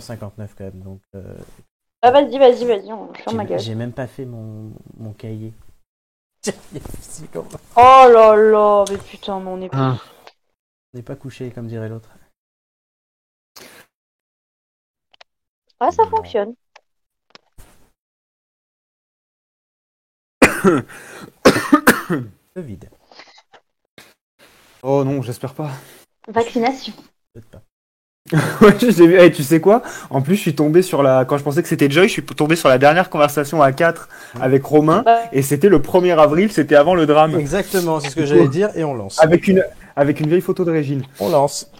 59 quand même, donc euh, Ah, vas-y, vas-y, vas-y, on ferme ma j'ai gueule. j'ai même pas fait mon, mon cahier. C'est comme- Oh là là, mais putain, mais on est. Ah. On n'est pas couché, comme dirait l'autre. Ah, ça fonctionne. Le vide, Oh non, j'espère pas. Vaccination. peut-être pas. Ouais, j'ai vu. Eh, tu sais quoi En plus, je suis tombé sur la. Quand je pensais que c'était Joy, je suis tombé sur la dernière conversation à 4 avec Romain. Bah, Et c'était le 1er avril, c'était avant le drame. Exactement, c'est ce que j'allais dire, et on lance. Avec une, avec une vieille photo de Régine. On lance.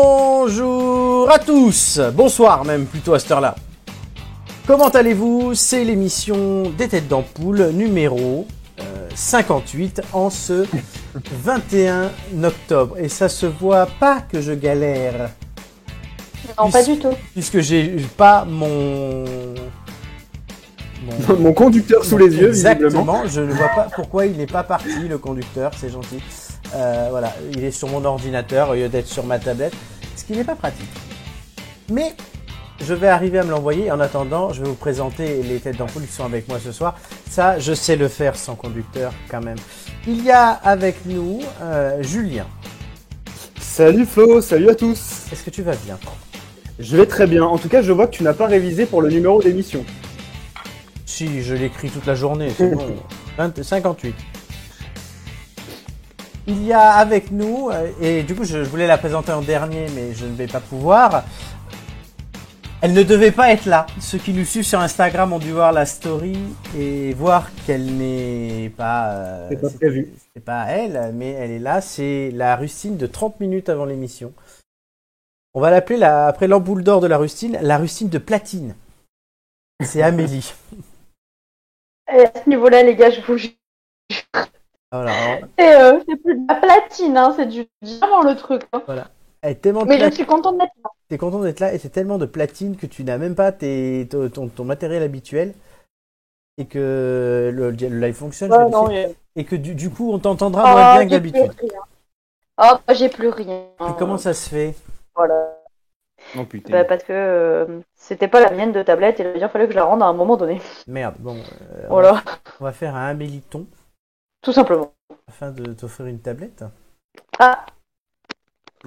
Bonjour à tous, bonsoir même plutôt à cette heure-là. Comment allez-vous C'est l'émission des têtes d'ampoule numéro euh, 58 en ce 21 octobre. Et ça se voit pas que je galère, non, pas du tout. puisque j'ai pas mon. mon- Mon conducteur sous les yeux, visiblement. Exactement, je ne vois pas pourquoi il n'est pas parti, le conducteur, c'est gentil. Euh, voilà, il est sur mon ordinateur au lieu d'être sur ma tablette, ce qui n'est pas pratique. Mais je vais arriver à me l'envoyer. En attendant, je vais vous présenter les têtes d'ampoule qui sont avec moi ce soir. Ça, je sais le faire sans conducteur quand même. Il y a avec nous euh, Julien. Salut Flo, salut à tous. Est-ce que tu vas bien Je vais très bien. En tout cas, je vois que tu n'as pas révisé pour le numéro d'émission. Si, je l'écris toute la journée, c'est bon. 20 58. Il y a avec nous, euh, et du coup je, je voulais la présenter en dernier, mais je ne vais pas pouvoir. Elle ne devait pas être là. Ceux qui nous suivent sur Instagram ont dû voir la story et voir qu'elle n'est pas. euh, C'est pas c'est- prévu. C'est pas elle, mais elle est là. C'est la rustine de 30 minutes avant l'émission. On va l'appeler, la- après l'emboule d'or de la rustine, la rustine de platine. C'est Amélie. Et à ce niveau-là, les gars, je vous jure. Voilà, alors, C'est euh, c'est plus de la platine, hein, c'est du diamant le truc. hein. elle est tellement de Mais je platine, suis contente d'être là. t'es content d'être là et c'est tellement de platine que tu n'as même pas tes, ton, ton- ton matériel habituel et que le, le live fonctionne. je vais le Ouais, non, dire. mais- et que du, du coup on t'entendra moins Oh, bien que j'ai plus d'habitude. rien. Oh, bah, j'ai plus rien. Et Comment ça se fait Voilà. Non Bah, Oh, putain. parce que euh, c'était pas la mienne de tablette et il fallait que je la rende à un moment donné. Merde, bon, euh, on, va, Voilà, on va faire un Améliton tout simplement. afin de t'offrir une tablette. Ah,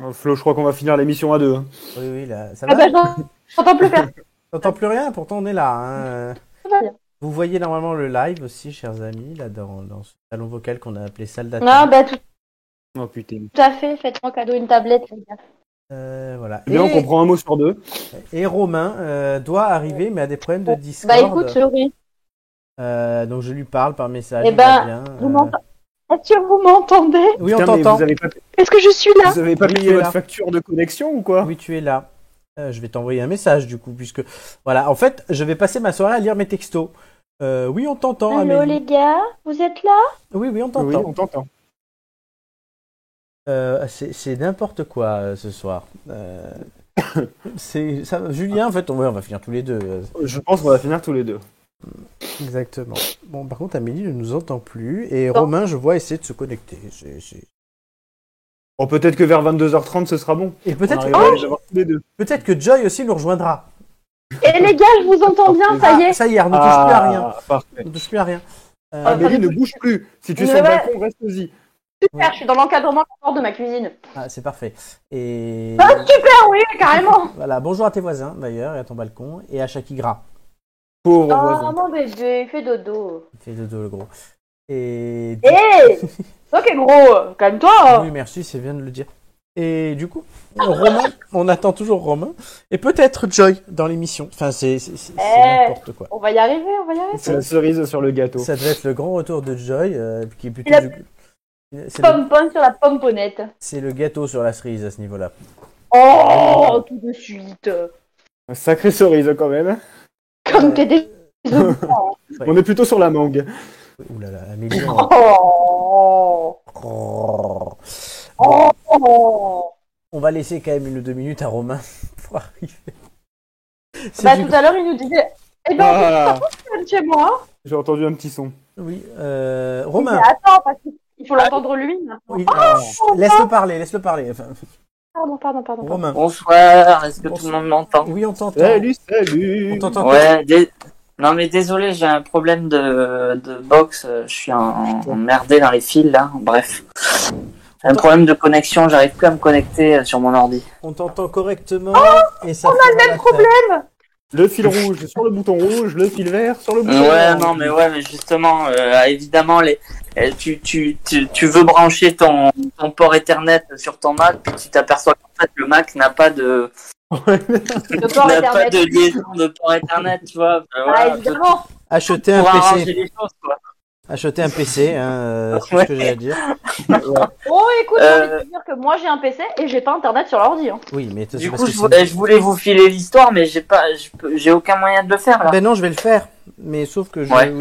Oh, Flo, je crois qu'on va finir l'émission à deux. hein. Oui, oui, là, ça ah va. bah, j'en- j'entends plus personne. T'entends plus rien, pourtant on est là. hein, euh. Ça va bien. Vous voyez normalement le live aussi, chers amis, là dans, dans ce salon vocal qu'on a appelé salle d'attente. Non, bah, tout, Oh putain. tout à fait. Faites-moi cadeau une tablette, les gars. Euh, voilà. Eh Bien, on Et- comprend un mot sur deux. Et Romain euh, doit arriver, mais a des problèmes de Discord. Bah, écoute, souris. Euh, donc je lui parle par message. Eh il va ben, bien, vous euh. m'entendez Est-ce que vous m'entendez Oui, on Putain, mais t'entend. Vous avez pas, Est-ce que je suis là vous avez pas Oui, payé il est votre là. facture de connexion ou quoi Oui, tu es là. Euh, je vais t'envoyer un message du coup, puisque voilà. En fait, je vais passer ma soirée à lire mes textos. Euh, oui, on t'entend, Allô, Amélie. les gars Vous êtes là Oui, oui, on Oui, t'entend. on t'entend. Euh, c'est c'est n'importe quoi euh, ce soir. Euh, c'est ça, Julien. En fait, on, ouais, on va finir tous les deux. euh, Je pense qu'on va finir tous les deux. Exactement. Bon, par contre, Amélie ne nous entend plus et Non. Romain, je vois, essayer de se connecter. C'est- c'est- Bon, peut-être que vers 22h30, ce sera bon. Et On peut-être, arrivera à les avoir tous les deux. peut-être que Joy aussi nous rejoindra. Eh, les gars, je vous entends bien, ça y Ah, est. ça y est, on ne touche plus à rien. Ah, parfait. On ne touche plus à rien. Euh, Ah, Amélie, ne bouge plus. Si tu es Mais sur le ouais. balcon, reste-y. Super, je suis dans l'encadrement de la cuisine. ah, c'est parfait. Et Ah, super, oui, carrément. voilà, bonjour à tes voisins d'ailleurs et à ton balcon et à Shakigra. Pauvre Oh, voisin. mon bébé, fais dodo. Il fait dodo le gros. Et Hé Toi qui es gros, calme-toi. hein. oui, merci, c'est bien de le dire. Et du coup, Romain, on attend toujours Romain et peut-être Joy dans l'émission. Enfin, c'est c'est- c'est- c'est Eh. n'importe quoi. On va y arriver, on va y arriver. C'est la cerise sur le gâteau. Ça devait être le grand retour de Joy, euh, qui est plutôt Il a- du- C'est le, Pompon sur la pomponnette. c'est le gâteau sur la cerise à ce niveau-là. Oh, tout de suite. Un sacré cerise quand même. Comme t'es des... On est plutôt sur la mangue. Ouh là là, Amélie. on- Oh, Bon. oh, oh. On va laisser quand même une ou deux minutes à Romain pour arriver. C'est Bah, du- tout à l'heure, il nous disait Eh ben, on Ah, vient de chez moi. J'ai entendu un petit son. Oui, euh, Il dit, Romain. Attends, parce qu'il faut l'entendre lui. maintenant. Oui, alors, laisse-le parler, laisse-le parler. Enfin, Pardon, pardon, pardon. pardon. Romain. Bonsoir, est-ce que tout Bonsoir. le monde m'entend Oui, on t'entend. Salut, On salut t'entend. Ouais, dé- non mais désolé, j'ai un problème de, de box, euh, je suis en- emmerdé dans les fils là, bref. J'ai un problème de connexion, j'arrive plus à me connecter euh, sur mon ordi. On t'entend correctement. et ça Oh, on a le même problème. Le fil rouge sur le bouton rouge, le fil vert sur le bouton Euh, Ouais, vert. non mais ouais, mais justement, euh, évidemment, les, euh, tu, tu, tu, tu veux brancher ton, ton port Ethernet sur ton Mac, puis tu t'aperçois qu'en fait le Mac n'a pas de, Le port n'a pas Ethernet. de liaison de port Ethernet, tu vois. Euh, Ah, voilà, évidemment. Acheter pour un arranger PC. les choses, quoi. Acheter un PC, hein, euh, c'est ce que j'ai à dire. Oh, écoute, Euh, j'ai envie de dire que moi, j'ai un PC et j'ai pas Internet sur l'ordi. hein. Oui, mais c'est Du parce coup, que je c'est- voulais, je voulais vous filer l'histoire, mais j'ai pas, je peux- j'ai aucun moyen de le faire. Là. Ben non, je vais le faire. Mais sauf que je, Ouais.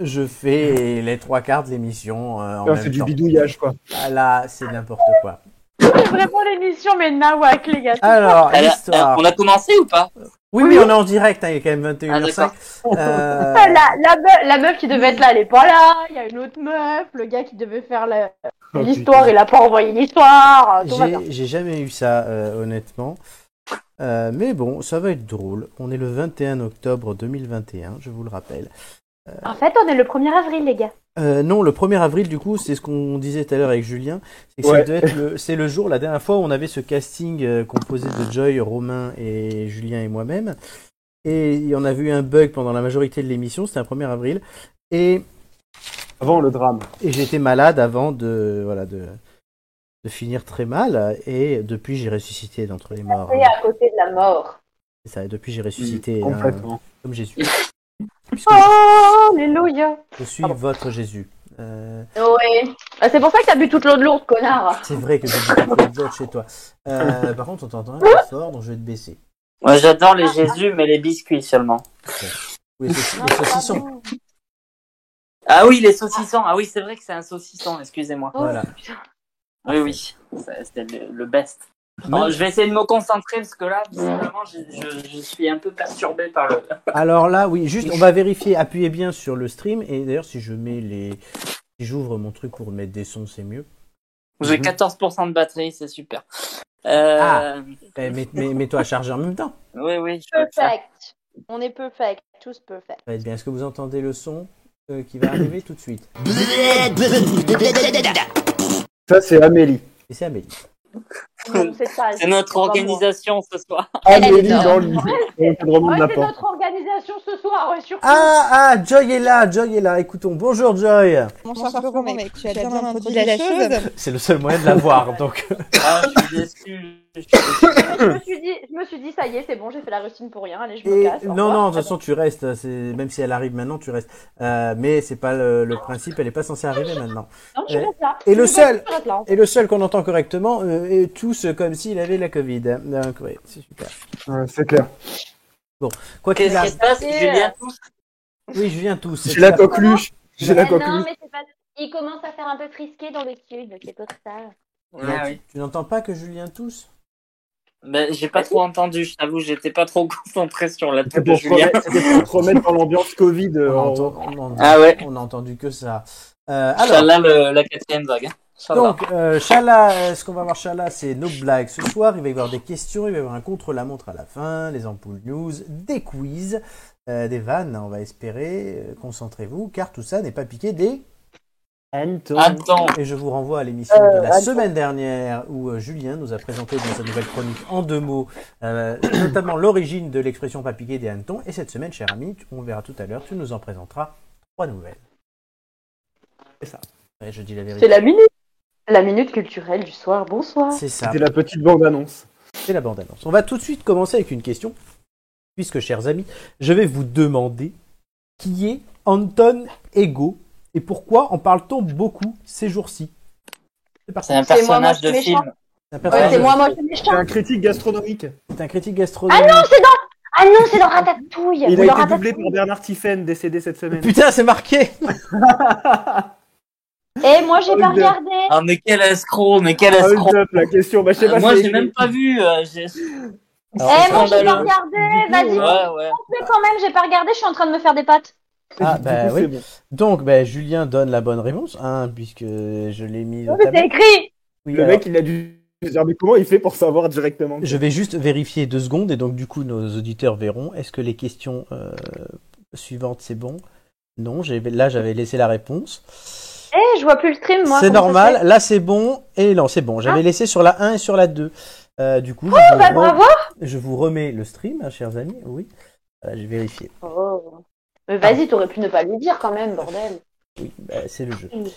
je, je fais les trois quarts de l'émission euh, en Ah, C'est même du temps. bidouillage quoi. Ah là, c'est n'importe quoi. C'est vraiment l'émission, mais nawak, les gars. Alors, Elle a- l'histoire. Ah, on a commencé ou pas Oui, oui, on est en direct. hein, il est quand même Ah 21h05. d'accord. Euh, Ah, La, la, me- la meuf qui devait être là, elle est pas là. Il y a une autre meuf. Le gars qui devait faire la- Oh, l'histoire, il a pas envoyé l'histoire. Tout va bien. J'ai- J'ai jamais eu ça, euh, honnêtement. Euh, mais bon, ça va être drôle. On est le 21 octobre 2021, je vous le rappelle. En fait, on est le 1er avril, les gars. Euh, non, le 1er avril, du coup, c'est ce qu'on disait tout à l'heure avec Julien. C'est que ça Ouais. devait être le- c'est le jour, la dernière fois, où on avait ce casting euh, composé de Joy, Romain et Julien et moi-même. Et on a vu un bug pendant la majorité de l'émission, c'était un 1er avril. Et, Avant le drame. et j'étais malade avant de, voilà, de, de finir très mal. Et depuis, j'ai ressuscité d'entre les morts. Et à côté de la mort. C'est ça, et depuis j'ai ressuscité hein, Complètement. comme Jésus. Puisque Oh, alléluia. je suis Pardon. votre Jésus. Euh, Oui. Ah, C'est pour ça que t'as bu toute l'eau de l'ourde, connard. c'est vrai que j'ai beaucoup de job chez toi. Euh, par contre, on t'entend un peu fort, donc je vais te baisser. Moi, j'adore les Jésus, mais les biscuits seulement. Ou les, saucis- les saucissons. pardon. Ah oui, les saucissons. Ah oui, c'est vrai que c'est un saucisson. Excusez-moi. Oh, Voilà. putain. Oui, oui. Ça, C'était le, le best. Même- Bon, je vais essayer de me concentrer parce que là, visiblement, je, je- je suis un peu perturbé par le. Alors là, oui, juste, on va vérifier. Appuyez bien sur le stream. Et d'ailleurs, si je mets les. Si j'ouvre mon truc pour mettre des sons, c'est mieux. J'ai 14% de batterie, c'est super. Euh, Ah. Eh, mets- mets- Mets-toi à charger en même temps. Oui, oui. Je vais le faire. Perfect. On est perfect. Tous perfect. Ça va être bien. Est-ce que vous entendez le son euh, qui va arriver tout de suite Ça c'est Amélie. Et c'est Amélie. Non, C'est ça, C'est notre pas moi. organisation ce soir. Amélie Elle est dans le- l'encadrement Ouais, de la c'est porte. notre organisation ce soir, ouais, surtout. Ah, ah, Joy est là, Joy est là. Écoutons. Bonjour, Joy. Bonsoir, Florent, mec. Tu as bien introduit la chose. C'est le seul moyen de la voir, donc. Ah, je suis déçu. Je suis déçu. je, me suis dit, je me suis dit, ça y est, c'est bon, j'ai fait la routine pour rien. Allez, je me Et- casse. au non, revoir. non, de toute façon, tu restes. C'est Même si elle arrive maintenant, tu restes. Euh, mais c'est pas le, le principe. Elle est pas censée arriver maintenant. Non, je Et- reste là. eh, et Je le reste seul- là, je reste là. Et le seul qu'on entend correctement, euh, est tous euh, comme s'il avait la Covid. Donc, ouais, c'est super. Ouais, C'est clair. Quoi qu'il Qu'est-ce qui arrive, se passe, Et, euh, Julien oui, je viens tous. J'ai la coqueluche. J'ai la Eh non, coqueluche. mais c'est parce qu'il commence à faire un peu frisqué dans le sud, c'est pour ça. Ouais, Ah oui. Tu n'entends pas que Julien tous Ben, j'ai pas trop entendu, je t'avoue, j'étais pas trop concentré sur la C'est tête de pour, te Julien. remettre- c'était pour te remettre dans l'ambiance Covid. euh, on, en- entend- on entend- Ah ouais. on a entendu que ça. Euh, Alors, alors, là, le, la quatrième vague. hein. Ça va. donc, euh, Chala, euh, ce qu'on va voir Chala, c'est nos blagues ce soir. Il va y avoir des questions, il va y avoir un contre-la-montre à la fin, les ampoules news, des quiz, euh, des vannes, on va espérer. Euh, Concentrez-vous, car tout ça n'est pas piqué des... Attends, Et je vous renvoie à l'émission de la semaine dernière où euh, Julien nous a présenté dans sa nouvelle chronique en deux mots, euh, notamment l'origine de l'expression pas piquer des hannetons. Et cette semaine, cher ami, tu- on verra tout à l'heure, tu nous en présenteras trois nouvelles. C'est ça. Ouais, je dis la C'est vérité. la minute. La minute culturelle du soir. Bonsoir. C'est ça, C'était la petite bande-annonce. c'est la bande-annonce. On va tout de suite commencer avec une question, puisque, chers amis, je vais vous demander qui est Anton Ego et pourquoi en parle-t-on beaucoup ces jours-ci C'est parti. c'est un C'est moi, moi, personnage je suis de méchant. film. C'est un Ouais, personnage- c'est moi, moi, je suis C'est méchant. un critique gastronomique. c'est un critique gastronomique. Ah non, c'est dans Ratatouille Il Ou dans a été doublé Ratatouille. par Bernard Tiffen, décédé cette semaine. Putain, c'est marqué Eh, moi, j'ai Oh, pas le- regardé Ah, mais quel escroc, mais quel Hold escroc. up, la question. Bah, je sais pas, Euh, Moi, c'est- j'ai même pas vu. euh, j'ai- Alors, Eh, c'est mon ça. bah, j'ai pas scandaleux. regardé, euh, vas-y. Ouais, ouais. Mais quand même, j'ai pas regardé, je suis en train de me faire des pâtes. Ah, Du coup, bah, oui. c'est bon. Donc, ben, Julien donne la bonne réponse, hein, puisque je l'ai mis. au C'est tableau. écrit Oui, Le alors, mec, il a dû se dire, mais comment il fait pour savoir directement je vais juste vérifier deux secondes et donc, du coup, nos auditeurs verront. Est-ce que les questions euh, suivantes, c'est bon Non, j'ai- là, j'avais laissé la réponse. Eh, je vois plus le stream, moi. C'est comment ça normal, se fait Ah. là, c'est bon. Et non, c'est bon. J'avais laissé sur la 1 et sur la 2. Euh, du coup, je, vous Bah, re- bravo je vous remets le stream, hein, chers amis. Oui, Euh, Voilà, j'ai vérifié. Oh. Mais vas-y, t'aurais pu ne pas lui dire quand même, bordel. Ah. Oui, bah, c'est le jeu. Oui.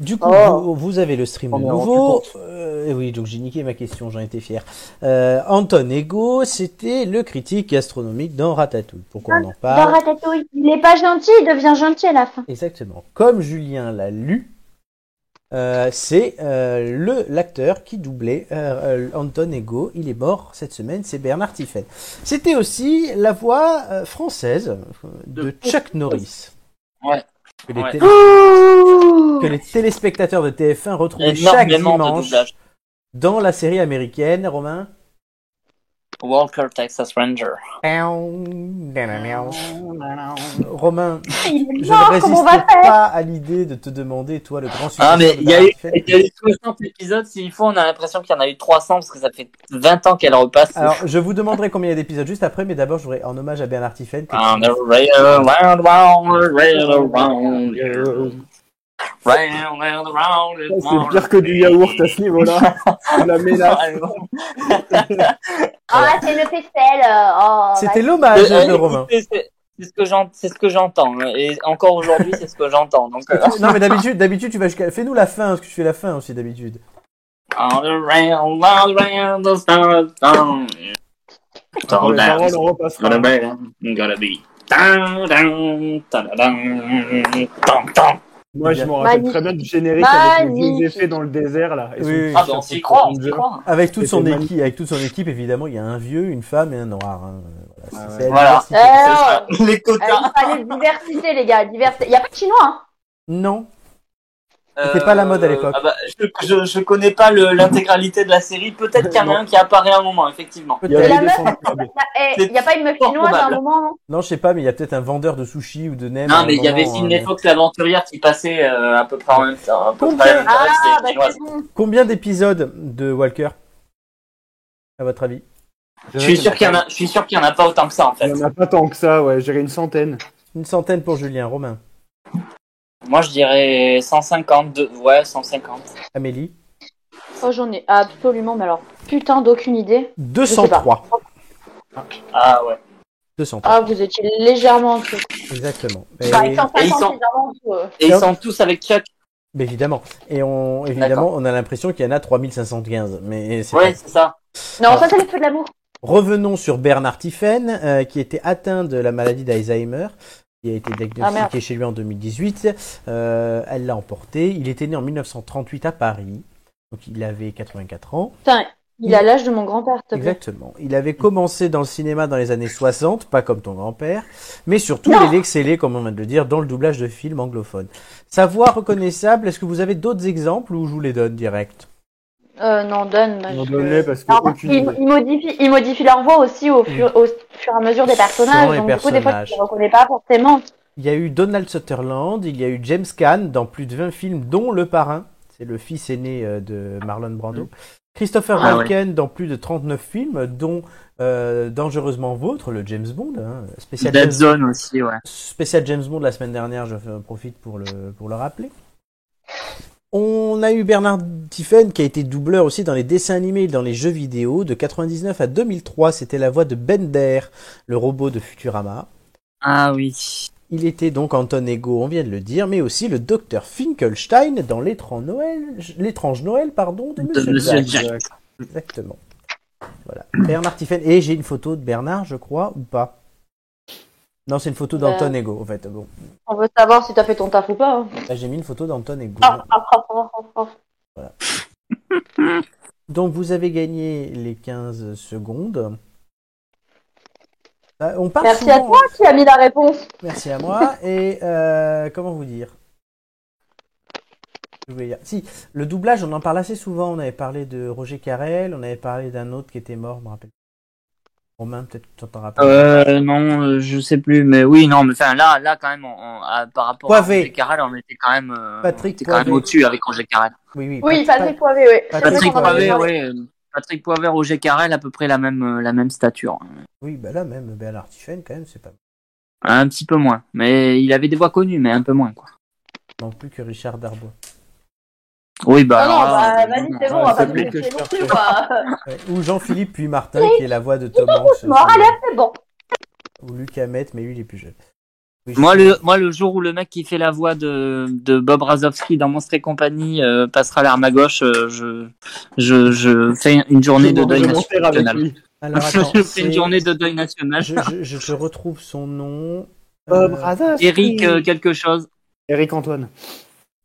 Du coup, Oh. vous, vous avez le stream de On est rendu nouveau. compte. Euh, et oui, donc j'ai niqué ma question, j'en étais fier. Euh, Anton Ego, c'était le critique gastronomique dans Ratatouille. Pourquoi on en Dans parle Ratatouille, il est pas gentil, il devient gentil à la fin. Exactement. Comme Julien l'a lu, euh, c'est euh, le l'acteur qui doublait euh, euh, Anton Ego. Il est mort cette semaine, c'est Bernard Tiffen. C'était aussi la voix euh, française euh, de Chuck Norris. Ouais. Que les Ouais. télé- Ouh que les téléspectateurs de TF1 retrouvaient chaque Énormément de dimanche doublage. dans la série américaine, Romain. Walker, Texas Ranger. Romain, Ah, Il je est ne mort, comment on va résiste faire pas à l'idée de te demander, toi, le grand succès. Ah, mais de il y a eu, Bernard Tiffen. il y a eu 60 épisodes, s'il faut, on a l'impression qu'il y en a eu 300 parce que ça fait 20 ans qu'elle repasse. Alors, je vous demanderai combien il y a d'épisodes juste après, mais d'abord, je voudrais, en hommage à Bernard Tiffen, que- Round and round, round, round, round, round, you. Round and round, Oh, it's C'est pire que du yaourt à ce niveau-là. la mélasse. Ah, c'est le pestel euh, oh, c'était vas-y. l'hommage Euh, de euh, Romain. écoutez, C'est c'est ce que j'en- c'est ce que j'entends. hein, Et encore aujourd'hui, c'est ce que j'entends. Donc, euh, Non, mais d'habitude, d'habitude, tu vas jusqu'à. Fais-nous la fin, parce que tu fais la fin aussi d'habitude. round and round, round and round, the stars down. Pour Ah, les paroles, on Gotta repassera. be, gotta be. Dun, dun, dun, dun, dun, dun. Moi, je m'en rappelle Magnifique. très bien du générique avec les vieux Magnifique. effets dans le désert, là. Et Oui, son oui. Ah, t-shirt bah, on s'y au croit, on Ranger. s'y croit. Avec toute, son C'était magnifique. équipe, avec toute son équipe, évidemment, il y a un vieux, une femme et un noir. hein. Voilà, Ah c'est- c'est la Voilà. diversité. Euh, Alors, Les quotas. Euh, il fallait diversité, les gars, diversité. Y a pas de chinois, hein Non, C'était pas la mode à l'époque. ah bah, je, je, je connais pas le- l'intégralité de la série. Peut-être qu'il y en a un qui apparaît à un moment, effectivement. Il y avait peut-être. la des meuf, descendants de Ah, eh, C'est y a pas une meuf fort chinoise à un probable. moment non Non, je sais pas, mais il y a peut-être un vendeur de sushis ou de nems. à Non, un mais il y moment, avait hein, Sidney mais- Fox, l'aventurière, qui passait euh, à peu près en même temps. À peu près, Combien euh, Ah, c'est bah chinoise. c'est bon. Combien d'épisodes de Walker À votre avis je suis sûr qu'il y en a. Je suis sûr qu'il y en a pas autant que ça en Il fait. n'y en a pas tant que ça, ouais. J'irai une centaine. Une centaine pour Julien, Romain, Moi, je dirais 150. de- Ouais, 150. Amélie. Oh, j'en ai absolument, mais alors, putain, d'aucune idée. 203. Ah ouais. 203, Ah, vous étiez légèrement en dessous. exactement. Bah, Mais, ils sont pas Et ils censés sont- avoir en dessous, euh. Et ils sont tous avec Chuck. mais évidemment. Et on, évidemment, on a l'impression qu'il y en a 3515. Mais c'est Ouais, pas- c'est ça. Non, Ah. ça, c'est le feu de l'amour. Revenons sur Bernard Tiffen, euh, qui était atteint de la maladie d'Alzheimer. qui a été Ah, diagnostiqué merde. chez lui en 2018. Euh, elle l'a emporté. Il était né en 1938 à Paris. Donc il avait 84 ans. Putain, il a l'âge de mon grand-père, s'il te plaît. Exactement. Il avait commencé dans le cinéma dans les années 60, pas comme ton grand-père, mais surtout Non. il excellait, comme on vient de le dire, dans le doublage de films anglophones. Sa voix reconnaissable, est-ce que vous avez d'autres exemples ou je vous les donne direct Euh, non, donne. bah, On je- donnait parce que Alors, aucune ils, idée. ils modifient, ils modifient leur voix aussi au fur, au fur et à mesure des Selon personnages. les Donc, du coup, des fois, personnages. tu les reconnais pas forcément. Il y a eu Donald Sutherland, il y a eu James Caan dans plus de 20 films, dont Le Parrain, c'est le fils aîné euh, de Marlon Brando. Christopher Ah, Walken dans plus de 39 films, dont euh, Dangereusement Vôtre, le James Bond, hein, spécial James Zone aussi, ouais. spécial James Bond la semaine dernière, je fais- profite pour le, pour le rappeler. On a eu Bernard Tiffen qui a été doubleur aussi dans les dessins animés et dans les jeux vidéo. De 99 à 2003, c'était la voix de Bender, le robot de Futurama. Ah oui. Il était donc Anton Ego, on vient de le dire, mais aussi le docteur Finkelstein dans l'étrange Noël, l'étrange Noël pardon, de Monsieur, Jack. Exactement. Voilà. Bernard Tiffen. Et j'ai une photo de Bernard, je crois, ou pas Non, c'est une photo d'Anton Ego, en fait. Bon. On veut savoir si t'as fait ton taf ou pas. hein. Là, j'ai mis une photo d'Anton Ego. Ah, ah, ah, ah, ah, ah. Donc vous avez gagné les 15 secondes. Euh, on part Merci souvent- à toi qui a mis la réponse. Merci à moi. Et euh, comment vous dire Je voulais dire- Si, le doublage, on en parle assez souvent. On avait parlé de Roger Carrel, on avait parlé d'un autre qui était mort, je me rappelle. Romain, peut-être que tu t'en rappelles. Euh, non, euh, je sais plus, mais oui, non, mais enfin là, là quand même, on- on- à- par rapport Poivet. à Roger Carrel, on était quand même, euh, Patrick on était quand même Poivet. au-dessus avec Roger Carrel. Oui, oui. Oui, Pat- Patrick Poivet, oui. Patrick Patrick Poivet, Poivet, ouais. euh, Patrick Poivet, Roger Carrel, à peu près la même, euh, la même stature. Oui, bah là même, Bernard Tiffen, quand même, c'est pas Un petit peu moins, mais il avait des voix connues, mais un peu moins, quoi. non plus que Richard Darbois. Oui, bah. Ah non, alors là, bah, euh, vas-y, c'est non, bon, on va pas c'est te mieux laisser que non je plus, te- quoi. Ah, Ouais, Ou Jean-Philippe puis Martin, qui est la voix de Tom Hanks. mort, c'est- C'est bon. Ou Luc Hamet, mais lui, il est plus jeune. Oui, Moi je- le, moi, le jour où le mec qui fait la voix de, de Bob Razowski dans Monstre et compagnie euh, passera l'arme à gauche, euh, je, je, je fais une journée de deuil Je m'en sers avec national. lui. Alors, attends, je fais c'est- une journée de deuil national. je, je- je- je retrouve son nom. Bob Euh, Razas. Eric, euh, quelque chose. Eric Antoine.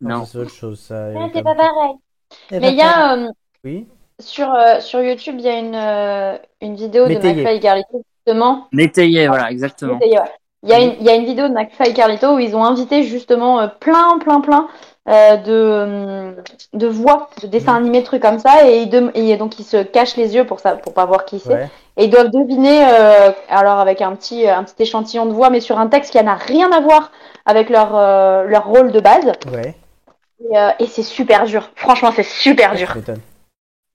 non, Non. c'est autre chose, ça. Ah, Eric c'est Hamet. pas pareil. Eh Mais ben, il y a euh, Oui, sur, euh, sur YouTube, il y a une, euh, une vidéo Métayer. de McFly et Carlito, justement. Métayer, voilà, exactement. Métayer, ouais. Il y, a une, il y a une vidéo de McFly et Carlito où ils ont invité justement euh, plein, plein, plein euh, de, euh, de voix, de dessins animés, de trucs comme ça. Et, ils dem- et donc ils se cachent les yeux pour, ça, pour pas voir qui c'est. ouais. Et ils doivent deviner, euh, alors avec un petit, euh, un petit échantillon de voix, mais sur un texte qui n'a rien à voir avec leur, euh, leur rôle de base. Ouais, Et, euh, et c'est super dur. Franchement, c'est super dur. je m'étonne.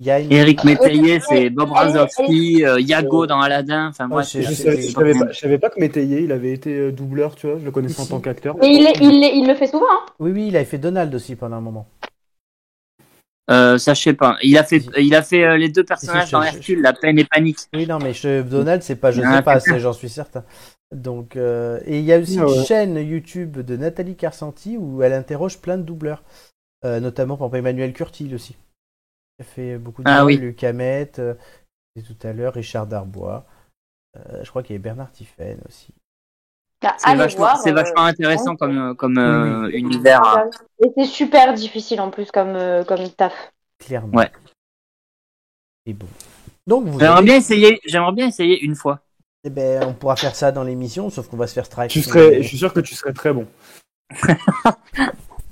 Il y a une. Ah, Eric Métayer, c'est Bob Allez, allez. Razowski, euh, Yago dans Aladdin. Enfin, moi, Ouais, c'est- Je c'est- savais, je c'est pas savais bien. pas, je savais pas que Métayer, il avait été euh, doubleur, tu vois, je le connaissais en tant qu'acteur. Mais il, est- il, est- il le fait souvent. Hein. Oui, oui, il avait fait Donald aussi pendant un moment. Euh, ça, je sais pas. Il a fait, il a fait euh, les deux Si, si, personnages je- dans je- Hercule, La peine et panique. Oui, non, mais je- Donald, c'est pas je Ah, sais pas, c'est j'en suis certain. Donc, euh, et il y a aussi Ah ouais. une chaîne YouTube de Nathalie Carsanti où elle interroge plein de doubleurs, Euh, notamment pour Emmanuel Curtil aussi. Elle fait beaucoup de Ah voix, oui. Luc Hamet, euh, et tout à l'heure Richard Darbois. Euh, je crois qu'il y a Bernard Tiffen aussi. Bah, C'est allez vachement, voir, c'est euh, vachement intéressant ouais. comme, euh, comme euh, univers. hein. Et c'est super difficile en plus comme, euh, comme taf. Clairement. Ouais. Et bon. Donc vous J'aimerais avez- bien essayer, j'aimerais bien essayer une fois. eh ben, on pourra faire ça dans l'émission, sauf qu'on va se faire strike. Tu serais, je suis sûr que tu serais très bon.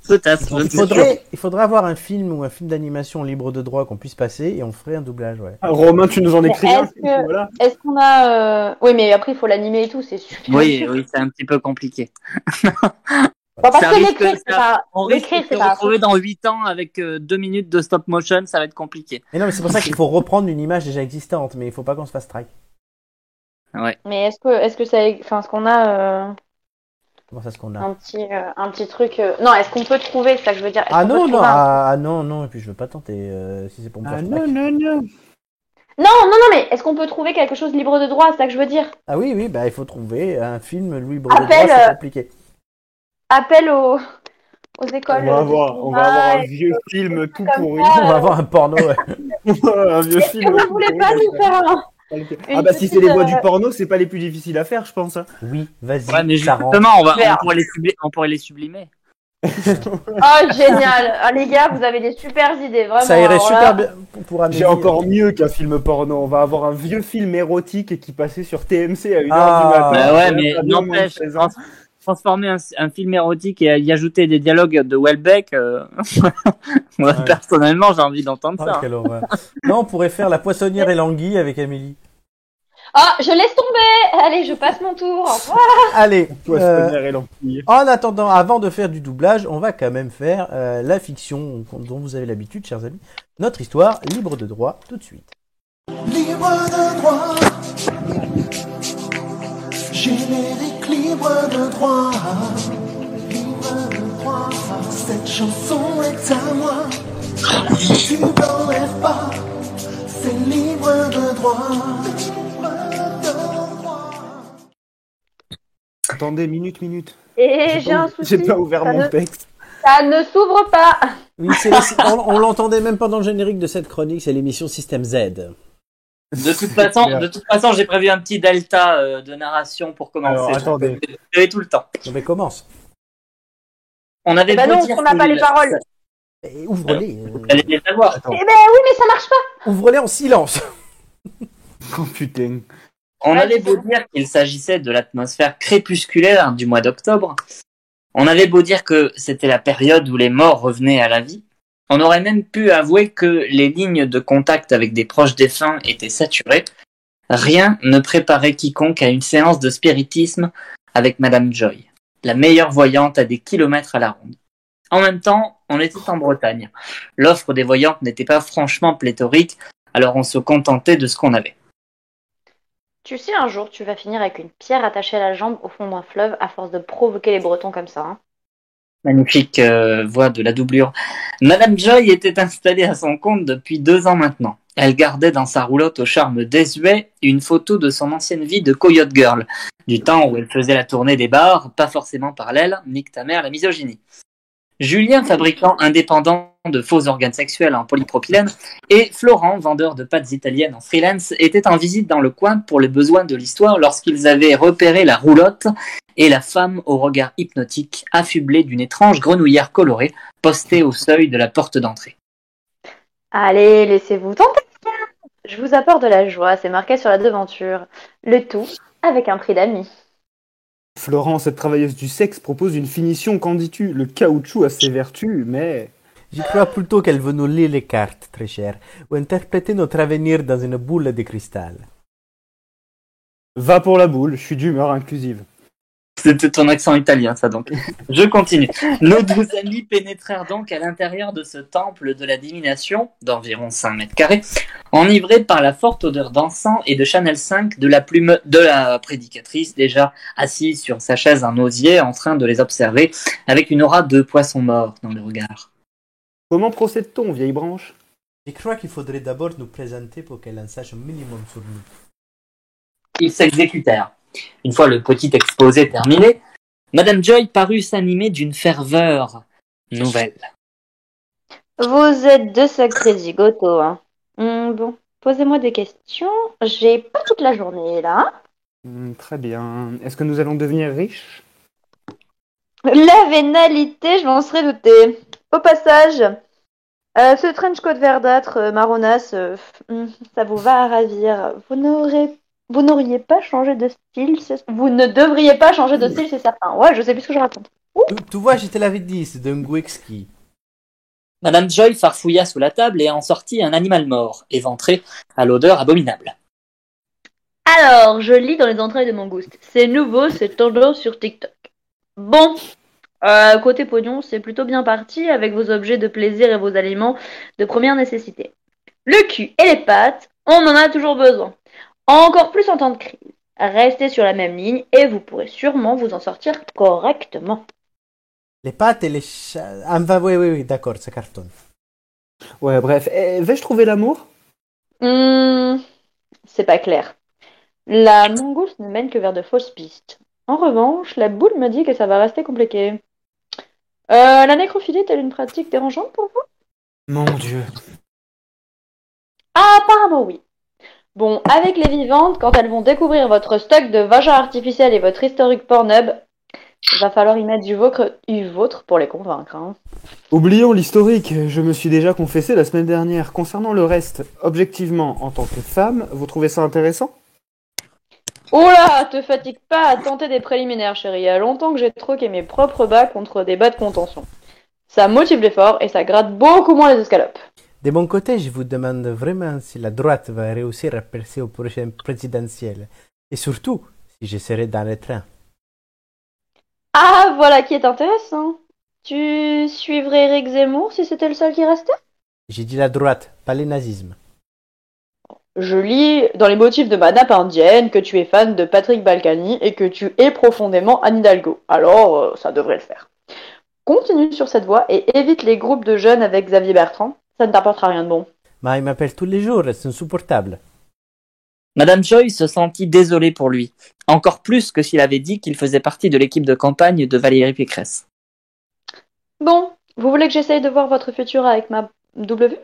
Peut-être. je Il sais pas. faudrait, il faudrait avoir un film ou un film d'animation libre de droit qu'on puisse passer et on ferait un doublage, ouais. Ah, Romain, tu nous en Mais écris est-ce un. que- Voilà. Est-ce qu'on a. euh, Oui, mais après, il faut l'animer et tout. C'est super. Oui, dur. oui, c'est un petit peu compliqué. Bon, parce Ça que risque- l'écrire, c'est ça- pas. On risque L'écrire, de se c'est pas. retrouver dans 8 ans avec 2 minutes de stop motion, ça va être compliqué. Mais non, mais c'est pour ça qu'il faut reprendre une image déjà existante, mais il faut pas qu'on se fasse strike. Mais est-ce que, est-ce que ça. Enfin, est-ce qu'on a. euh, Comment ça se qu'on a Un petit, euh, un petit truc. euh, Non, est-ce qu'on peut trouver, c'est ça que je veux dire. Est-ce Ah qu'on non, peut non, trouver un- ah, ah, non, non, et puis je veux pas tenter euh, si c'est pour me faire Ah strike. non, non, non. Non, non, non, mais est-ce qu'on peut trouver quelque chose libre de droit, c'est ça que je veux dire. Ah oui, oui, bah il faut trouver un film Louis Breton, Appelle, c'est euh, compliqué. Appel aux, aux écoles. euh, On de va avoir, cinéma on va avoir un et- vieux film tout Ah, comme pourri. On va avoir un porno, ouais. un vieux Est-ce que film. vous tout voulez pourri. pas nous faire un- Ah bah si petite, c'est les voix du euh, porno, c'est pas les plus difficiles à faire, je pense. hein. Oui, vas-y, Ouais, mais ça rentre. justement, on, va, Super. on, pourrait les sublimer, on pourrait les sublimer. Oh, génial Ah, Les gars, vous avez des super idées, vraiment. Ça irait alors super là. bien pour, pour amener- J'ai encore mieux qu'un film porno. On va avoir un vieux film érotique qui passait sur TMC à 1h Ah. du matin. Bah ouais, Ça mais va bien moins de n'empêche, 16 ans. trans- transformer un, un film érotique et y ajouter des dialogues de Welbeck, euh, moi, Ouais. personnellement, j'ai envie d'entendre Ah, ça. quelle horreur. Non, on pourrait faire La Poissonnière et l'Anguille avec Amélie. Ah, je laisse tomber Allez, je passe mon tour. Au revoir. Allez, Toi, euh, Stoner et l'Empire. En attendant, avant de faire du doublage, on va quand même faire euh, la fiction dont vous avez l'habitude, chers amis. Notre histoire libre de droit, tout de suite. libre de droit. Générique libre de droit. Libre de droit. Cette chanson est à moi. Tu t'enlèves pas. C'est libre de droit. Libre de droit. Attendez, minute, minute. Et j'ai un souci. J'ai pas ouvert ça, mon ne, texte. ça ne s'ouvre pas. Oui, c'est- c'est- on, on l'entendait même pendant le générique de cette chronique, c'est l'émission Système Z. De toute façon, de toute façon, j'ai prévu un petit delta euh, de narration pour commencer. Alors, attendez. Je l'ai tout le temps. Non mais commence. On avait Eh ben beau non, dire on n'a que pas le- les paroles. Eh, Ouvre-les. euh, Vous allez les avoir. Attends. Oui, mais ça marche pas. Ouvre-les en silence. Oh putain. On Ouais, avait c'est beau dire qu'il s'agissait de l'atmosphère crépusculaire du mois d'octobre. On avait beau dire que c'était la période où les morts revenaient à la vie. On aurait même pu avouer que les lignes de contact avec des proches défunts étaient saturées. Rien ne préparait quiconque à une séance de spiritisme avec Madame Joy, la meilleure voyante à des kilomètres à la ronde. En même temps, on était en Bretagne. L'offre des voyantes n'était pas franchement pléthorique, alors on se contentait de ce qu'on avait. Tu sais, un jour, tu vas finir avec une pierre attachée à la jambe au fond d'un fleuve à force de provoquer les Bretons comme ça. hein. Magnifique euh, voix de la doublure. Madame Joy était installée à son compte depuis deux ans maintenant. Elle gardait dans sa roulotte au charme désuet une photo de son ancienne vie de Coyote Girl, du temps où elle faisait la tournée des bars, pas forcément parallèle, nique ta mère la misogynie. Julien, fabricant indépendant de faux organes sexuels en polypropylène, et Florent, vendeur de pâtes italiennes en freelance, étaient en visite dans le coin pour les besoins de l'histoire lorsqu'ils avaient repéré la roulotte et la femme au regard hypnotique, affublée d'une étrange grenouillère colorée, postée au seuil de la porte d'entrée. Allez, laissez-vous tenter. Je vous apporte de la joie, c'est marqué sur la devanture. Le tout avec un prix d'amis. Florent, cette travailleuse du sexe, propose une finition, qu'en dis-tu Le caoutchouc a ses vertus, mais... J'y crois plutôt qu'elle veut nous lire les cartes, très cher, ou interpréter notre avenir dans une boule de cristal. Va pour la boule, je suis d'humeur inclusive. C'était ton accent italien, ça donc. Je continue. Nos deux amis pénétrèrent donc à l'intérieur de ce temple de la divination, d'environ 5 mètres carrés, enivrés par la forte odeur d'encens et de Chanel 5 de la plume de la prédicatrice, déjà assise sur sa chaise en osier, en train de les observer, avec une aura de poisson mort dans le regard. Comment procède-t-on, vieille branche Je crois qu'il faudrait d'abord nous présenter pour qu'elle en sache un minimum sur nous. Ils s'exécutèrent. Une fois le petit exposé terminé, Madame Joy parut s'animer d'une ferveur nouvelle. Vous êtes deux sacrés zigotos, hein. Hum, bon, posez-moi des questions. J'ai pas toute la journée, là. Hmm, Très bien. Est-ce que nous allons devenir riches La vénalité, je m'en serais doutée. Au passage, euh, ce trench coat verdâtre euh, marronasse, euh, pff, hum, ça vous va à ravir. Vous n'aurez, vous n'auriez pas changé de style, c'est- vous ne devriez pas changer de style, c'est certain. Ouais, je sais plus ce que je raconte. Tu, tu vois, je te l'avais dit, c'est d'un goût exquis. Madame Joy farfouilla sous la table et en sortit un animal mort, éventré à l'odeur abominable. Alors, je lis dans les entrailles de mangouste. C'est nouveau, c'est tendance sur TikTok. Bon, euh, côté pognon, c'est plutôt bien parti avec vos objets de plaisir et vos aliments de première nécessité. Le cul et les pattes, on en a toujours besoin. Encore plus en temps de crise. Restez sur la même ligne et vous pourrez sûrement vous en sortir correctement. Les pâtes et les chats. Ah, bah, oui, oui, oui, d'accord, ça cartonne. Ouais, bref. Eh, Vais-je trouver l'amour Hmm, c'est pas clair. La mangouste ne mène que vers de fausses pistes. En revanche, la boule me dit que ça va rester compliqué. Euh, la nécrophilie est-elle une pratique dérangeante pour vous? Mon Dieu. Ah, apparemment oui. Bon, avec les vivantes, quand elles vont découvrir votre stock de vagins artificiels et votre historique Pornhub, va falloir y mettre du vôtre, du vôtre pour les convaincre, hein. Oublions l'historique, je me suis déjà confessé la semaine dernière. Concernant le reste, objectivement, en tant que femme, vous trouvez ça intéressant Oh là, te fatigue pas à tenter des préliminaires, chérie. Il y a longtemps que j'ai troqué mes propres bas contre des bas de contention. Ça motive l'effort et ça gratte beaucoup moins les escalopes. De mon côté, je vous demande vraiment si la droite va réussir à percer au prochain présidentiel. Et surtout, si je serai dans le train. Ah, voilà qui est intéressant. Tu suivrais Eric Zemmour si c'était le seul qui restait? J'ai dit la droite, pas le nazisme. Je lis dans les motifs de ma nappe indienne que tu es fan de Patrick Balkany et que tu es profondément Anne Hidalgo. Alors, euh, ça devrait le faire. Continue sur cette voie et évite les groupes de jeunes avec Xavier Bertrand. Ça ne t'apportera rien de bon. Ma il m'appelle tous les jours, c'est insupportable. Madame Joy se sentit désolée pour lui, encore plus que s'il avait dit qu'il faisait partie de l'équipe de campagne de Valérie Pécresse. Bon, vous voulez que j'essaye de voir votre futur avec ma W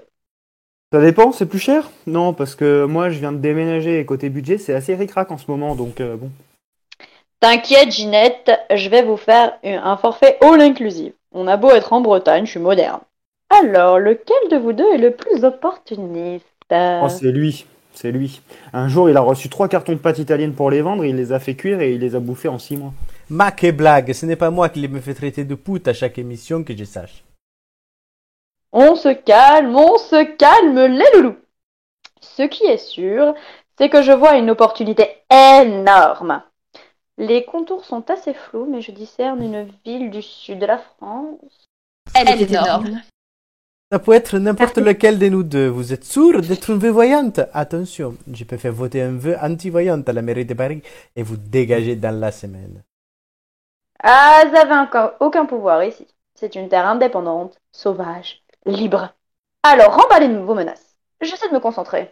Ça dépend, c'est plus cher Non, parce que moi, je viens de déménager et côté budget, c'est assez ricrac en ce moment, donc euh, bon. T'inquiète, Ginette, je vais vous faire un un forfait all inclusive. On a beau être en Bretagne, je suis moderne. Alors, lequel de vous deux est le plus opportuniste Oh, c'est lui, c'est lui. Un jour, il a reçu trois cartons de pâtes italiennes pour les vendre, il les a fait cuire et il les a bouffés en six mois. Ma que blague, ce n'est pas moi qui me fait traiter de pute à chaque émission que je sache. On se calme, on se calme, les loulous. Ce qui est sûr, c'est que je vois une opportunité énorme. Les contours sont assez flous, mais je discerne une ville du sud de la France. Elle, est énorme. Ça peut être n'importe lequel de nous deux. Vous êtes sûr d'être une vœu voyante Attention, je peux faire voter un vœu anti-voyante à la mairie de Paris et vous dégager dans la semaine. Ah, vous avez encore aucun pouvoir ici. C'est une terre indépendante, sauvage, libre. Alors, remballez vos menaces. J'essaie de me concentrer.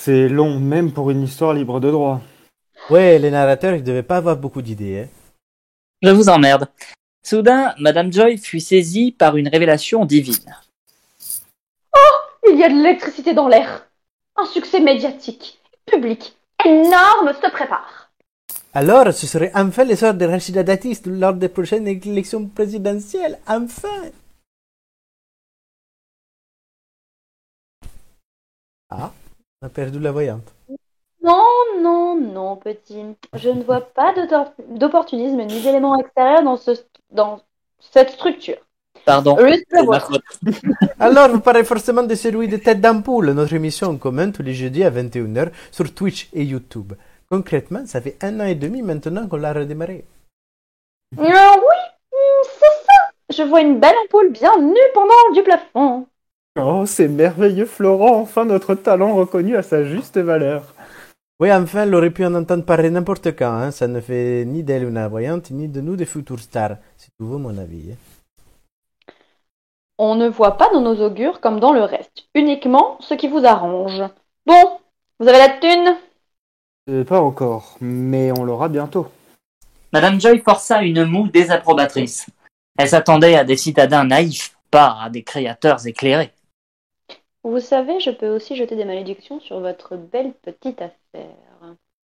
C'est long, même pour une histoire libre de droit. Ouais, les narrateurs, ils devaient pas avoir beaucoup d'idées. hein. Je vous emmerde. Soudain, Madame Joy fut saisie par une révélation divine. Il y a de l'électricité dans l'air. Un succès médiatique, public, énorme se prépare. Alors, ce serait enfin l'essor de Rachida Dati lors des prochaines élections présidentielles. Enfin Ah, on a perdu la voyante. Non, non, non, petit. Je ne vois pas d'autor- d'opportunisme ni d'éléments extérieurs dans, ce, dans cette structure. Pardon, Le c'est savoir. ma faute. Alors, vous parlez forcément de celui de Tête d'Ampoule, notre émission en commun tous les jeudis à 21h sur Twitch et YouTube. Concrètement, ça fait un an et demi maintenant qu'on l'a redémarré. Euh, oui, hmm, c'est ça. Je vois une belle ampoule bien nue pendant du plafond. Oh, c'est merveilleux, Florent, enfin notre talent reconnu à sa juste valeur. Oui, enfin, elle aurait pu en entendre parler n'importe quand. hein. Ça ne fait ni d'elle une voyante, ni de nous des futurs stars. C'est nouveau mon avis. hein. On ne voit pas dans nos augures comme dans le reste, uniquement ce qui vous arrange. Bon, vous avez la thune Euh, pas encore, mais on l'aura bientôt. Madame Joy força une moue désapprobatrice. Elle s'attendait à des citadins naïfs, pas à des créateurs éclairés. Vous savez, je peux aussi jeter des malédictions sur votre belle petite affaire.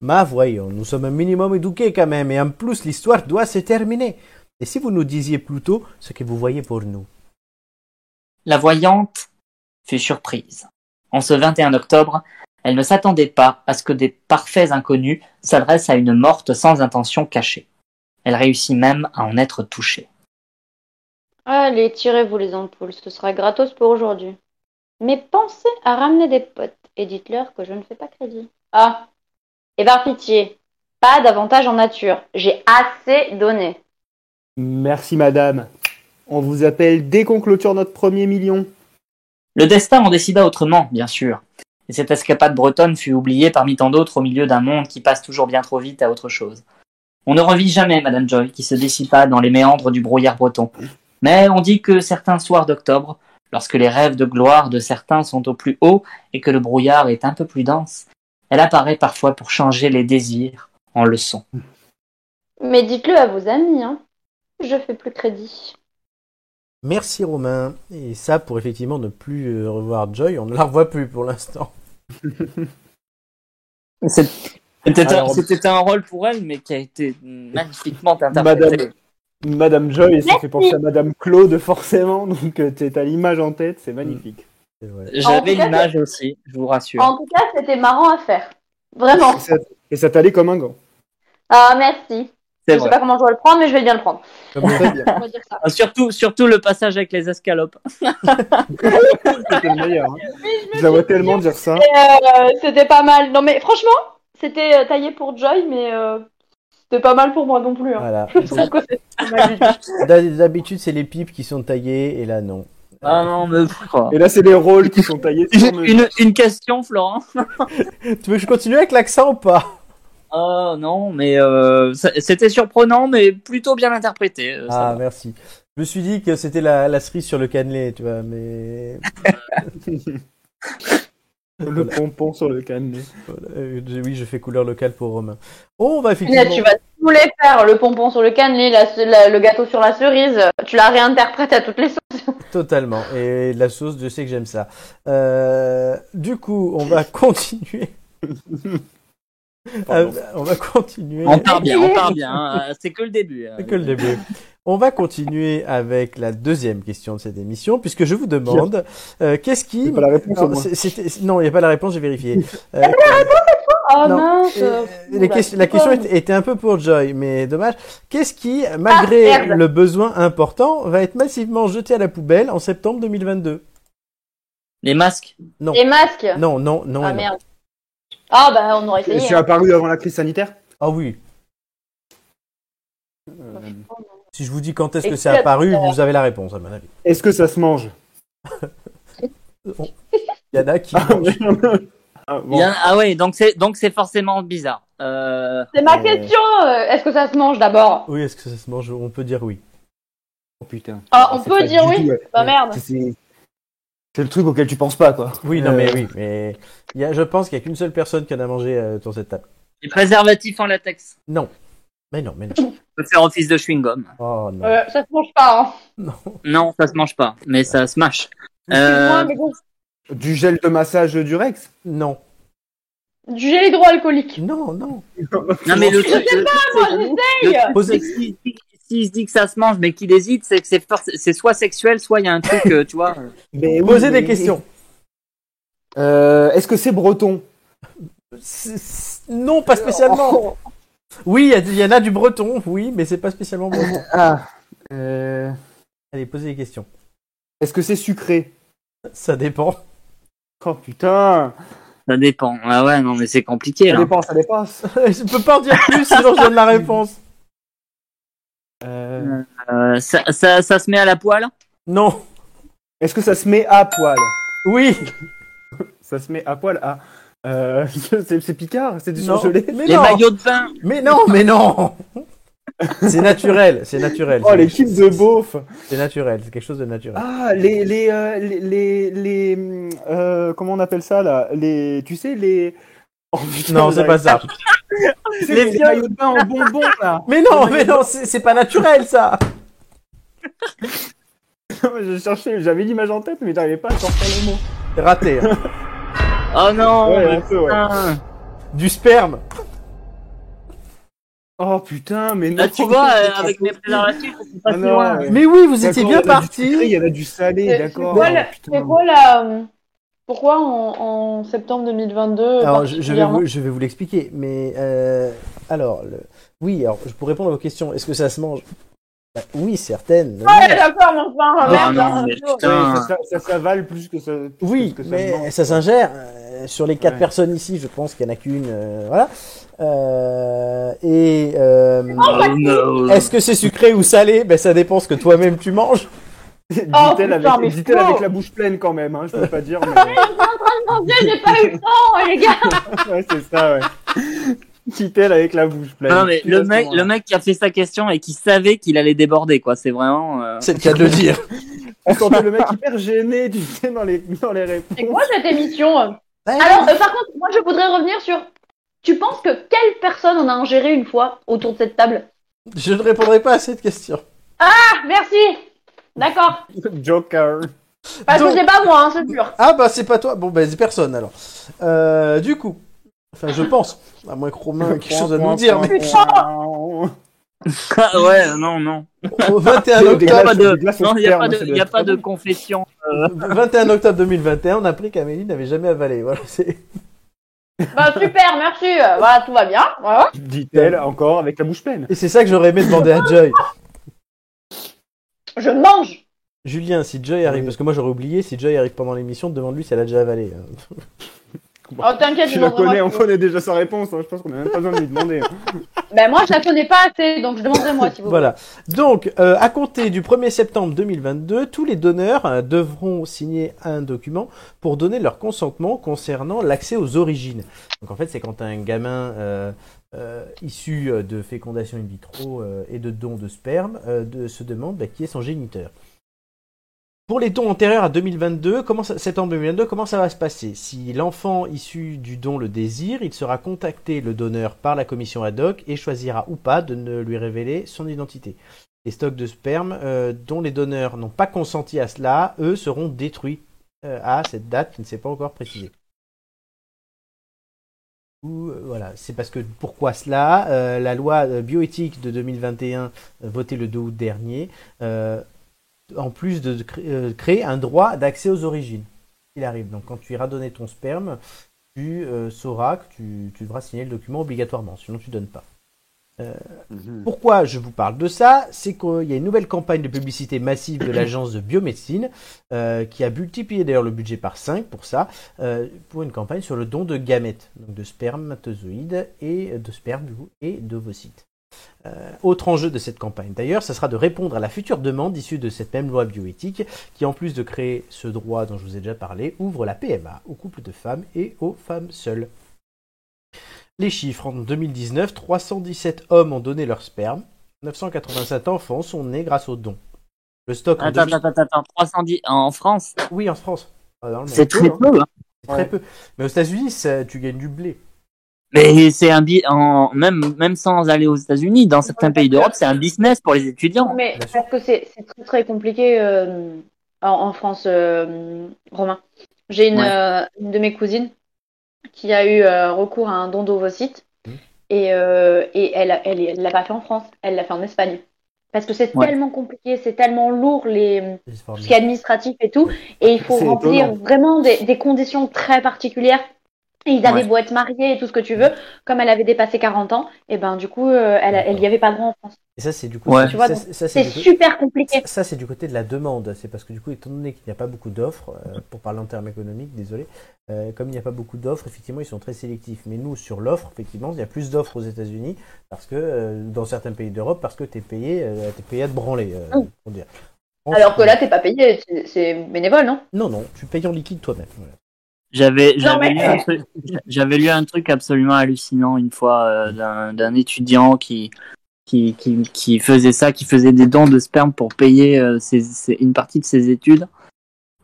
Ma voyons, nous sommes un minimum éduqués quand même, et en plus, l'histoire doit se terminer. Et si vous nous disiez plutôt ce que vous voyez pour nous La voyante fut surprise. En ce 21 octobre, elle ne s'attendait pas à ce que des parfaits inconnus s'adressent à une morte sans intention cachée. Elle réussit même à en être touchée. Allez, tirez-vous les ampoules, ce sera gratos pour aujourd'hui. Mais pensez à ramener des potes et dites-leur que je ne fais pas crédit. Ah, et par pitié, pas davantage en nature, j'ai assez donné. Merci, madame. On vous appelle dès qu'on clôture notre premier million. Le destin en décida autrement, bien sûr. Et cette escapade bretonne fut oubliée parmi tant d'autres au milieu d'un monde qui passe toujours bien trop vite à autre chose. On ne revit jamais Madame Joy, qui se dissipa dans les méandres du brouillard breton. Mais on dit que certains soirs d'octobre, lorsque les rêves de gloire de certains sont au plus haut et que le brouillard est un peu plus dense, elle apparaît parfois pour changer les désirs en leçons. Mais dites-le à vos amis, hein. Je fais plus crédit. Merci Romain. Et ça, pour effectivement ne plus euh, revoir Joy, on ne la revoit plus pour l'instant. C'est- C'était un, Alors- c'était un rôle pour elle, mais qui a été magnifiquement interprété. Madame, madame Joy, et ça fait penser à madame Claude, forcément, donc euh, t'es- t'as l'image en tête, c'est magnifique. C'est vrai. J'avais En tout cas, l'image aussi, je vous rassure. En tout cas, c'était marrant à faire. Vraiment. Et ça- Et ça t'allait comme un gant. Ah, merci. C'est Je sais vrai. pas comment je vais le prendre, mais je vais bien le prendre. Comme ça, Très bien, On va dire ça. Ah, Surtout, surtout le passage avec les escalopes. c'était le meilleur. hein. Je la vois tellement dire ça. Euh, c'était pas mal. Non, mais franchement, c'était euh, taillé pour Joy, mais euh, c'était pas mal pour moi non plus. hein. voilà. Je trouve que c'est pas mal du tout. D'hab- D'habitude, c'est les pipes qui sont taillées, et là, non. Ah non, mais Et là, c'est les rôles qui sont taillés sur mesure. une, une question, Florent. Tu veux que je continue avec l'accent ou pas Oh non, mais euh, ça- c'était surprenant, mais plutôt bien interprété. euh, ça Ah, va. merci. Je me suis dit que c'était la, la cerise sur le cannelé, tu vois, mais Le pompon sur le canet. voilà, euh, je- oui, je fais couleur locale pour Romain. Oh, on va Là, effectivement. tu vas tous les faire. Le pompon sur le cannelé, la ce- la- le gâteau sur la cerise. Tu la réinterprètes à toutes les sauces. Totalement. Et la sauce, je sais que j'aime ça. Euh, du coup, on va continuer. Pardon. Euh, on va continuer. On part bien, on part bien. hein. C'est que le début. hein. C'est que le début. On va continuer avec la deuxième question de cette émission, puisque je vous demande euh, qu'est-ce qui. C'est pas la réponse, au Non, moins. c'est- c'était- non, il n'y a pas la réponse, j'ai vérifié. Euh, Oh Non. mince. euh, les Oula, questions- la pourquoi question était, était un peu pour Joy, mais dommage. Qu'est-ce qui, malgré Ah, merde. le besoin important, va être massivement jeté à la poubelle en septembre 2022 Les masques. Les masques. Non, non, non. Ah et non. merde. Ah bah on aurait Je essayé. suis hein. apparu avant la crise sanitaire Ah oui. Euh, Si je vous dis quand est-ce que Et c'est que- apparu, vous avez la réponse, à mon avis. Est-ce que ça se mange Il y en a qui. Ah, merde. Ah, bon. Bien, ah ouais, donc c'est donc c'est forcément bizarre. Euh, C'est ma Euh. question. euh, Est-ce que ça se mange d'abord Oui, est-ce que ça se mange On peut dire oui. Oh, putain. Ah, on C'est peut pas dire du oui tout, ouais. Bah merde. C'est- C'est c'est le truc auquel tu penses pas, quoi. Oui, non, mais Euh, oui. Mais il y a, je pense qu'il n'y a qu'une seule personne qui en a mangé euh, autour de cette table. les préservatifs en latex. Non. Mais non, mais non. Ça peut faire office de chewing-gum. Oh non. Euh, ça se mange pas. Hein. Non, ça se mange pas, mais ça se mâche. Excuse-moi, Euh, mais bon, Du gel de massage du Rex Non. Du gel hydroalcoolique. Ah, Non, non. non mais le Je euh. truc, sais le- Moi, c'est- j'essaye. Posez- S'il s'il se dit que ça se mange mais qu'il hésite, c'est que c'est for- c'est soit sexuel, soit il y a un truc, euh, tu vois. Mais oui, Posez mais- des questions. Euh, Est-ce que c'est breton C'est- c'est- Non, pas spécialement. Oui, il y a- il y, en a du breton, oui, mais c'est pas spécialement breton. Ah. Euh, Allez, posez des questions. Est-ce que c'est sucré Ça dépend. Oh putain Ça dépend. Ah ouais, non mais c'est compliqué Ça là. dépasse, ça dépasse. je peux pas en dire plus, sinon je donne la réponse. Euh, Euh, ça, ça, ça se met à la poêle. Non. Est-ce que ça se met à poil Oui. Ça se met à poil à. Euh, c'est c'est Picard C'est du Non. surgelé Mais Les non. maillots de bain. Mais non, mais non. C'est naturel, c'est naturel. Oh, l'équipe de beauf C'est naturel, c'est quelque chose de naturel. Ah, les. les, euh, les, les, les, hum, euh, comment on appelle ça là les, Tu sais, les. Oh, putain, non, c'est j'arrive pas ça. Tu sais, Les les vieux- maillots de bain en bonbon là Mais non, mais non, c'est c'est pas naturel ça. Je cherchais, j'avais l'image en tête, mais j'arrivais pas à sortir le mot. C'est Raté. hein. Oh non. Ah. Ouais, mais un peu, ouais. putain. Du sperme. Oh putain, mais non. Là, tu vois, euh, avec mes préservatifs, c'est pas Ah si non, loin. ouais. Mais oui, vous D'accord, étiez il y a bien du sucré, Il parti. y en a du salé, C'est- d'accord. c'est quoi le- Oh, putain. C'est quoi la... euh, Pourquoi en, en septembre 2022 Alors, je, je vais euh, particulièrement vous, je vais vous l'expliquer, mais euh, alors, le- oui, alors, je- pour répondre à vos questions, est-ce que ça se mange Bah, Oui, certaines. Ouais, d'accord, mais enfin, Ah merde, non, hein, mais c'est Ouais, putain. ça, ça s'avale plus que ça. plus Oui, que ça se mais mange. ça s'ingère. Euh, sur les quatre Ouais. personnes ici, je pense qu'il n'y en a qu'une. euh, voilà. Euh, et euh, Oh no. est-ce que c'est sucré ou salé Ben ça dépend ce que toi-même tu manges. Dit-elle Oh, putain, mais avec, dit-elle Flo avec la bouche pleine quand même, hein, je peux pas dire. Mais... Mon Dieu, j'ai pas eu le temps, hein, les gars ouais, c'est ça, ouais. Dit-elle avec la bouche pleine. Non, mais Tout à le ce mec, moment-là. le mec qui a fait sa question et qui savait qu'il allait déborder, quoi. C'est vraiment. euh, C'est le cas de le dire. On sentait le mec hyper gêné, tu sais, dans les, dans les C'est réponses. quoi cette émission euh Ben, Alors, euh, par contre, moi, je voudrais revenir sur... Tu penses que quelle personne en a ingéré une fois autour de cette table Je ne répondrai pas à cette question. Ah, merci D'accord. Joker. Parce Donc- que c'est pas moi, hein, c'est sûr. Ah bah c'est pas toi. Bon ben c'est personne alors. Euh, du coup, enfin je pense, à moins que Romain ait quelque chose à nous dire. Mais Ah ouais, non, non. au 21 Des Il n'y glaces- a octobre, pas de, des glaces au non, il y a sperme, pas de, ça doit il y a être pas très de bon. confession. 21 octobre 2021, on a appris qu'Amélie n'avait jamais avalé. Voilà, c'est Bah, super, merci. euh, Bah, tout va bien. Voilà. Dit-elle encore avec la bouche pleine. et c'est ça que j'aurais aimé demander à Joy. Je mange. Julien, si Joy arrive, Oui. parce que moi j'aurais oublié, si Joy arrive pendant l'émission, demande-lui si elle a déjà avalé. hein. Oh, t'inquiète, Tu je la demanderai connais, moi. on connaît déjà sa réponse, hein, je pense qu'on a même pas besoin de lui demander. hein. Ben, moi, je la connais pas assez, donc je demanderai moi, si vous voulez. Voilà. Donc, euh, à compter du 1er septembre 2022, tous les donneurs euh, devront signer un document pour donner leur consentement concernant l'accès aux origines. Donc, en fait, c'est quand un gamin euh, euh, issu euh, de fécondation in vitro euh, et de dons de sperme euh, de- se demande bah, qui est son géniteur. Pour les dons antérieurs à 2022, comment ça- septembre 2022, comment ça va se passer Si l'enfant issu du don le désire, il sera contacté le donneur par la commission ad hoc et choisira ou pas de ne lui révéler son identité. Les stocks de sperme euh, dont les donneurs n'ont pas consenti à cela, eux, seront détruits euh, à cette date qui ne s'est pas encore précisée. Ou, euh, voilà, c'est parce que pourquoi cela Euh, La loi euh, bioéthique de 2021, euh, votée le 2 août dernier, euh, en plus de cré- euh, créer un droit d'accès aux origines. Il arrive. Donc quand tu iras donner ton sperme, tu euh, sauras que tu, tu devras signer le document obligatoirement, sinon tu donnes pas. Pourquoi je vous parle de ça C'est qu'il y a une nouvelle campagne de publicité massive de l'agence de biomédecine euh, qui a multiplié d'ailleurs le budget par 5 pour ça, euh, pour une campagne sur le don de gamètes, donc de spermatozoïdes et de sperme du coup, et d'ovocytes. Euh, autre enjeu de cette campagne d'ailleurs, ça sera de répondre à la future demande issue de cette même loi bioéthique qui, en plus de créer ce droit dont je vous ai déjà parlé, ouvre la PMA aux couples de femmes et aux femmes seules. Les chiffres, en 2019, 317 hommes ont donné leur sperme, 987 enfants sont nés grâce aux dons. Le stock en Attends, 2000 attends, attends, attends, 310 en France, Oui, en France. Pas dans le monde. c'est très Hein. peu. hein. C'est très peu. Mais aux États-Unis, ça- tu gagnes du blé. Mais c'est un bi- en même même sans aller aux États-Unis, dans certains pays d'Europe, c'est un business pour les étudiants. Mais Bien je sûr. pense que c'est c'est très très compliqué euh, en, en France, euh, Romain. J'ai une, Ouais. euh, une de mes cousines qui a eu euh, recours à un don d'ovocyte Mhm. et, euh, et elle a- elle elle l'a pas fait en France, elle l'a fait en Espagne. Parce que c'est Ouais. tellement compliqué, c'est tellement lourd les, C'est tout ce formidable. qui est administratif et tout. Et il faut C'est remplir étonnant. vraiment des, des conditions très particulières. Et ils avaient Ouais. beau être mariés et tout ce que tu veux, comme elle avait dépassé 40 ans, et ben du coup, euh, elle, elle y avait pas droit en France. Et ça, c'est du coup. Ouais. ça- Tu vois, ça, donc, ça, c'est C'est du co- super compliqué. ça, c'est du côté de la demande. C'est parce que du coup, étant donné qu'il n'y a pas beaucoup d'offres, euh, pour parler en termes économiques, désolé, euh, comme il n'y a pas beaucoup d'offres, effectivement, ils sont très sélectifs. Mais nous, sur l'offre, effectivement, il y a plus d'offres aux États-Unis parce que euh, dans certains pays d'Europe, parce que t'es payé, euh, t'es payé à te branler. euh, Mm. pour dire. Alors que là, t'es pas payé, c'est- c'est bénévole, non non, non, tu payes en liquide toi-même. Voilà. Non, J'avais j'avais mais- eh. lu un truc- j'avais lu un truc absolument hallucinant une fois euh, d'un d'un étudiant qui qui, qui qui faisait ça, qui faisait des dons de sperme pour payer euh, ses- ses- une partie de ses études.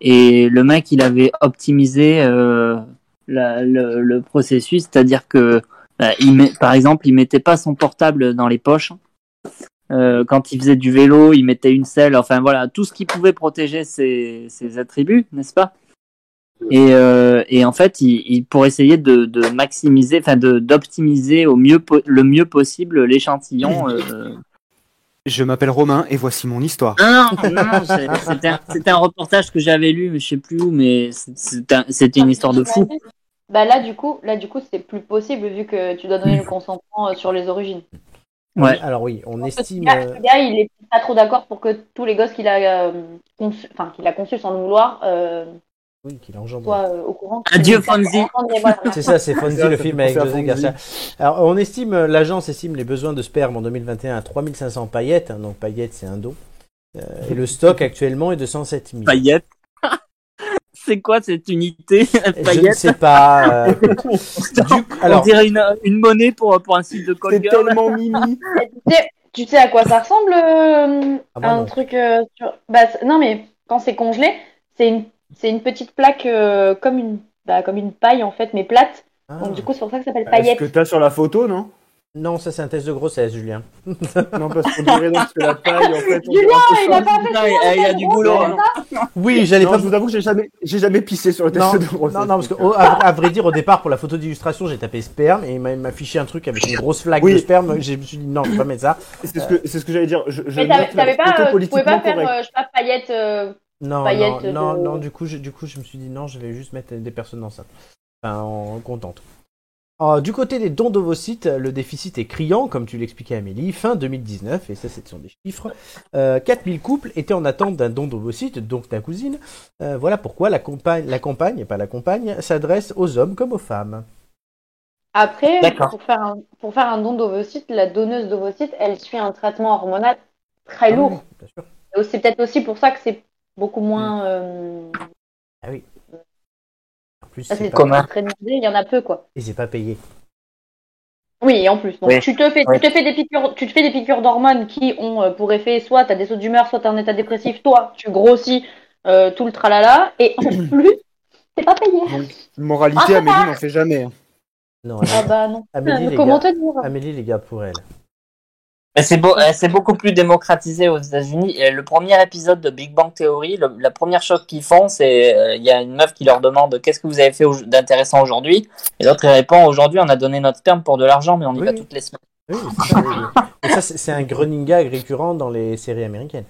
Et le mec, il avait optimisé euh, la- le, le processus, c'est-à-dire que bah, il met, par exemple, il mettait pas son portable dans les poches. Euh, quand il faisait du vélo, il mettait une selle. Enfin voilà, tout ce qui pouvait protéger ses, ses attributs, n'est-ce pas et, euh, et en fait, il, il- pour essayer de, de maximiser, enfin de- d'optimiser au mieux po- le mieux possible l'échantillon. euh, Je m'appelle Romain et voici mon histoire. ah non, non, non, c'est- c'était un, c'était un reportage que j'avais lu, mais je sais plus où, mais c'est- c'est un- c'était une histoire de fou. Bah là, du coup, là, du coup, c'est plus possible vu que tu dois donner le consentement euh, sur les origines. Ouais. Alors oui, on estime. Le euh, gars- le gars, il est pas trop d'accord pour que tous les gosses qu'il a euh, conçus, enfin, qu'il a conçus sans le vouloir, euh, Oui, qu'il engendre. soient euh, au courant. Adieu, Fonzie. Mais voilà. C'est ça, c'est Fonzie Ça, le ça film fait avec penser à José Fonzie. Garcia. Alors, on estime, euh, l'agence estime les besoins de sperme en 2021 à 3500 paillettes. hein, donc, paillettes, c'est un don. Euh, et le stock actuellement est de 107 000. Paillette. c'est quoi cette unité Je ne Paillette. sais pas. euh, écoute. Du- On alors, dirait une, une monnaie pour, pour un site de C'est Colgate. tellement mimi. Tu sais- Tu sais à quoi ça ressemble euh, Ah, moi, un non. truc euh, sur... bah, c'est- non mais quand c'est congelé, c'est une c'est une petite plaque euh, comme une bah, comme une paille en fait mais plate. Ah. Donc du coup c'est pour ça que ça s'appelle Ce paillette. que t'as sur la photo, non non, ça, c'est un test de grossesse, Julien. Non, parce qu'on dirait donc que la taille, en fait. on Julien, dirait Ah, un peu il ça. a pas fait Putain, il- il y a du boulot. hein. Oui, j'allais Non, pas je vous avoue que j'ai jamais, j'ai jamais pissé sur le test Non, de grossesse. euh, non, non, parce que, au- à, à vrai dire, au départ, pour la photo d'illustration, j'ai tapé sperme et il m'a il m'a affiché un truc avec une grosse flaque Oui. de sperme. J'ai- Je me suis dit, non, je vais pas mettre ça. C'est ce que, c'est ce que j'allais dire. Je, je Mais t'avais note t'avais pas plutôt euh, tu pouvais pas politiquement faire correct. euh, je sais pas paillette euh, Non, non, Paillettes de- non, non, du coup, je, du coup, je me suis dit non, je vais juste mettre des personnes enceintes. Enfin, en contente. Euh, du côté des dons d'ovocytes, le déficit est criant, comme tu l'expliquais Amélie, fin 2019, et ça ce sont des chiffres, euh, 4000 couples étaient en attente d'un don d'ovocytes, donc ta cousine. Euh, voilà pourquoi la compagne, la compagne, et pas la compagne, s'adresse aux hommes comme aux femmes. après euh, D'accord. pour faire un pour faire un don d'ovocyte, la donneuse d'ovocyte, elle suit un traitement hormonal très Ah lourd. oui, bien sûr. C'est peut-être aussi pour ça que c'est beaucoup moins euh, En plus, ça, c'est c'est pas, commun. très demandé, il y en a peu quoi. et c'est pas payé. Oui, et en plus. Donc Oui. tu te fais, Oui. tu te fais des piqûres, tu te fais des piqûres d'hormones qui ont euh, pour effet soit t'as des sauts d'humeur, soit t'es en état dépressif. Toi, tu grossis euh, tout le tralala et en plus t'es pas payé. euh, Moralité, Amélie n'en fait jamais. hein. Non, Ah Amélie, bah non. Amélie, les Comment gars, te dire Amélie, les gars, pour elle. Mais C'est beau- euh, c'est beaucoup plus démocratisé aux États-Unis. Et Le premier épisode de Big Bang Theory, le- la première chose qu'ils font, c'est euh, il y a une meuf qui leur demande qu'est-ce que vous avez fait au- d'intéressant aujourd'hui, et l'autre elle répond aujourd'hui on a donné notre terme pour de l'argent, mais on y Oui, va oui. toutes les semaines. Oui, c'est ça, oui, oui. Et ça, c'est c'est un running gag récurrent dans les séries américaines.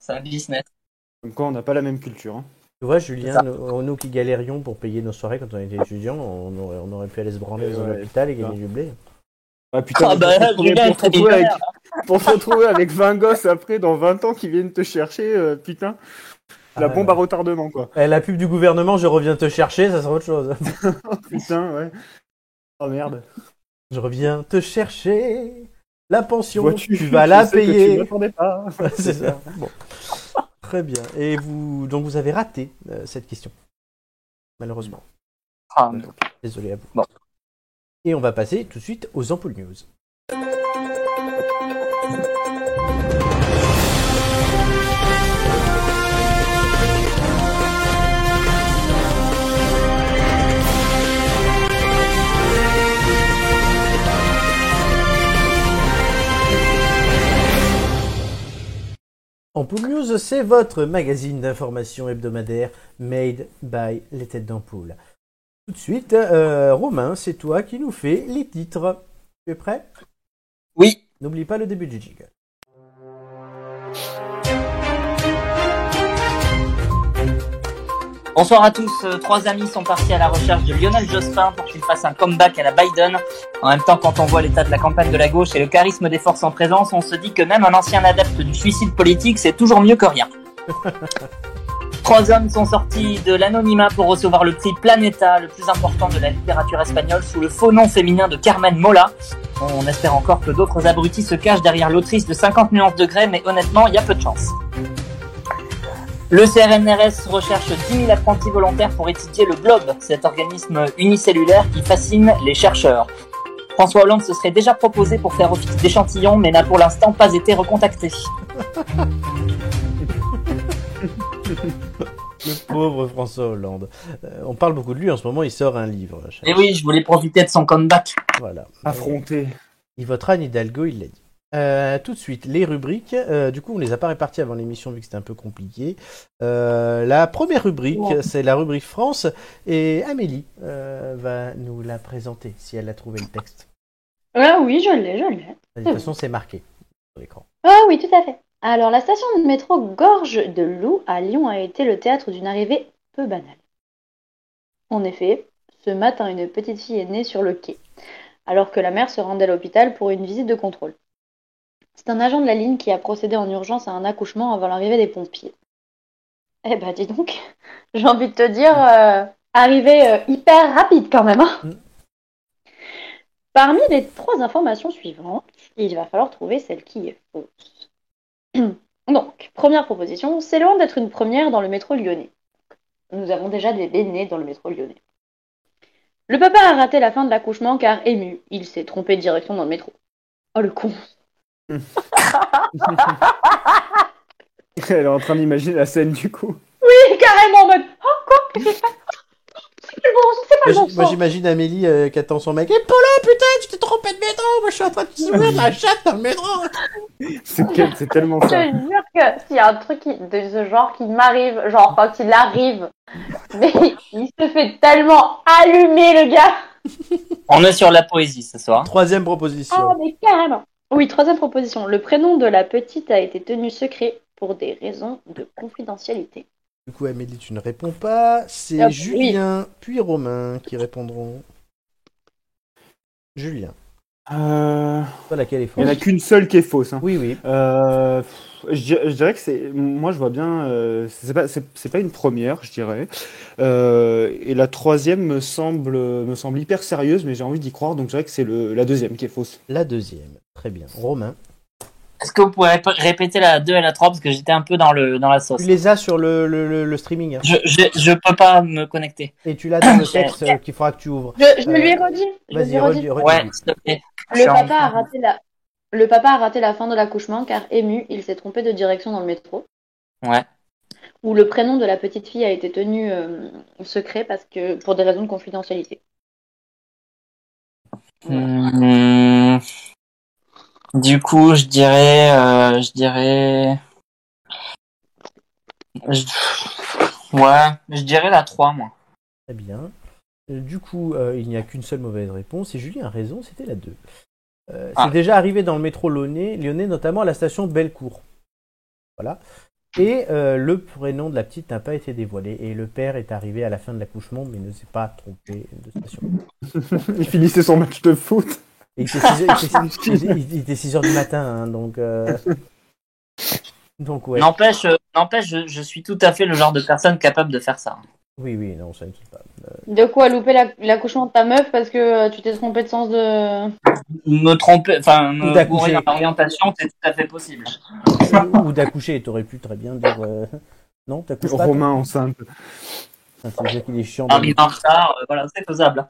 C'est un business. Comme quoi, on n'a pas la même culture. hein. Tu vois, C'est Julien, ça. nous, oh, nous qui galérions pour payer nos soirées quand on était étudiants, on aurait, on aurait pu aller se branler dans Ouais, l'hôpital et gagner ça. du blé. Ah putain, Ah mais bah, pour se retrouver- Julien, pour se retrouver il est avec- pour se retrouver avec 20 gosses après, dans 20 ans, qui viennent te chercher, euh, putain, Ah, la ouais, bombe ouais. à retardement, quoi. Eh, la pub du gouvernement, je reviens te chercher, ça sera autre chose. Putain, ouais. Oh merde. Je reviens te chercher. La pension, Vois-tu, tu, vas la je sais que Tu payer. m'attendais pas. C'est ça. Bon. Très bien. Et vous, donc vous avez raté euh, cette question, malheureusement. Ah, Désolé à vous. Bon. Et on va passer tout de suite aux ampoules news. Ampoule News, c'est votre magazine d'information hebdomadaire made by les têtes d'ampoule. Tout de suite, euh, Romain, c'est toi qui nous fais les titres. Tu es prêt Oui, N'oublie pas le début du jig. Bonsoir à tous. Euh, Trois amis sont partis à la recherche de Lionel Jospin pour qu'il fasse un comeback à la Biden. En même temps, quand on voit l'état de la campagne de la gauche et le charisme des forces en présence, on se dit que même un ancien adepte du suicide politique, c'est toujours mieux que rien. Trois hommes sont sortis de l'anonymat pour recevoir le prix Planeta, le plus important de la littérature espagnole, sous le faux nom féminin de Carmen Mola. On espère encore que d'autres abrutis se cachent derrière l'autrice de 50 nuances de grès, mais honnêtement, il y a peu de chance. Le CRNRS recherche 10 000 apprentis volontaires pour étudier le globe, cet organisme unicellulaire qui fascine les chercheurs. François Hollande se serait déjà proposé pour faire office d'échantillon, mais n'a pour l'instant pas été recontacté. Le pauvre François Hollande. Euh, on parle beaucoup de lui en ce moment, il sort un livre. euh, Et Eh oui, je voulais profiter de son comeback. Voilà. Affronté. Il votera Anne Hidalgo, il l'a dit. Euh, tout de suite, les rubriques. Euh, du coup, on les a pas réparties avant l'émission vu que c'était un peu compliqué. Euh, la première rubrique, c'est la rubrique France et Amélie euh, va nous la présenter si elle a trouvé le texte. Ah oui, je l'ai, je l'ai. De Hmm. toute façon, c'est marqué sur l'écran. Ah oui, tout à fait. Alors, la station de métro Gorge de Loup à Lyon a été le théâtre d'une arrivée peu banale. En effet, ce matin, une petite fille est née sur le quai, alors que la mère se rendait à l'hôpital pour une visite de contrôle. C'est un agent de la ligne qui a procédé en urgence à un accouchement avant l'arrivée des pompiers. Eh ben, dis donc, j'ai envie de te dire, euh, arrivée euh, hyper rapide quand même. hein. Mm. Parmi les trois informations suivantes, il va falloir trouver celle qui est fausse. Donc, première proposition, c'est loin d'être une première dans le métro lyonnais. Nous avons déjà des bébés nés dans le métro lyonnais. Le papa a raté la fin de l'accouchement car ému, il s'est trompé de direction dans le métro. Oh le con. Elle est en train d'imaginer la scène, du coup. Et carrément en mode Oh quoi C'est pas c'est pas le bon, c'est pas le Moi, bon j'- moi, sens. j'imagine Amélie euh, qui attend son mec. Et Polo, putain, tu t'es trompé de métro. Moi, je suis en train de sourire la chatte dans le métro. C'est quel- c'est tellement Je ça. te jure que s'il y a un truc qui- de ce genre qui m'arrive, genre quand il arrive, mais il se fait tellement allumer le gars. On est sur la poésie ce soir. Troisième proposition. Ah, mais carrément. Oui, troisième proposition. Le prénom de la petite a été tenu secret pour des raisons de confidentialité. Du coup, Amélie, tu ne réponds pas. C'est Ah, oui. Julien puis Romain qui répondront. Julien, Euh, toi laquelle est Il n'y en a fausse qu'une seule qui est fausse. hein. Oui, oui. Euh, pff, je, dir- je dirais que c'est. Moi, je vois bien. euh, c'est pas, c'est- c'est pas une première, je dirais. Euh, et la troisième me semble, me semble hyper sérieuse, mais j'ai envie d'y croire. Donc, je dirais que c'est le- la deuxième qui est fausse. La deuxième. Très bien. Romain. Est-ce que vous pouvez rép- répéter la 2 et la 3 parce que j'étais un peu dans, le, dans la sauce Tu les as sur le, le- le- le streaming hein. je, je, je peux pas me connecter. et tu l'as dans le texte euh, qu'il faudra que tu ouvres. Je, je Euh, lui ai redit. je lui Vas-y, ai redit. redis. Ouais, redis. s'il te plaît. Le Je suis en- papa, a raté la... le papa a raté la fin de l'accouchement car ému, il s'est trompé de direction dans le métro. Ouais. Où le prénom de la petite fille a été tenu euh, secret parce que pour des raisons de confidentialité. Hmm. Du coup, je dirais, euh, je dirais, Je- ouais, je dirais la 3, moi. Très bien. Euh, Du coup, euh, il n'y a qu'une seule mauvaise réponse. Et Julien a raison, c'était la 2. Euh, Ah. C'est déjà arrivé dans le métro lyonnais, lyonnais, notamment à la station Bellecour. Voilà. Et euh, le prénom de la petite n'a pas été dévoilé. Et le père est arrivé à la fin de l'accouchement, mais ne s'est pas trompé de station. Il finissait son match de foot. Il était 6h du matin, hein, donc. euh, Donc, ouais. N'empêche, euh, n'empêche, je, je suis tout à fait le genre de personne capable de faire ça. Oui, oui, non, ça inquiète pas. De quoi louper la- l'accouchement de ta meuf parce que euh, tu t'es trompé de sens de. Me tromper, enfin, me D'accoucher. bourrer dans l'orientation, c'est tout à fait possible. Ou d'accoucher, t'aurais pu très bien dire. euh, Non, t'accouches pas. toi Romain enceinte. Putain, C'est ça qu'il est chiant. Arriver en retard, euh, voilà, c'est faisable.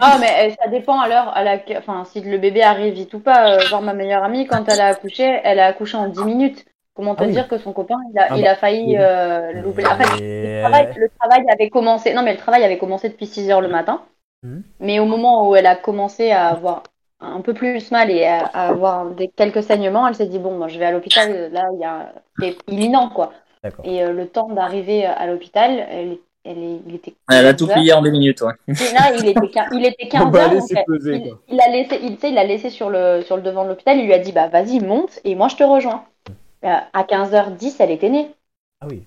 Ah, mais euh, ça dépend alors à la... enfin, si le bébé arrive vite ou pas. euh, genre, ma meilleure amie, quand elle a accouché, elle a accouché en 10 minutes. Comment te Ah oui. dire que son copain, il a, Ah il a failli euh, le louper. En fait, le Et- travail, le travail avait commencé. Non, mais le travail avait commencé depuis 6 heures le matin. Mhm. Mais au moment où elle a commencé à avoir un peu plus mal et à, à avoir des, quelques saignements, elle s'est dit bon, moi, je vais à l'hôpital. Là, il y a, c'est imminent quoi. D'accord. Et euh, le temps d'arriver à l'hôpital, elle, est- elle est- il était. Elle a tout 15 heures. plié en deux minutes, ouais. Et là, il était, quin- il était 15 On va heures. aller donc se elle- peser, il, quoi. il a laissé, il, tu sais, il l'a laissé sur le, sur le devant de l'hôpital. Il lui a dit bah vas-y monte et moi je te rejoins. Euh, à 15h10, elle était née. Ah oui.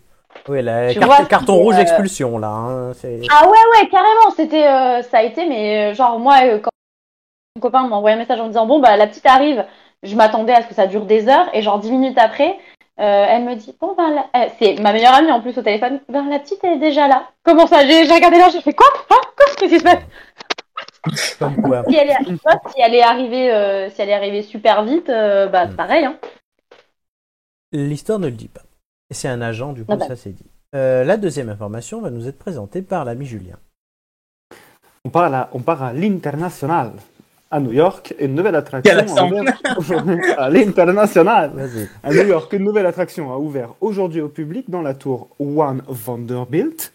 Oui, la Tu carte- vois, carton c'est, rouge euh, expulsion, là. hein, c'est- Ah ouais ouais carrément. C'était, euh, ça a été mais euh, genre moi euh, quand mon copain m'a envoyé un message en me disant bon bah la petite arrive, je m'attendais à ce que ça dure des heures et genre 10 minutes après. euh, elle me dit bon ben la- euh, c'est ma meilleure amie en plus au téléphone ben la petite elle est déjà là comment ça j'ai j'ai regardé l'heure j'ai fait quoi Hein quoi qu'est-ce qui se passe Comme quoi. si elle est, tu vois, si elle est arrivée, euh, si elle est arrivée super vite, euh, bah c'est pareil. Hein. L'histoire ne le dit pas. Et c'est un agent, du coup, Ah bah. ça c'est dit. Euh, la deuxième information va nous être présentée par l'ami Julien. On part à, la- on part à l'international, à New York, et une nouvelle attraction Quel accent. a ouvert- à l'international. Vas-y. À New York, une nouvelle attraction a ouvert aujourd'hui au public dans la tour One Vanderbilt.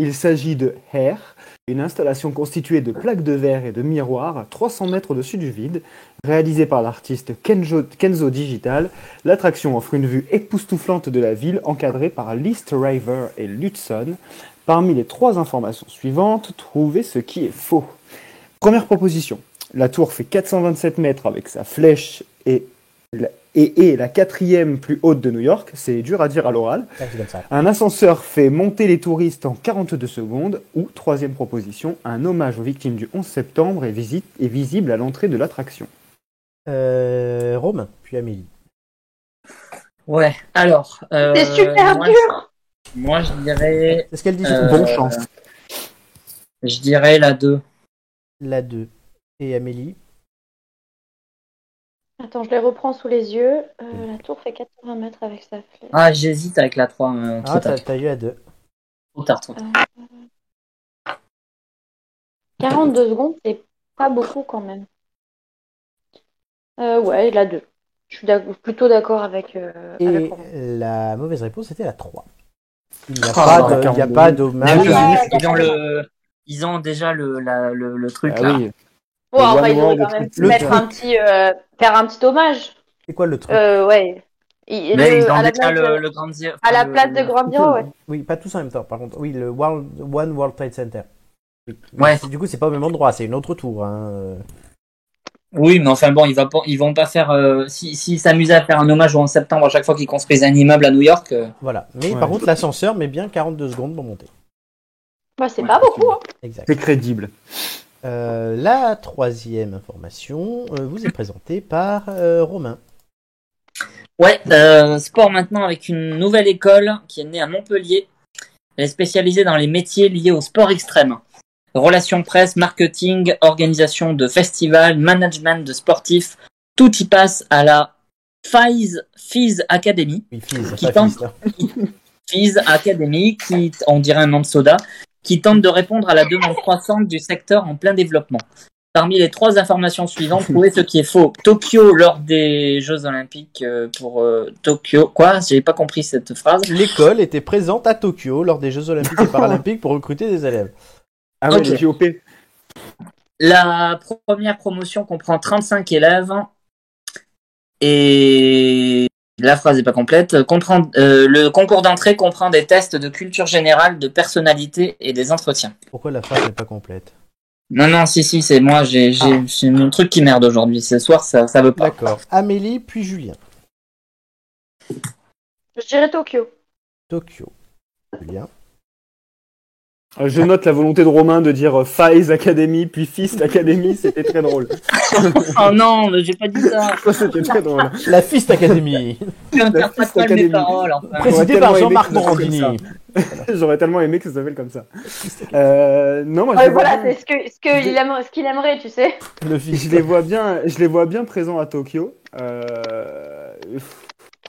Il s'agit de Hair, une installation constituée de plaques de verre et de miroirs à 300 mètres au-dessus du vide. Réalisée par l'artiste Kenzo, Kenzo Digital, l'attraction offre une vue époustouflante de la ville encadrée par Lee Raver et Lutzon. Parmi les trois informations suivantes, trouvez ce qui est faux. Première proposition. La tour fait 427 mètres avec sa flèche et la, et est la quatrième plus haute de New York. C'est dur à dire à l'oral. Ah, c'est comme ça. Un ascenseur fait monter les touristes en 42 secondes. Ou, troisième proposition, un hommage aux victimes du 11 septembre est, visite, est visible à l'entrée de l'attraction. Euh, Romain, puis Amélie. Ouais, alors. euh, C'est super moi, dur. je- Moi, je dirais, C'est ce qu'elle dit. Euh, Bonne chance. je dirais la 2. La 2. Et Amélie. Attends, je les reprends sous les yeux. Euh, la tour fait 80 mètres avec sa flèche. Ah, j'hésite avec la 3. euh, trop Ah, tard, t'as t'as eu la 2. trop tard, trop tard. 42 secondes, c'est pas beaucoup quand même. Euh, ouais, la 2. Je suis d'ac- plutôt d'accord avec. Euh, Et avec Romain. la mauvaise réponse était la 3. Il n'y a, Ah, pas de- la il n'y a 42. pas Mais d'hommage. Bah oui, Ah, ils- ouais, ils ont le, ils ont déjà le, la- le, le truc là. Ah oui. Ouais, enfin, One ils auraient World quand même pu Express. mettre Le un petit, euh, faire un petit hommage. C'est quoi le truc Euh, ouais. Et- et Mais le- ils à ont la déjà place le, de- le Grand Zero- à la le- place de Grand Biro, ouais. Oui, pas tous en même temps, par contre. Oui, le World, One World Trade Center. Oui. Ouais. C'est- Du coup, c'est pas au même endroit, c'est une autre tour. hein. Oui, mais enfin bon, ils, va pas, ils vont pas faire. euh, si- S'ils s'amusaient à faire un hommage en septembre à chaque fois qu'ils construisent un immeuble à New York, euh, Voilà. Mais Ouais. par contre, l'ascenseur met bien 42 secondes pour monter. Bah, c'est Ouais, pas beaucoup. Hein. Exact. C'est crédible. Euh, la troisième information euh, vous est présentée par euh, Romain. Ouais, euh, sport maintenant avec une nouvelle école qui est née à Montpellier. Elle est spécialisée dans les métiers liés au sport extrême. Relations presse, marketing, organisation de festivals, management de sportifs, tout y passe à la FIS, FIS Academy. Oui, fils, Qui pas tente. fils, hein. là. FIS Academy, qui, on dirait un nom de soda, qui tente de répondre à la demande croissante du secteur en plein développement. Parmi les trois informations suivantes, trouvez ce qui est faux. Tokyo, lors des Jeux Olympiques euh, pour euh, Tokyo. Quoi J'ai pas compris cette phrase. L'école était présente à Tokyo lors des Jeux Olympiques et Paralympiques pour recruter des élèves. Ah oui, Ok. le JOP. La première promotion comprend 35 élèves et la phrase n'est pas complète. Comprend- euh, le concours d'entrée comprend des tests de culture générale, de personnalité et des entretiens. Pourquoi la phrase n'est pas complète Non, non, si, si, c'est moi, j'ai Ah. j'ai- j'ai mon truc qui merde aujourd'hui. Ce soir, ça, ça veut pas. D'accord. Amélie, puis Julien. Je dirais Tokyo. Tokyo. Julien. Euh, Je note la volonté de Romain de dire euh, Fies Academy, puis Fist Academy, c'était très drôle. Oh non, mais j'ai pas dit ça. Ça, c'était très drôle. La Fist Academy, Tu interprètes Fist mal mes Academy. paroles. enfin. J'aurais présidée par Ah, tellement aimé Jean-Marc que ça s'appelle Morandini. J'aurais tellement aimé que ça s'appelle comme ça. Euh, non, moi, je Ouais, les vois voilà, bien- c'est ce que ce que il aime- ce qu'il aimerait, tu sais. Le je fils. les vois bien, je les vois bien présents à Tokyo. Euh,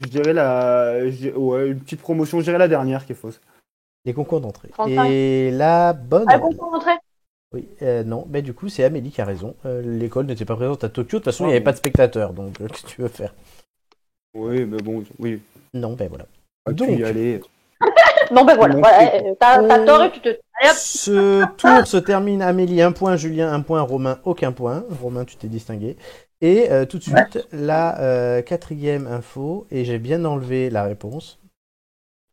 je dirais la, je dirais- ouais, une petite promotion. Je dirais la dernière qui est fausse. Les concours d'entrée. 35. Et la bonne. Ah, qu'on peut rentrer Oui, euh, non, mais du coup, c'est Amélie qui a raison. Euh, L'école n'était pas présente à Tokyo. De toute façon, il Ah n'y avait pas de spectateurs. Donc, euh, qu'est-ce que tu veux faire Oui, mais bon, oui. Non, ben voilà. Ah, Donc. puis, allez. Non, ben voilà, Non, voilà, c'est- euh, t'as t'as Euh, tort et tu te. Allez, hop. Ce tour se termine. Amélie, un point. Julien, un point. Romain, aucun point. Romain, tu t'es distingué. Et euh, tout de suite, la euh, quatrième info. Et j'ai bien enlevé la réponse.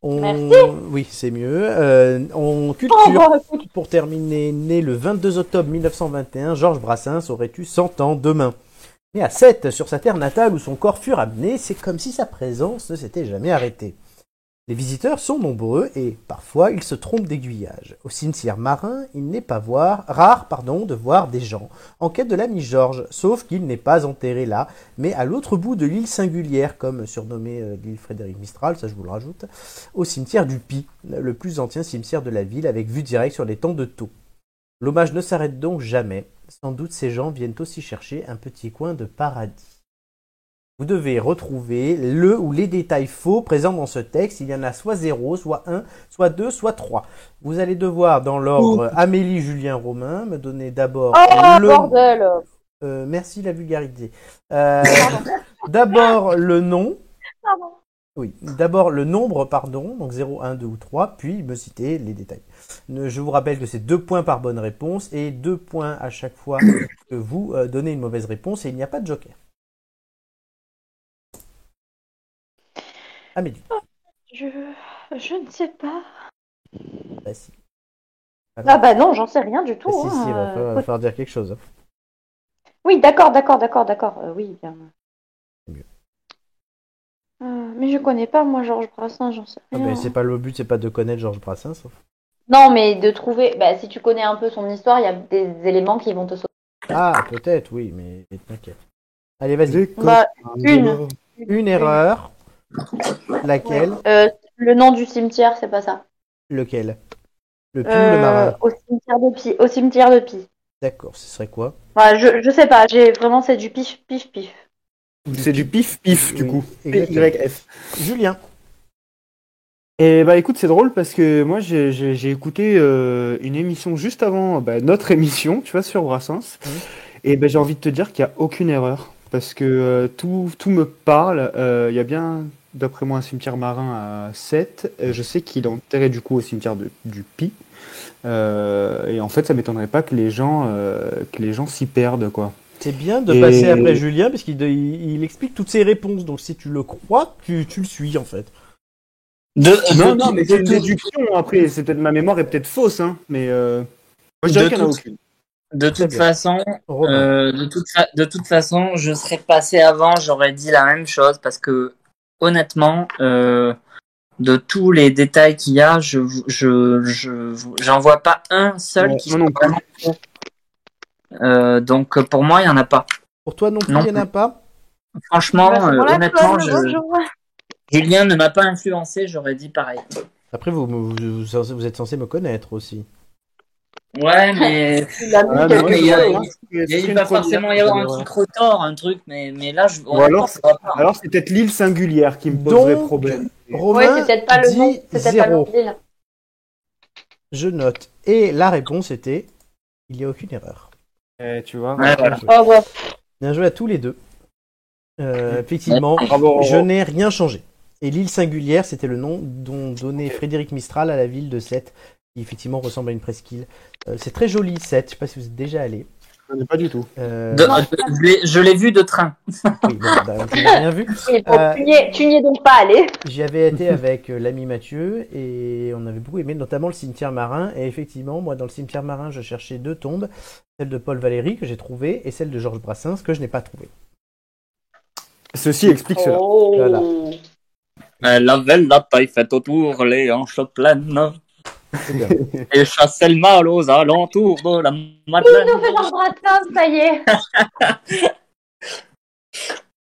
On... Oui, c'est mieux. Euh, on Oh, culture. bah, écoute, Pour terminer, né le 22 octobre 1921, Georges Brassens aurait eu 100 ans demain. Mais à 7, sur sa terre natale où son corps fut ramené, c'est comme si sa présence ne s'était jamais arrêtée. Les visiteurs sont nombreux et parfois ils se trompent d'aiguillage. Au cimetière marin, il n'est pas voir, rare pardon, de voir des gens en quête de l'ami Georges, sauf qu'il n'est pas enterré là, mais à l'autre bout de l'île singulière, comme surnommée euh, l'île Frédéric Mistral, ça je vous le rajoute au cimetière du Pi, le plus ancien cimetière de la ville avec vue directe sur les temps de Thau. L'hommage ne s'arrête donc jamais. Sans doute ces gens viennent aussi chercher un petit coin de paradis. Vous devez retrouver le ou les détails faux présents dans ce texte. Il y en a soit 0, soit 1, soit 2, soit 3. Vous allez devoir, dans l'ordre Amélie, Julien, Romain, me donner d'abord Oh, le... bordel Euh, merci la vulgarité. Euh, d'abord le nom. Pardon. Oui, d'abord le nombre, pardon, donc 0, 1, 2 ou 3, puis me citer les détails. Ne- Je vous rappelle que c'est deux points par bonne réponse et deux points à chaque fois que vous euh, donnez une mauvaise réponse et il n'y a pas de joker. Amélie, Je... je ne sais pas. bah si, Ah bah non, j'en sais rien du tout. bah si, hein, si, il va euh, falloir- écoute. va falloir dire quelque chose. hein. Oui, d'accord, d'accord, d'accord, d'accord. Euh, oui, bien. C'est mieux. Euh, mais je connais pas, moi, Georges Brassens, j'en sais Ah, rien. mais c'est pas le but, c'est pas de connaître Georges Brassens. hein. Non, mais de trouver. Bah, si tu connais un peu son histoire, il y a des éléments qui vont te sauver. Ah, peut-être, oui, mais t'inquiète. Allez, vas-y. Bah, une. Une erreur. Laquelle euh, le nom du cimetière, c'est pas ça. Lequel Le pull, Euh, le marin. au cimetière de Pi. Au cimetière de Pi. D'accord, ce serait quoi Voilà, je, je sais pas, j'ai vraiment, c'est du pif, pif, pif. C'est du pif pif du Oui, coup. exactement. PYF. Julien. Et bah écoute, c'est drôle parce que moi j'ai- j'ai j'ai écouté euh, une émission juste avant bah, notre émission, tu vois, sur Brassens. Mhm. Et ben j'ai envie de te dire qu'il n'y a aucune erreur parce que euh, tout, tout me parle. Euh, Il y a bien, d'après moi, un cimetière marin à 7. Euh, je sais qu'il est enterré du coup au cimetière de- du Pi. Euh, et en fait, ça m'étonnerait pas que les gens euh, que les gens s'y perdent quoi. C'est bien de Et- passer après Julien parce qu'il de- il, il explique toutes ses réponses. Donc si tu le crois, tu, tu le suis en fait. De- Non, de- non, mais de- c'est une déduction. Après, c'est peut-être ma mémoire est peut-être fausse, hein. Mais euh, moi, je De dirais qu'il y en a toute- aucune. De Très toute bien. façon, Romain. euh, de, toute fa- de toute façon, je serais passé avant, j'aurais dit la même chose parce que honnêtement, euh, de tous les détails qu'il y a, je je je j'en vois pas un seul Ouais, qui moi soit non plus. vraiment faux. Euh, donc pour moi, il y en a pas. Pour toi non plus, non il n'y en a pas Franchement, Bah, euh, voilà, honnêtement, toi, je- bonjour. Julien ne m'a pas influencé, j'aurais dit pareil. Après, vous, vous, vous- vous êtes censé me connaître aussi. Ouais, mais Il a mis Ah, quelque non, mais il y a- chose. hein. voilà, il c'est une va première. forcément y Euh, avoir un truc retort, un truc, mais, mais là, je, Ou alors, honnêtement, ça va pas. Alors c'est peut-être l'île singulière qui me poserait Donc, problème. Ouais, Romain c'est peut-être pas le nom, dit c'est peut-être pas le zéro. nom de l'île. Je note. Et la réponse était il n'y a aucune erreur. Eh, tu vois. Ouais, voilà. Oh, ouais. Bien joué à tous les deux. Euh, effectivement, Bravo. Je n'ai rien changé. Et l'île singulière, c'était le nom dont donnait Frédéric Mistral à la ville de Sète, qui effectivement ressemble à une presqu'île. Euh, c'est très joli, Sète, je sais pas si vous êtes déjà allé. Je n'ai pas du tout. Euh, De- je l'ai- je l'ai vu de train. oui, bon, bah, je n'ai rien vu. Et bon, Euh, tu n'y es- tu n'y es donc pas allé. J'y avais été avec euh, l'ami Mathieu et on avait beaucoup aimé, notamment le cimetière marin. Et effectivement, moi, dans le cimetière marin, je cherchais deux tombes, celle de Paul Valéry que j'ai trouvée et celle de Georges Brassens que je n'ai pas trouvée. Ceci explique cela. Oh. Voilà. Elle avait la taille faite autour, les hanches pleines. Et chassellement aux alentours de la Madeleine. Nous faisons Bratislava, ça y est.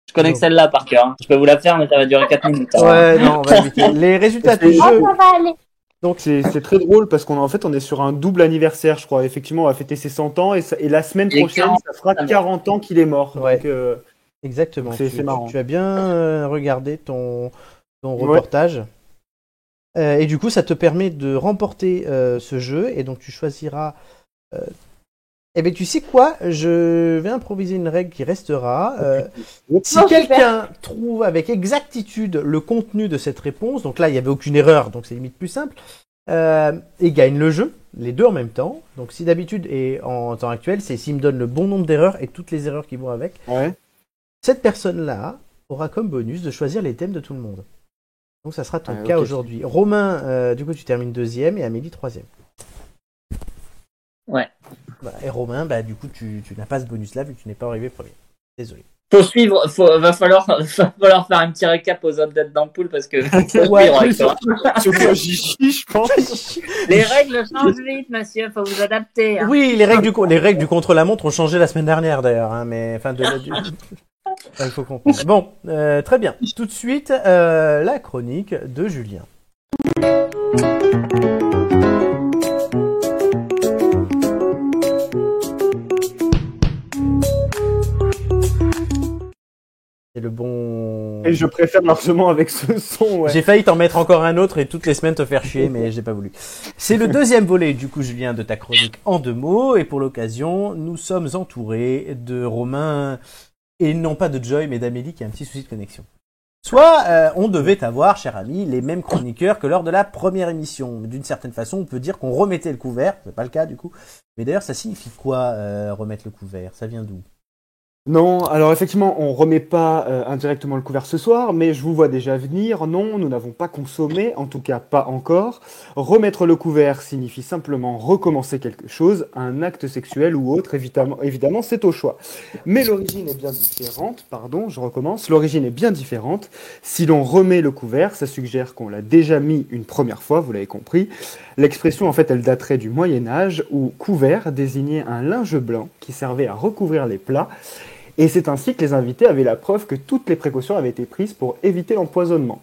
Je connais que celle-là par cœur. hein. Je peux vous la faire, mais ça va durer 4 minutes. hein. Ouais, non, on va éviter. Les résultats C'est du Oh, jeu. ça va aller. Donc c'est c'est très drôle parce qu'on en fait on est sur un double anniversaire, je crois. Effectivement, on va fêter ses 100 ans et, ça- et la semaine Et prochaine, 40 ça fera 40 ans qu'il est mort. Ouais. Donc, euh, Exactement. C'est- tu, c'est tu- marrant. tu as bien euh, regardé ton, ton Ouais. reportage. Euh, et du coup, ça te permet de remporter euh, ce jeu. Et donc, tu choisiras. euh, Eh bien, tu sais quoi Je vais improviser une règle qui restera. Euh, si Oh, super. quelqu'un trouve avec exactitude le contenu de cette réponse, donc là, il n'y avait aucune erreur, donc c'est limite plus simple, euh, et gagne le jeu, les deux en même temps. Donc, si d'habitude et en temps actuel, c'est s'il me donne le bon nombre d'erreurs et toutes les erreurs qui vont avec. ouais. Cette personne-là aura comme bonus de choisir les thèmes de tout le monde. Donc ça sera ton Ah, cas ok. aujourd'hui. Romain, euh, du coup, tu termines deuxième et Amélie troisième. Ouais. Bah, et Romain, bah, du coup, tu, tu n'as pas ce bonus-là vu que tu n'es pas arrivé premier. Désolé. Faut suivre, faut, va, falloir, va falloir faire un petit récap aux autres dates d'ampoule parce que. faut Ouais, suivre avec oui, ça. Surtout à Gigi, je pense. Les règles changent vite, monsieur, faut vous adapter. hein. Oui, les règles du, co- les règles du contre-la-montre ont changé la semaine dernière d'ailleurs, hein, mais enfin de, de- du- Enfin, il faut comprendre. Bon, euh, très bien. Tout de suite, euh, la chronique de Julien. C'est le bon. Et je préfère largement avec ce son. Ouais. J'ai failli t'en mettre encore un autre et toutes les semaines te faire chier, mais j'ai pas voulu. C'est le deuxième volet, du coup, Julien, de ta chronique en deux mots. Et pour l'occasion, nous sommes entourés de Romain, et non pas de Joy, mais d'Amélie qui a un petit souci de connexion. Soit euh, on devait avoir, cher ami, les mêmes chroniqueurs que lors de la première émission. D'une certaine façon, on peut dire qu'on remettait le couvert. C'est pas le cas, du coup. Mais d'ailleurs, ça signifie quoi, euh, remettre le couvert Ça vient d'où Non, alors effectivement, on remet pas euh, indirectement le couvert ce soir, mais je vous vois déjà venir. Non, nous n'avons pas consommé, en tout cas pas encore. Remettre le couvert signifie simplement recommencer quelque chose, un acte sexuel ou autre, évidemment, évidemment c'est au choix. Mais l'origine est bien différente, pardon, je recommence, l'origine est bien différente. Si l'on remet le couvert, ça suggère qu'on l'a déjà mis une première fois, vous l'avez compris. L'expression, en fait, elle daterait du Moyen Âge, où couvert désignait un linge blanc qui servait à recouvrir les plats et c'est ainsi que les invités avaient la preuve que toutes les précautions avaient été prises pour éviter l'empoisonnement.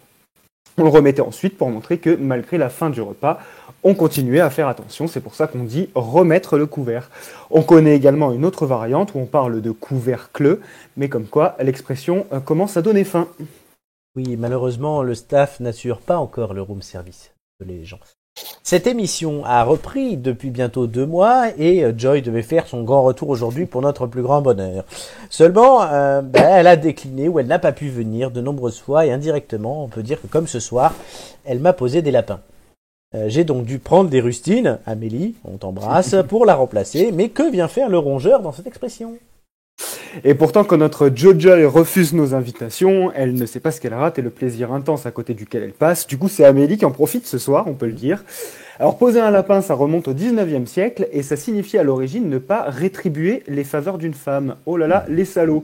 On le remettait ensuite pour montrer que malgré la fin du repas, on continuait à faire attention, c'est pour ça qu'on dit remettre le couvert. On connaît également une autre variante où on parle de couvercle, mais comme quoi l'expression euh, commence à donner faim. Oui, malheureusement, le staff n'assure pas encore le room service de les gens. Cette émission a repris depuis bientôt deux mois et euh, Joy devait faire son grand retour aujourd'hui pour notre plus grand bonheur. Seulement, euh, ben, elle a décliné ou elle n'a pas pu venir de nombreuses fois et indirectement, on peut dire que comme ce soir, elle m'a posé des lapins. Euh, J'ai donc dû prendre des rustines, Amélie, on t'embrasse, pour la remplacer. Mais que vient faire le rongeur dans cette expression Et pourtant, quand notre Jojoy refuse nos invitations, elle ne sait pas ce qu'elle rate et le plaisir intense à côté duquel elle passe. Du coup, c'est Amélie qui en profite ce soir, on peut le dire. Alors, poser un lapin, ça remonte au 19e siècle et ça signifie à l'origine ne pas rétribuer les faveurs d'une femme. Oh là là, les salauds.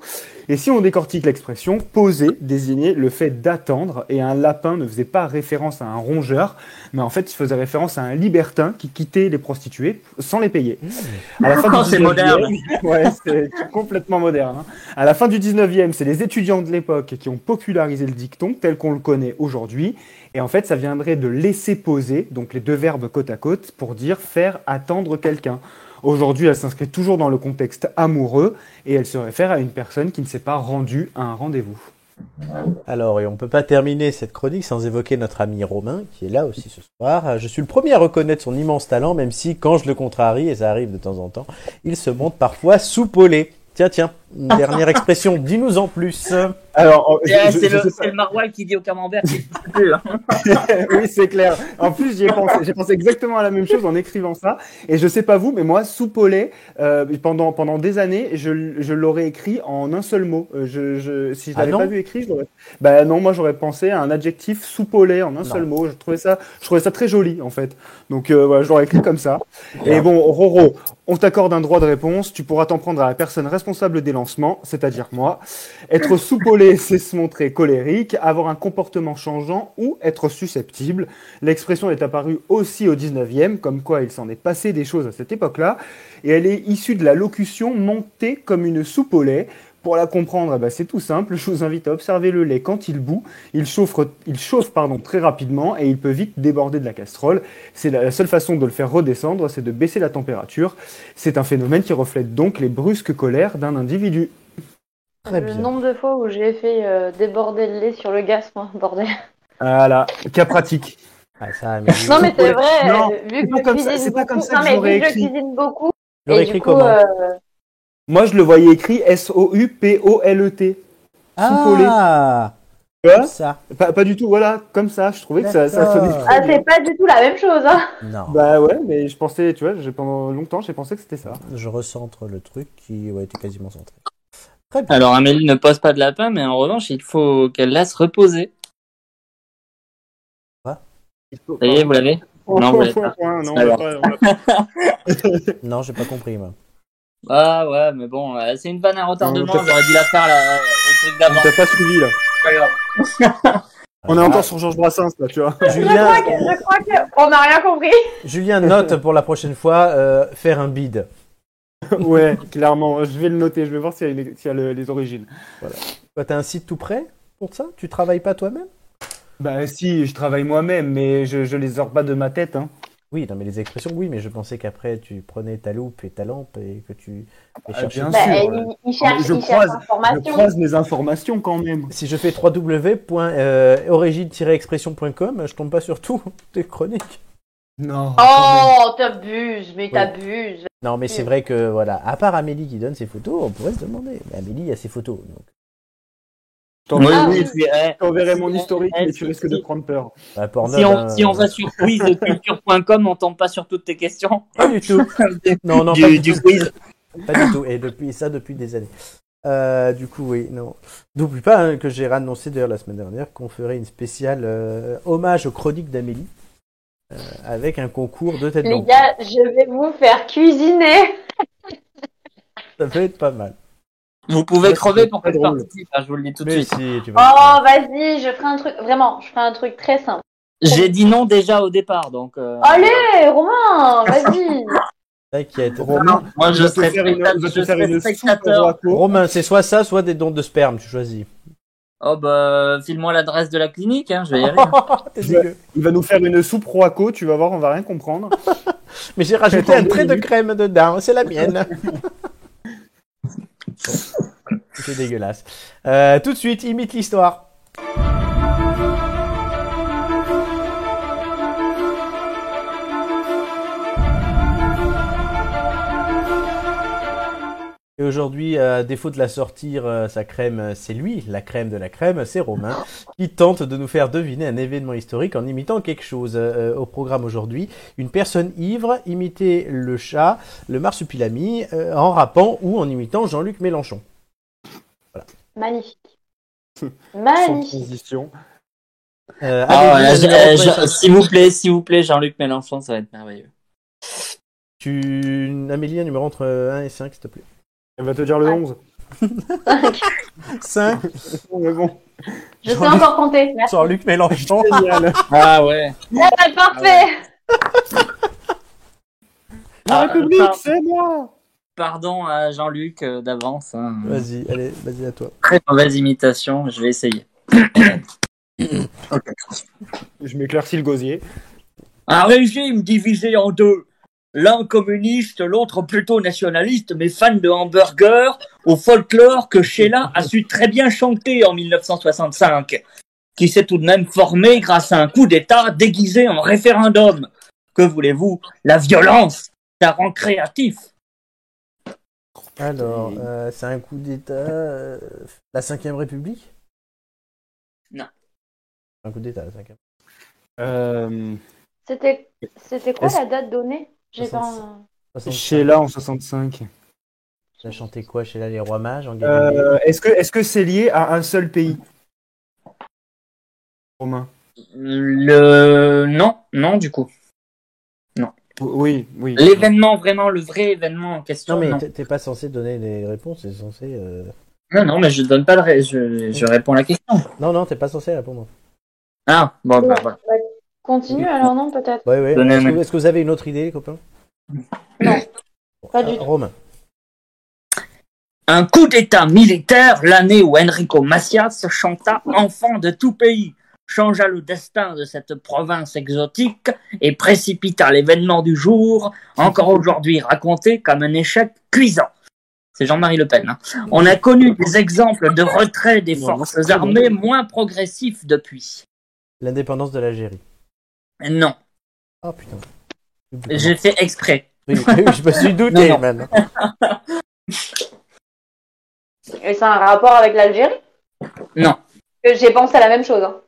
Et si on décortique l'expression, poser désignait le fait d'attendre et un lapin ne faisait pas référence à un rongeur, mais en fait, il faisait référence à un libertin qui quittait les prostituées sans les payer. À la fin Oh, du c'est 19e, moderne. Ouais, c'est complètement moderne. hein. À la fin du 19e, c'est les étudiants de l'époque qui ont popularisé le dicton tel qu'on le connaît aujourd'hui. Et en fait, ça viendrait de laisser poser, donc les deux verbes côte à côte, pour dire faire attendre quelqu'un. Aujourd'hui, elle s'inscrit toujours dans le contexte amoureux et elle se réfère à une personne qui ne s'est pas rendue à un rendez-vous. Alors, et on peut pas terminer cette chronique sans évoquer notre ami Romain, qui est là aussi ce soir. Euh, Je suis le premier à reconnaître son immense talent, même si quand je le contrarie, et ça arrive de temps en temps, il se montre parfois soupolé. Tiens, tiens, une dernière expression, dis-nous en plus. Alors, Eh, je- je- C'est je le, sais c'est le maroilles qui dit au camembert qu'il ne plus. hein. oui, c'est clair. En plus, j'y ai pensé. J'ai pensé exactement à la même chose en écrivant ça. Et je sais pas vous, mais moi, soupolé, euh, pendant, pendant des années, je, l- je l'aurais écrit en un seul mot. Euh, Je, je, si je Ah l'avais non pas vu écrit, je l'aurais- bah non, moi, j'aurais pensé à un adjectif soupolé en un seul mot. Je trouvais ça, je trouvais ça très joli, en fait. Donc, euh, voilà, je l'aurais écrit comme ça. Et bon, Roro, on t'accorde un droit de réponse. Tu pourras t'en prendre à la personne responsable des lancement, c'est-à-dire moi. Être soupolé, c'est se montrer colérique, avoir un comportement changeant ou être susceptible. L'expression est apparue aussi au 19e, comme quoi il s'en est passé des choses à cette époque-là, et elle est issue de la locution monter comme une soupe au lait. Pour la comprendre, eh ben, c'est tout simple. Je vous invite à observer le lait quand il bout. Il chauffe, il chauffe pardon, très rapidement et il peut vite déborder de la casserole. C'est la, la seule façon de le faire redescendre, c'est de baisser la température. C'est un phénomène qui reflète donc les brusques colères d'un individu. Très Le bien. nombre de fois où j'ai fait euh, déborder le lait sur le gaz, moi, bordel. Voilà, cas pratique. Ah, ça, mais... Non, mais c'est vrai, Non, euh, vu que pas je comme ça, cuisine c'est pas comme beaucoup- ça que non, mais j'aurais vu que je écrit. cuisine beaucoup, J'aurais et écrit du coup, comment euh, Moi, je le voyais écrit S-O-U-P-O-L-E-T. Ah, Tu vois comme ça. pas, pas du tout, voilà, comme ça, je trouvais que ça, ça D'accord. sonnait très ah, bien. c'est pas du tout la même chose, hein. Non, Bah ouais, mais je pensais, tu vois, j'ai- pendant longtemps, j'ai pensé que c'était ça. je recentre le truc qui ouais, était quasiment centré. Très bien. Alors Amélie ne pose pas de lapin, mais en revanche, il faut qu'elle laisse reposer. Ça y est, vous l'avez Oh, Non, vous l'avez pas. non, C'est on pas l'a grave. pas, on l'a pas. Non, j'ai pas compris, moi. Ah ouais, mais bon, euh, c'est une vanne à retardement, Non, t'as- j'aurais dû la faire là, euh, au truc On d'avant. t'a pas suivi, là. Ah. c'est pas grave. On Euh, est encore sur Georges Brassens, là, tu vois. Julien, Je crois qu'on n'a rien compris. Julien note pour la prochaine fois euh, faire un bide. ouais, clairement, je vais le noter, je vais voir s'il y a, les- s'il y a le- les origines. Toi, t'as un site tout prêt pour ça Tu travailles pas toi-même Bah si, je travaille moi-même, mais je, je les sors pas de ma tête, hein. Oui, non, mais les expressions, oui, mais je pensais qu'après tu prenais ta loupe et ta lampe et que tu les Ah, cherchais. bien Bah, sûr. il, il cherche, Je il cherche croise- Je l'information. croise mes informations, quand même. Si je fais euh, www.origine-expression.com, je tombe pas sur tout, tes chroniques. Non. quand Oh, t'abuses, mais t'abuses. Non, mais c'est vrai que, voilà, à part Amélie qui donne ses photos, on pourrait se demander. Mais Amélie a ses photos, donc. même. Oui, Ah, oui, oui. puis, eh, Je t'enverrai mon Eh, historique, eh, mais tu si- risques de prendre peur. Bah, Pornhub, si, on, hein, si on va sur quizculture.com, on tombe pas sur toutes tes questions. Pas du tout. Non, non, pas du, du du tout. quiz. Pas du tout. Et depuis ça depuis des années. Euh, du coup, oui, non. N'oublie pas hein, que j'ai annoncé d'ailleurs la semaine dernière qu'on ferait une spéciale euh, hommage aux chroniques d'Amélie euh, avec un concours de tête Les d'ampoule. gars, je vais vous faire cuisiner. Ça peut être pas mal. Vous pouvez Ouais, crever c'est pour très que je drôle. participe, hein, je vous le dis tout de Mais suite. si, tu vas. Oh, vas-y, je ferai un truc, vraiment, je ferai un truc très simple. J'ai dit non déjà au départ, donc... euh, Allez, Romain, vas-y. T'inquiète. Romain, Moi, je je vais te serais faire une, je spectateur. vais Je te faire une serais soupe au spectateur. raco. Romain, c'est soit ça, soit des dons de sperme, tu choisis. Oh bah, file-moi l'adresse de la clinique, hein, je vais y aller. T'es dégueu. Il va nous faire une soupe roaco, tu vas voir, on va rien comprendre. Mais j'ai rajouté un Attendez, trait de oui. crème dedans, c'est la mienne. c'est dégueulasse. Euh, tout de suite, imite l'histoire. Et aujourd'hui, à défaut de la sortir, euh, sa crème, euh, c'est lui, la crème de la crème, c'est Romain, qui tente de nous faire deviner un événement historique en imitant quelque chose. Euh, au programme aujourd'hui, une personne ivre imitait le chat, le marsupilami, euh, en rappant ou en imitant Jean-Luc Mélenchon. Magnifique. Sans Magnifique. transition. Euh, Ah, Amélie, voilà, le je- numéro euh, de je- téléphone. S'il vous plaît, s'il vous plaît, Jean-Luc Mélenchon, ça va être merveilleux. Tu... Amélie, un numéro entre 1 et 5, s'il te plaît. Elle va te dire le 11. 5, Mais bon, Je sais encore compter. Merci. Jean-Luc Mélenchon. génial. Ah ouais. Ah, Parfait. La Ah, République, pardon. c'est moi Pardon à Jean-Luc euh, d'avance. hein. Vas-y, allez, vas-y à toi. Très mauvaise imitation, je vais essayer. Je m'éclaircis le gosier. Un régime divisé en deux. L'un communiste, l'autre plutôt nationaliste, mais fan de hamburger, au folklore que Sheila a su très bien chanter en 1965, qui s'est tout de même formé grâce à un coup d'État déguisé en référendum. Que voulez-vous La violence, ça rend créatif. Alors, euh, c'est un coup d'État. euh, la 5ème République Non. Un coup d'État, la 5ème. Euh, C'était, c'était quoi Est-ce- la date donnée J'ai pas. en- Sheila en 65. Tu as chanté quoi chez là, les Rois Mages en Galilée Euh, Est-ce que est-ce que c'est lié à un seul pays Romain. Le. Non, non, du coup. Oui, oui. L'événement, vraiment, le vrai événement en question. Non, Non, mais non. t'es- t'es pas censé donner les réponses, t'es censé. euh, non, mais je donne pas de ré- je, je réponds à la question. Non, non, t'es pas censé répondre. Ah, bon, bah, voilà. Continue alors, non, peut-être Ouais, ouais. Donnez Est-ce un- que, est-ce que vous avez une autre idée, les copains Non, pas Euh, du tout. Romain. Un coup d'état militaire, l'année où Enrico Macias se chanta enfant de tout pays, changea le destin de cette province exotique et précipita l'événement du jour, encore aujourd'hui raconté comme un échec cuisant. C'est Jean-Marie Le Pen. hein. On a connu des exemples de retrait des Non, forces c'est très armées moins progressifs depuis. L'indépendance de l'Algérie. Non, Oh putain. j'ai fait exprès. Oui, je me suis douté, Non, non. man. Et c'est un rapport avec l'Algérie Non. Que j'ai pensé à la même chose. hein.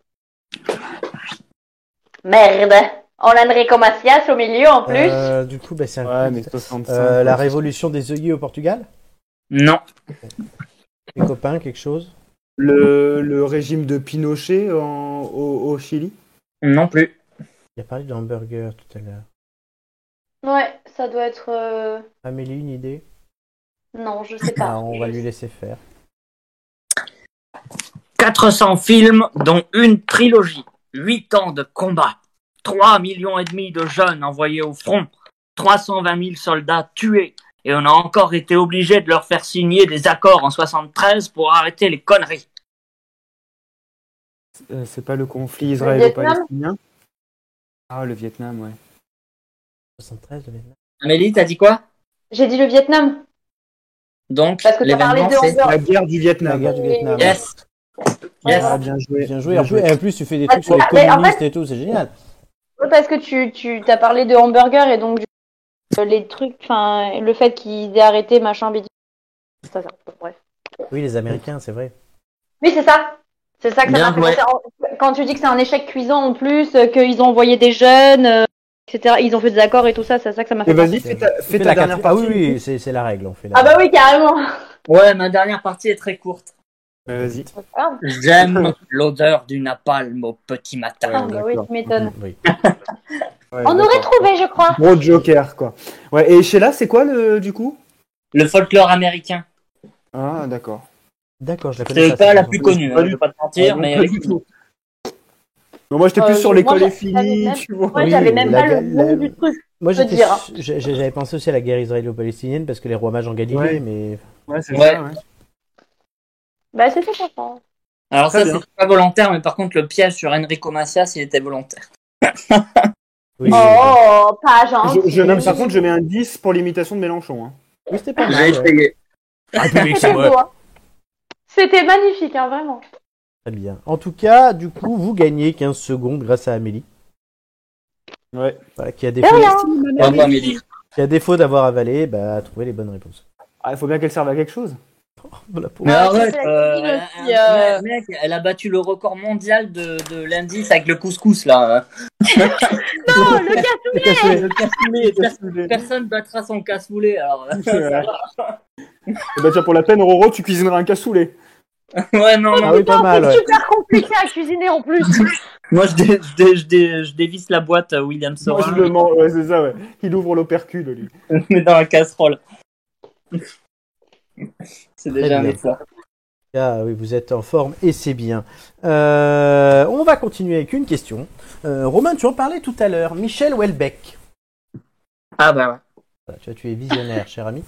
Merde. On a Enrico Macias au milieu en plus. Euh, du coup, bah, c'est un Ouais, coup. mais 65. Euh, la révolution des œillets au Portugal Non, Les copains, quelque chose Le, le régime de Pinochet en- au, au Chili non plus. Il a parlé d'hamburger tout à l'heure. Ouais, ça doit être. euh, Amélie, une idée Non, je sais pas. Ah, On va lui laisser faire. 400 films, dont une trilogie, 8 ans de combat, 3 millions et demi de jeunes envoyés au front, 320 000 soldats tués, et on a encore été obligé de leur faire signer des accords en 73 pour arrêter les conneries. Euh, C'est pas le conflit Vietnam israélo-palestinien Ah, le Vietnam, ouais. 73 de Vietnam. Amélie, t'as dit quoi J'ai dit le Vietnam. Donc, Parce que t'as parlé l'événement, de c'est... Honduras. La guerre du La Vietnam. guerre du Vietnam. Yes, yes. Ah, bien joué. Bien joué. En plus, joué. et en plus, tu fais des trucs sur les Ah, mais en communistes et tout, c'est génial. Ouais, Parce que tu, tu t'as parlé de hamburger et donc du- euh, les trucs, enfin le fait qu'ils aient arrêté machin bidule. Ça, ça, bref. Oui, les Américains, c'est vrai. Oui, c'est ça. C'est ça que ça Bien m'a fait joué. penser. En- Quand tu dis que c'est un échec cuisant en plus, euh, qu'ils ont envoyé des jeunes, euh, etc. Ils ont fait des accords et tout ça, c'est ça que ça m'a Et fait. penser. vas-y, fais ta, fais Fais ta la dernière quatrième- Ah partie. oui, oui, c'est c'est la règle. On fait la Ah bah oui, carrément. Ouais, ma dernière partie est très courte. Ouais, Vas-y. J'aime l'odeur du napalm au petit matin. Ah bah oui, tu m'étonnes. Mmh, oui. Ouais, On aurait d'accord. trouvé, je crois. Gros joker, quoi. Ouais, et Sheila, c'est quoi, le du coup Le folklore américain. Ah, d'accord. Ah, D'accord, je la connais C'est pas la celle-là. plus connue, hein, je vais pas te mentir, mais... Pas du tout. Non, moi, j'étais Euh, plus sur moi, l'école j'a- est finie, j'avais tu vois. Moi, Oui, j'avais même la pas le ga- nom la- du truc. Moi, Je veux j'étais- dire, hein. j'ai- j'avais pensé aussi à la guerre israélo-palestinienne parce que les rois mages en Galilée, Ouais. mais Ouais, c'est Ouais. ça, ouais. Bah c'était sympa. Alors Très ça, bien. c'était pas volontaire, mais par contre, le piège sur Enrico Macias, il était volontaire. oui, Oh, pas gentil. Je, je nomme, par contre, je mets un 10 pour l'imitation de Mélenchon. Hein. oui, c'était pas J'ai mal. ouais. essayé. C'était beau, hein. C'était magnifique, hein, vraiment. Très bien. En tout cas, du coup, vous gagnez 15 secondes grâce à Amélie, Ouais. voilà, qui a De défaut, rien. Bravo, Amélie. qui a défaut d'avoir avalé, bah, a trouvé les bonnes réponses. Ah, il faut bien qu'elle serve à quelque chose. Oh, la pauvre. Mais arrête, c'est euh, la cuisine elle- aussi, elle- euh. mec, elle a battu le record mondial de, de l'indice avec le couscous, là. Non, le gars, Le cassoulet. Le cassoulet, personne battra son cassoulet, alors... Eh ben, tiens, pour la peine, Roro, tu cuisineras un cassoulet. Ouais, non, non. Ah oui, pas mal. c'est ouais. super compliqué à cuisiner en plus. Moi, je, dé- je dé- je dé- je dévisse la boîte euh, William Moi, Sorin je le mens. Ouais, c'est ça, ouais. Il ouvre l'opercule, lui. je le mets dans la casserole. C'est déjà un bien. effort. Ah oui, vous êtes en forme et c'est bien. Euh, on va continuer avec une question. Euh, Romain, tu en parlais tout à l'heure. Michel Houellebecq. Ah bah ouais. Voilà, tu, vois, tu es visionnaire, cher ami.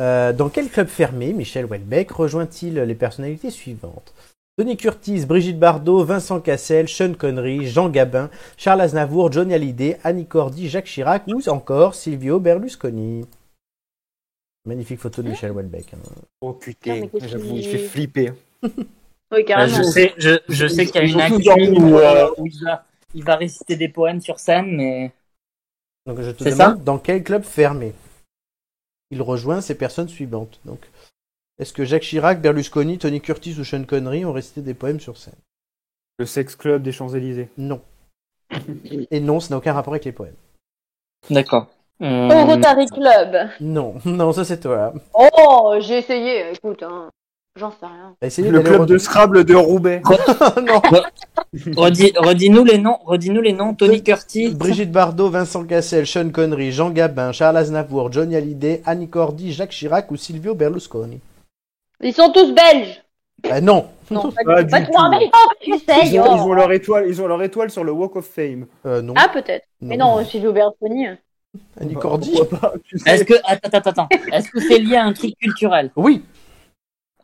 Euh, dans quel club fermé Michel Houellebecq rejoint-il les personnalités suivantes Tony Curtis, Brigitte Bardot, Vincent Cassel, Sean Connery, Jean Gabin, Charles Aznavour, Johnny Hallyday, Annie Cordy, Jacques Chirac ou encore Silvio Berlusconi. Magnifique photo de Michel Houellebecq. hein. Oh Non, putain, mais qu'est-ce j'avoue, qu'il- il fait flipper. hein. Oui, Euh, carrément. je sais, je, je sais qu'il y a Ils une ont tous actu dormi, où, euh, où il, va, il va réciter des poèmes sur scène, mais Donc je te C'est demande dans quel club fermé il rejoint ces personnes suivantes. Donc, est-ce que Jacques Chirac, Berlusconi, Tony Curtis ou Sean Connery ont récité des poèmes sur scène Le sex club des Champs-Élysées. Non. Et non, ça n'a aucun rapport avec les poèmes. d'accord. Hum, Au Rotary Club. Non, non, ça c'est toi. Oh, j'ai essayé, écoute. Hein. J'en sais rien. Essayez Le d'aller club au- de Scrabble de Roubaix. Oh non. Redis- Redis-nous les noms, redis-nous les noms. Tony Curtis, Brigitte Bardot, Vincent Cassel, Sean Connery, Jean Gabin, Charles Aznavour, Johnny Hallyday, Annie Cordy, Jacques Chirac ou Silvio Berlusconi. Ils sont tous belges. Bah non. Non, pas, Pas du- pas du tout. tout. Non, mais Ils j'essaye, ont, oh. ils ont leur étoile, ils ont leur étoile sur le Walk of Fame. Euh, non. Ah, peut-être. Mais non, Silvio Berlusconi. euh. Annie Bah, Cordy. pourquoi pas, tu sais. est-ce que attends, attends, attends, est-ce que c'est lié à un truc culturel Oui.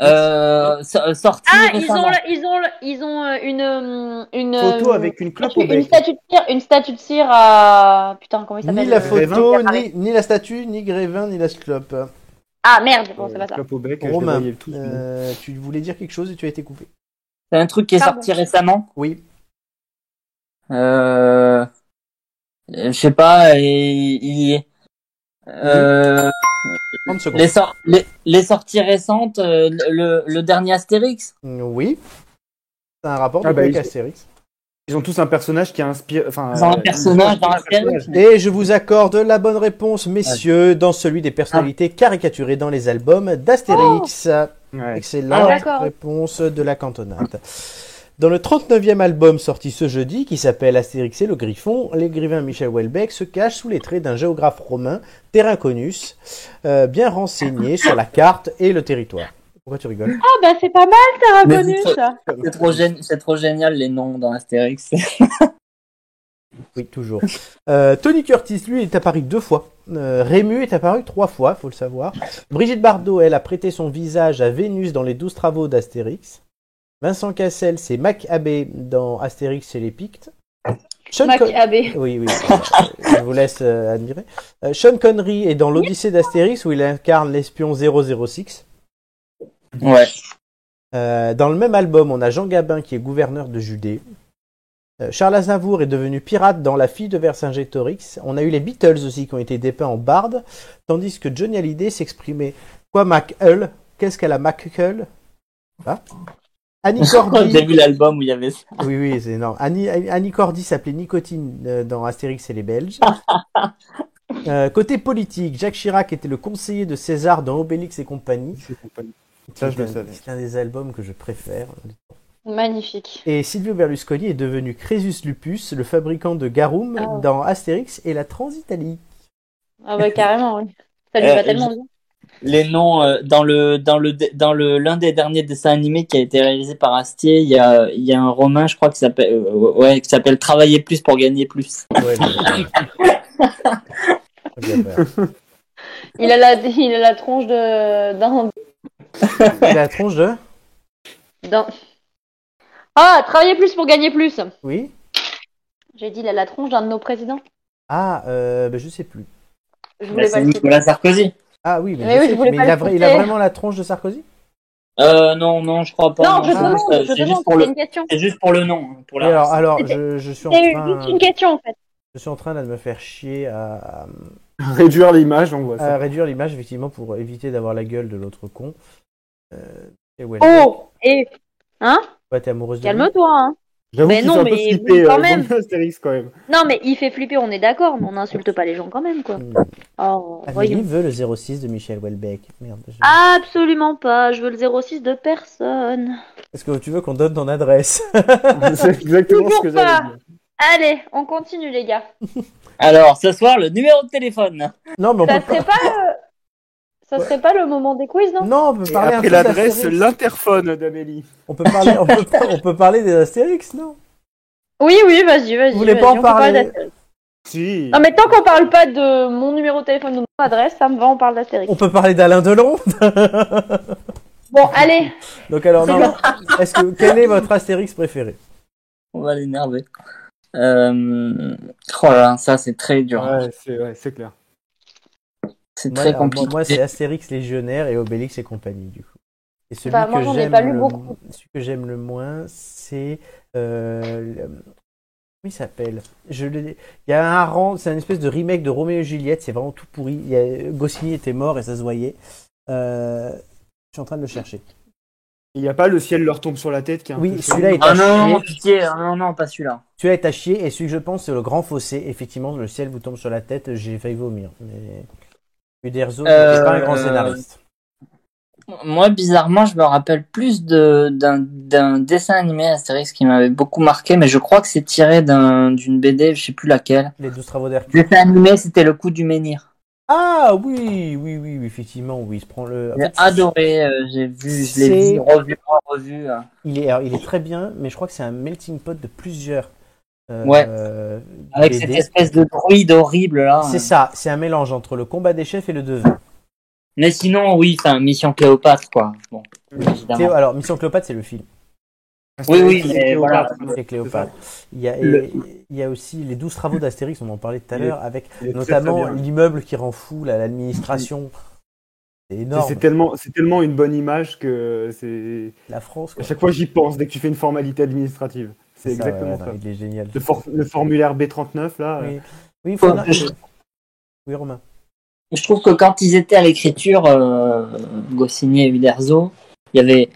euh, so- euh, sorti Ah, ils récemment ont, le- ils ont, le- ils ont euh, une, euh, une, Photo euh, avec une clope au une, bec. statue de cire, une statue de cire à putain comment il s'appelle Ni la euh, photo, Grévin. ni, ni la statue, ni Grévin, ni la clope. Ah merde, bon c'est pas ça. Clope au bec, je les Romain, voyais tous. euh, tu voulais dire quelque chose et tu as été coupé. C'est un truc qui est Pardon. sorti récemment Oui. Euh, je sais pas. il- il- euh, 30 secondes. les, sor- les, les sorties récentes, euh, le, le dernier Astérix. Oui. C'est un rapport Ah bah, avec ils- Astérix. Ils ont tous un personnage qui inspire. Enfin, Ils ont un euh, personnage dans Astérix. Et je vous accorde la bonne réponse, messieurs, dans celui des personnalités caricaturées dans les albums d'Astérix. euh, Ouais. Excellente Oh. Ah, d'accord. réponse de la cantonade. Dans le 39e album sorti ce jeudi, qui s'appelle Astérix et le Griffon, l'écrivain Michel Houellebecq se cache sous les traits d'un géographe romain, Terraconus, euh, bien renseigné sur la carte et le territoire. Pourquoi tu rigoles Ah bah c'est pas mal, t'as Mais reconnu dites- ça. C'est trop, gén- c'est trop génial les noms dans Astérix. Oui, toujours. Euh, Tony Curtis, lui, est apparu deux fois. Euh, Rému est apparu trois fois, faut le savoir. Brigitte Bardot, elle, a prêté son visage à Vénus dans les douze travaux d'Astérix. Vincent Cassel, c'est Mac Abbé dans Astérix et les Pictes. Sean Mac Con- Abbé. Oui, oui, je vous laisse euh, admirer. Euh, Sean Connery est dans l'Odyssée d'Astérix où il incarne l'espion 006. Ouais. Euh, dans le même album, on a Jean Gabin qui est gouverneur de Judée. Euh, Charles Aznavour est devenu pirate dans La fille de Vercingétorix. On a eu les Beatles aussi qui ont été dépeints en barde, tandis que Johnny Hallyday s'exprimait Quoi Mac Hull Qu'est-ce qu'elle a Mac Hull Voilà. Annie Cordy. J'ai vu l'album où il y avait ça. Oui, oui, c'est énorme. Annie, Annie Cordy s'appelait Nicotine euh, dans Astérix et les Belges. Euh, côté politique, Jacques Chirac était le conseiller de César dans Obélix et compagnie. Ça, je le C'est un- savais. C'est un des albums que je préfère. Magnifique. Et Silvio Berlusconi est devenu Crésus Lupus, le fabricant de Garum Ah ouais. dans Astérix et la Transitalie. Ah bah carrément, oui. Ça lui Euh, va tellement bien. Les noms euh, dans le dans le dans le l'un des derniers dessins animés qui a été réalisé par Astier, il y a il y a un romain, je crois qui s'appelle euh, ouais qui s'appelle Travailler plus pour gagner plus. Ouais, le- J'ai peur. Il a la, il a la tronche de d'un bah. Et la tronche de d'un. Ah, travailler plus pour gagner plus. Oui J'ai dit il a la tronche d'un de nos présidents. Ah, euh, ben, je sais plus. Je Bah, voulais pas C'est le citer. Nicolas Sarkozy. Ah oui, mais, Mais je oui, sais, je voulais mais pas il, a, le vra- il a citer. vraiment la tronche de Sarkozy Euh non non, je crois pas. Non, je c'est demande, juste, euh, demande, je c'est demande, juste pour c'est le une question. c'est juste pour le nom, hein, pour Oui, la alors, alors je, je suis en C'est train... juste une question en fait. Je suis en train là, de me faire chier à, Réduire l'image, on voit à ça. réduire l'image, effectivement, pour éviter d'avoir la gueule de l'autre con. Euh, et ouais, Oh, et hein, toi, t'es amoureuse de lui calme-toi. Hein. J'avoue Mais qu'ils non, sont un peu mais flippés, quand euh, même. dans Astérix, quand même. Non, mais il fait flipper, on est d'accord, mais on n'insulte pas les gens quand même, quoi. Mm. Oh, Amélie voyons. veut le 06 de Michel Houellebecq. Merde. je- Absolument pas, je veux le 06 de personne. Est-ce que tu veux qu'on donne ton adresse C'est exactement ce Toujours que pas. j'avais dit. Allez, on continue, les gars. Alors ce soir le numéro de téléphone. Non, mais on Ça peut serait pas, euh, ça serait pas le moment des quiz, non Non, on peut Et parler un après peu l'adresse, d'Astérix. l'interphone d'Amélie. On peut parler, on peut, on peut parler des Astérix, non Oui, oui, vas-y, vas-y. Vous voulez vas-y, pas en on peut parler parler d'Astérix. Si. Non, mais tant qu'on parle pas de mon numéro de téléphone, de mon adresse, ça me va, on parle d'Astérix. On peut parler d'Alain Delon. Bon, allez, Donc alors, non. Est-ce que quel est votre Astérix préféré On va l'énerver. Euh... Oh là, là, ça c'est très dur, Ouais, c'est ouais, c'est clair. c'est Moi, très alors, compliqué. Moi, moi, c'est Astérix légionnaire et Obélix et compagnie du coup. Et celui Bah, moi, que j'en ai j'aime pas lu le- beaucoup. celui que j'aime le moins, c'est euh, le- comment il s'appelle Je l'ai- Il y a un harangue, c'est une espèce de remake de Roméo et Juliette. C'est vraiment tout pourri. Il y a- Goscinny était mort et ça se voyait. Euh, Je suis en train de le chercher. Il n'y a pas le ciel leur tombe sur la tête qui est un Oui, peu celui-là chelou. est à Ah non, non, chier. pitié, ah non, non, pas celui-là. Celui-là est à chier et celui que je pense c'est le grand fossé. Effectivement, le ciel vous tombe sur la tête, j'ai failli vomir. Mais Uderzo n'est Euh, pas un grand euh, scénariste. Moi, bizarrement, je me rappelle plus de- d'un d'un dessin animé Astérix qui m'avait beaucoup marqué, mais je crois que c'est tiré d'un- d'une BD, je sais plus laquelle. Les 12 travaux d'Hercule. Le dessin animé, c'était Le coup du menhir. Ah oui, oui, oui, oui, effectivement, oui, il se prend le. en J'ai fait, adoré, euh, j'ai vu, je C'est- l'ai vu, revu, revu. hein. Il est, alors, il est très bien, mais je crois que c'est un melting pot de plusieurs. euh, Ouais. euh, Avec BD. cette espèce hein. de druide horrible là. C'est ça, c'est un mélange entre le combat des chefs et le devin. Mais sinon, oui, enfin, Mission Cléopâtre, quoi. Bon, évidemment. Théo- alors, Mission Cléopâtre, c'est le film. Oui, oui, mais voilà. C'est Cléopâtre. Il y, a, Le- il y a aussi les 12 travaux d'Astérix, on en parlait tout à Il est- l'heure, avec Il est très, notamment très bien. l'immeuble qui rend fou, là, l'administration. C'est Et énorme. C'est tellement, c'est tellement une bonne image que c'est. La France, À quoi. chaque fois, j'y pense dès que tu fais une formalité administrative. C'est ça, exactement ouais, ça. non, Il est génial. Le, for- le formulaire B39, là. euh, Oui, oui, faut- Je- oui, Romain. Je trouve que quand ils étaient à l'écriture, euh, Goscinny et Uderzo, il y avait,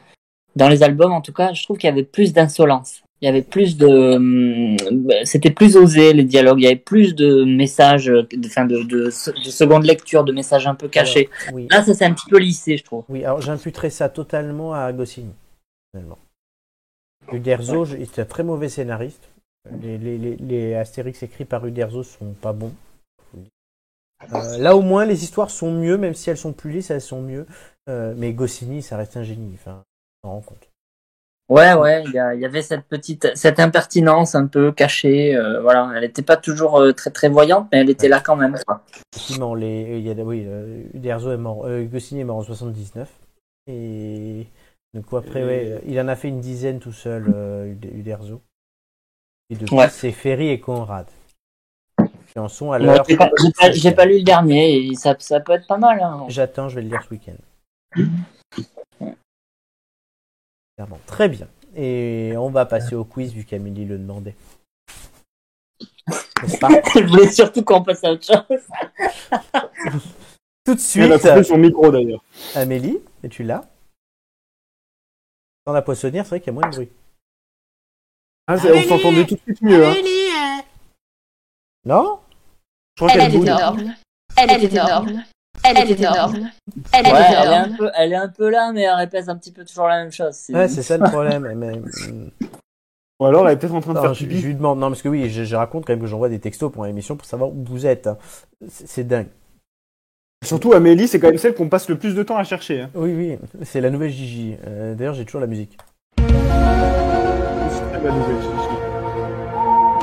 dans les albums en tout cas, je trouve qu'il y avait plus d'insolence. Il y avait plus de. hum, C'était plus osé les dialogues, il y avait plus de messages, euh, de, enfin, de, de, de seconde lecture, de messages un peu cachés. Alors, oui. Là, ça c'est un petit peu lissé, je trouve. Oui, alors j'imputerais ça totalement à Goscinny, finalement. Uderzo, je- c'est un très mauvais scénariste. Les, les, les, les Astérix écrits par Uderzo sont pas bons. Euh, là, au moins, les histoires sont mieux, même si elles sont plus lisses, elles sont mieux. Euh, mais Goscinny, ça reste un génie. Enfin, on s'en rend compte. Ouais, ouais, il y, a- il y avait cette petite, cette impertinence un peu cachée, euh, voilà. Elle n'était pas toujours euh, très très voyante, mais elle était là quand même. quoi. Effectivement, les, il y a, oui, euh, Uderzo est mort, euh, Goscinny est mort en 79. Et du coup, après, Et- ouais, euh, il en a fait une dizaine tout seul, euh, Ud- Uderzo. Et depuis, Ouais. c'est Ferry et Conrad. Qui en sont à Ouais, l'heure. J'ai pas, j'ai pas- j'ai pas lu le dernier, et ça, ça peut être pas mal. hein. J'attends, je vais le lire ce week-end. Clairement. Très bien. Et on va passer au quiz, vu qu'Amélie le demandait. N'est-ce pas Je voulais surtout qu'on passe à autre chose. Tout de Elle a suite, coupé son micro, d'ailleurs. Amélie, et tu l'as Dans la poissonnière, c'est vrai qu'il y a moins de bruit. Ah, c'est- on Amélie s'entendait tout de suite mieux. hein. Non Je crois Elle qu'elle est bouge. énorme. Elle est énorme. Elle est énorme. Elle Ouais, est elle, est un énorme. peu, elle est un peu là, mais elle répète un petit peu toujours la même chose. C'est- Ouais, c'est ça le problème. Mais, mm, Ou alors, elle est peut-être en train de attends, faire je, pipi. je lui demande. Non, parce que oui, je, je raconte quand même que j'envoie des textos pour l'émission pour savoir où vous êtes. hein. C'est c'est dingue. Surtout, Amélie, c'est quand même celle qu'on passe le plus de temps à chercher. hein. Oui, oui, c'est la nouvelle Gigi. Euh, D'ailleurs, j'ai toujours la musique. C'est très bonne nouvelle, Gigi.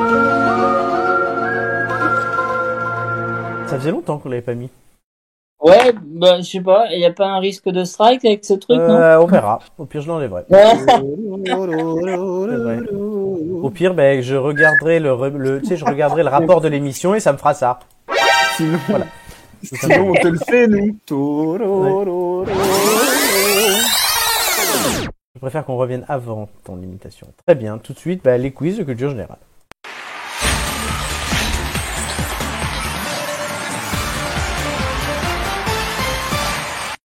Ça faisait longtemps qu'on l'avait pas mis. Ouais, bah, je sais pas, il n'y a pas un risque de strike avec ce truc, non Euh, on verra. Au pire, je l'enlèverai. Ouais. C'est vrai. Au pire, ben, je regarderai le, re- le, tu sais, je regarderai le rapport de l'émission et ça me fera ça. Sinon, Voilà. Sinon, on te le fait, nous. Je préfère qu'on revienne avant ton limitation. Très bien. Tout de suite, ben, les quiz de culture générale.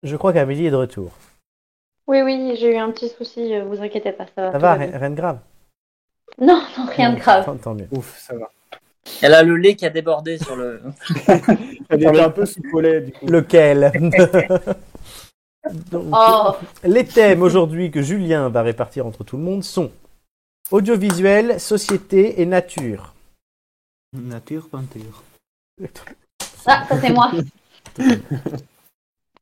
Je crois qu'Amélie est de retour. Oui, oui, j'ai eu un petit souci, euh, vous inquiétez pas, ça va. Ça tout va, bien. rien, rien de grave. Non, non, rien de grave. Tant, tant mieux. Ouf, ça va. Elle a le lait qui a débordé sur le. Elle était un peu sous collet, du coup. Lequel Donc, Oh, Les thèmes aujourd'hui que Julien va répartir entre tout le monde sont audiovisuel, société et nature. Nature, peinture. ah, ça c'est moi.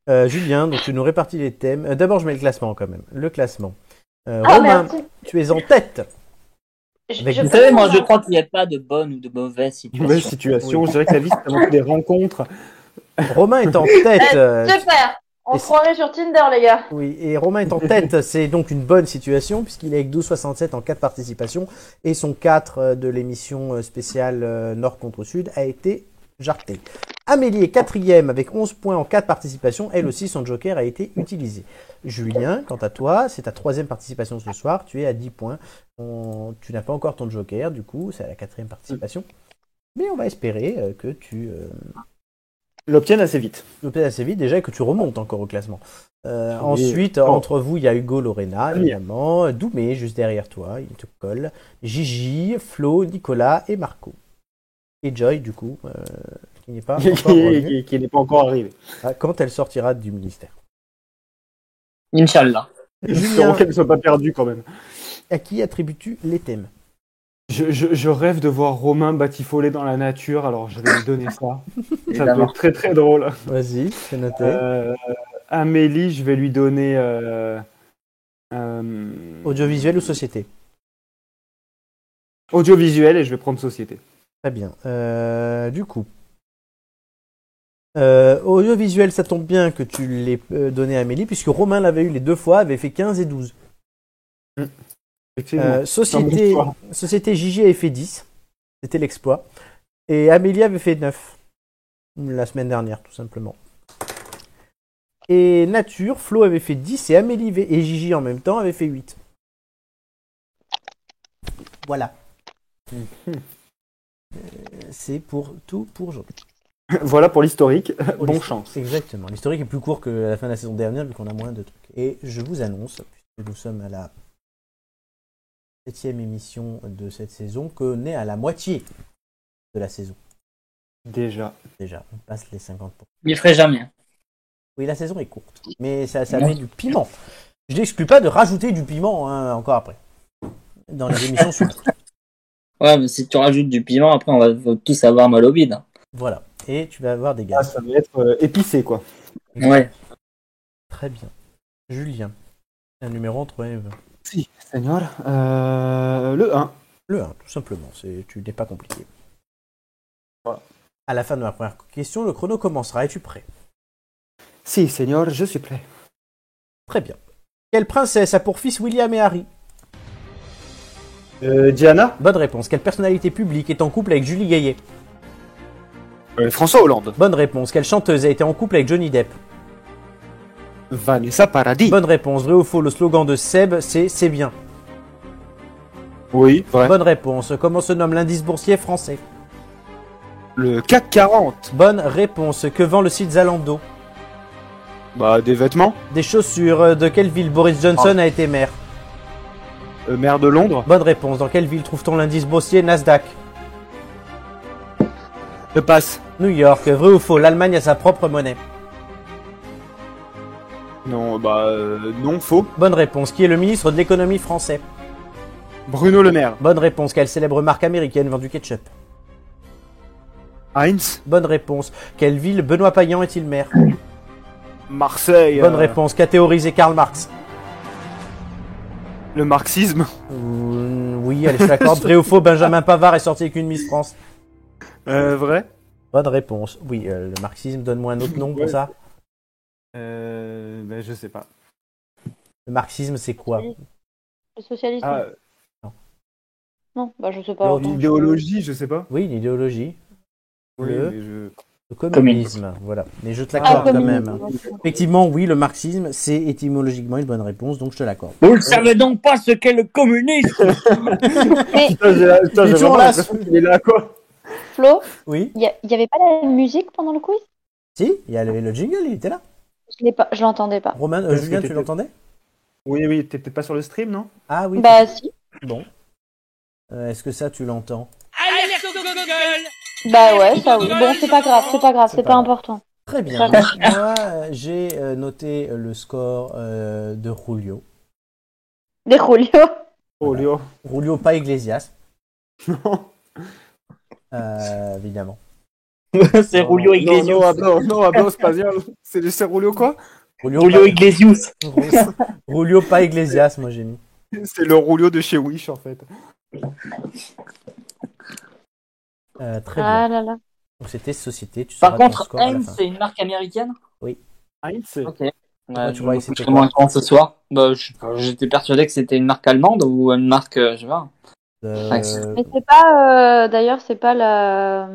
Euh, Julien, donc tu nous répartis les thèmes. Euh, D'abord, je mets le classement quand même. Le classement. Euh, Ah, Romain, merci. tu es en tête. Je- Avec- je Vous Vous savez, peux- moi, je crois qu'il n'y a pas de bonne ou de mauvaise Nouvelle situation. situation. Je dirais que la vie, c'est avant des rencontres. Romain est en tête. euh, Super On Et se c'est- croirait sur Tinder, les gars. oui, et Romain est en tête. C'est donc une bonne situation puisqu'il est avec 12,67 en 4 participations et son 4 euh, de l'émission euh, spéciale euh, Nord contre Sud a été jarté. Amélie est quatrième avec 11 points en 4 participations. Elle aussi, son joker a été utilisé. Julien, quant à toi, c'est ta troisième participation ce soir. Tu es à 10 points. On- Tu n'as pas encore ton joker, du coup, c'est à la quatrième participation. Mais on va espérer euh, que tu euh, L'obtiennent assez vite. Lopez assez vite déjà et que tu remontes encore au classement. Euh, Oui. ensuite, Oh. entre vous, il y a Hugo Lorena, Oui. évidemment, Doumé juste derrière toi, il te colle, Gigi, Flo, Nicolas et Marco. Et Joy, du coup, euh, qui n'est pas qui encore revenue, qui- qui n'est pas encore arrivé. ah, quand elle sortira du ministère. Inch'Allah. Espérons Julien, qu'elle ne soit pas perdue quand même. à qui attribues-tu les thèmes Je, je- je rêve de voir Romain batifoler dans la nature, alors je vais lui donner ça. ça doit être très très drôle. Vas-y, c'est noté. Euh, Amélie, je vais lui donner. euh, euh, Audiovisuel ou société Audiovisuel et je vais prendre société. Très bien. Euh, du coup, euh, audiovisuel, ça tombe bien que tu l'aies euh, donné à Amélie, puisque Romain l'avait eu les deux fois, avait fait 15 et 12. Effectivement. Euh, société, exploit. société JG avait fait 10. C'était l'exploit. Et Amélie avait fait 9. La semaine dernière, tout simplement. Et Nature, Flo avait fait 10 et Amélie avait- et Gigi en même temps avaient fait 8. Voilà. Euh, C'est pour tout pour aujourd'hui. voilà pour l'historique. Pour bon l'histor- chance. Exactement. L'historique est plus court que la fin de la saison dernière, vu qu'on a moins de trucs. Et je vous annonce, puisque nous sommes à la septième émission de cette saison, qu'on est à la moitié de la saison. Déjà. Déjà, on passe les 50%. Je ferai jamais. Oui, la saison est courte, mais ça, ça met du piment. Je n'exclus pas de rajouter du piment hein, encore après. Dans les émissions suivantes. Ouais, mais si tu rajoutes du piment, après on va tous avoir mal au bide. Voilà. Et tu vas avoir des Ah, gaz. ça va être euh, épicé quoi. Ouais. Très bien. Julien, un numéro entre un et vingt. Si, Seigneur. Euh, le 1. Le 1, tout simplement. C'est, tu n'es pas compliqué. Voilà. À la fin de ma première question, le chrono commencera. Es-tu prêt Si, Seigneur, je suis prêt. Très bien. Quelle princesse a pour fils William et Harry Euh, Diana Bonne réponse. Quelle personnalité publique est en couple avec Julie Gaillet Euh, François Hollande. Bonne réponse. Quelle chanteuse a été en couple avec Johnny Depp Vanessa Paradis. Bonne réponse. Vrai ou faux, le slogan de Seb, c'est C'est bien. Oui, vrai. Bonne réponse. Comment se nomme l'indice boursier français Le CAC 40. Bonne réponse. Que vend le site Zalando Bah, des vêtements. Des chaussures. De quelle ville Boris Johnson a été maire Euh, maire de Londres. Bonne réponse. Dans quelle ville trouve-t-on l'indice boursier Nasdaq Je passe. New York, vrai ou faux, l'Allemagne a sa propre monnaie. Non, bah, euh, non, faux. Bonne réponse. Qui est le ministre de l'économie français Bruno Le Maire. Bonne réponse. Quelle célèbre marque américaine vend du ketchup Heinz. Bonne réponse. Quelle ville Benoît Payan est-il maire Marseille. Bonne euh, réponse. Qu'a théorisé Karl Marx Le marxisme. Ouh, Oui, allez, je t'accorde. Vrai ou faux, Benjamin Pavard est sorti avec une Miss France Euh, vrai. Bonne réponse. Oui, euh, le marxisme, donne-moi un autre nom pour Ouais. ça. Euh, bah, je sais pas. Le marxisme, c'est quoi Le socialisme Ah, Non, bah je sais pas. Non, Attends, je- idéologie, je sais pas. Euh, Oui, une idéologie. Le- mais je- Le communisme, voilà. Mais je te Ah, l'accorde quand communisme. même. Effectivement, oui, le marxisme, c'est étymologiquement une bonne réponse, donc je te l'accorde. Vous ne savez donc pas ce qu'est le communisme Putain, j'ai- putain, Il est j'ai toujours vraiment là, l'impression qu'il est là, quoi. Flo, Oui il n'y avait pas la musique pendant le quiz Si, il y a le, le jingle, il était là. Je l'ai pas, je l'entendais pas. Romain, euh, Parce que Julien, tu t'étais- l'entendais Oui, oui, t'es peut-être pas sur le stream, non Ah oui. Bah si. Bon. Euh, Est-ce que ça, tu l'entends Bah ouais, ça oui. Bon, c'est pas grave, c'est pas grave, c'est pas pas important. Très bien. Moi, euh, j'ai euh, noté le score euh, de Julio. Les Julio. Oh, Léo. Julio, pas Iglesias, Non. euh, évidemment. C'est Rulio Non, Iglesias. non, Abdo, non, Abdo, c'est pas bien. C'est le- c'est Rulio, quoi Julio, Rulio Iglesias. Iglesias. Julio, pas Iglesias, moi j'ai mis. C'est le Rulio de chez Wish, en fait. Euh, très bien. Ah là là. Donc c'était Société. Tu Par sauras ton contre, score à la Heinz, fin. c'est une marque américaine Heinz, c'est- Ok. Pourquoi Ouais, tu je vois, me c'était coucherai quoi moins grand ce soir. Bah, je- j'étais persuadé que c'était une marque allemande ou une marque, euh, je sais pas. Euh, Heinz. Mais c'est pas, euh, d'ailleurs, c'est pas la.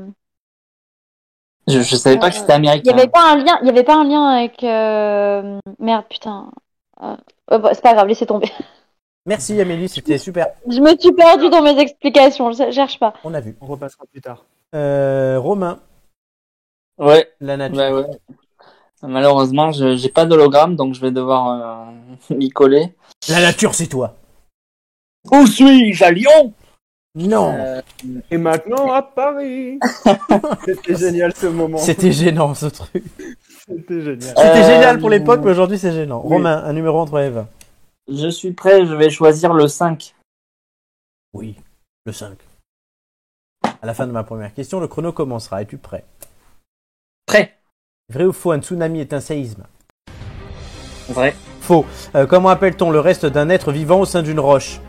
Je, je savais pas que c'était Euh, Il y américain. avait pas un lien, il y avait pas un lien avec. euh, Merde, putain. Euh, ouais, bah, c'est pas grave, laissez tomber. Merci Amélie, c'était super. Je me suis perdue dans mes explications, je cherche pas. On a vu. On repassera plus tard. Euh, Romain, Ouais, la nature. Bah ouais, ouais. Malheureusement, je- j'ai pas d'hologramme, donc je vais devoir euh, m'y coller. La nature, c'est toi. Où suis-je à Lyon Non. Euh, Et maintenant à Paris C'était génial ce moment. C'était gênant ce truc. C'était génial. C'était Euh, génial pour l'époque, mais aujourd'hui c'est gênant. oui. Romain, un numéro entre Eve. Je suis prêt, je vais choisir le 5. Oui, le 5. À la fin de ma première question, le chrono commencera. Es-tu prêt Prêt. Vrai ou faux, un tsunami est un séisme Vrai. Faux. Euh, comment appelle-t-on le reste d'un être vivant au sein d'une roche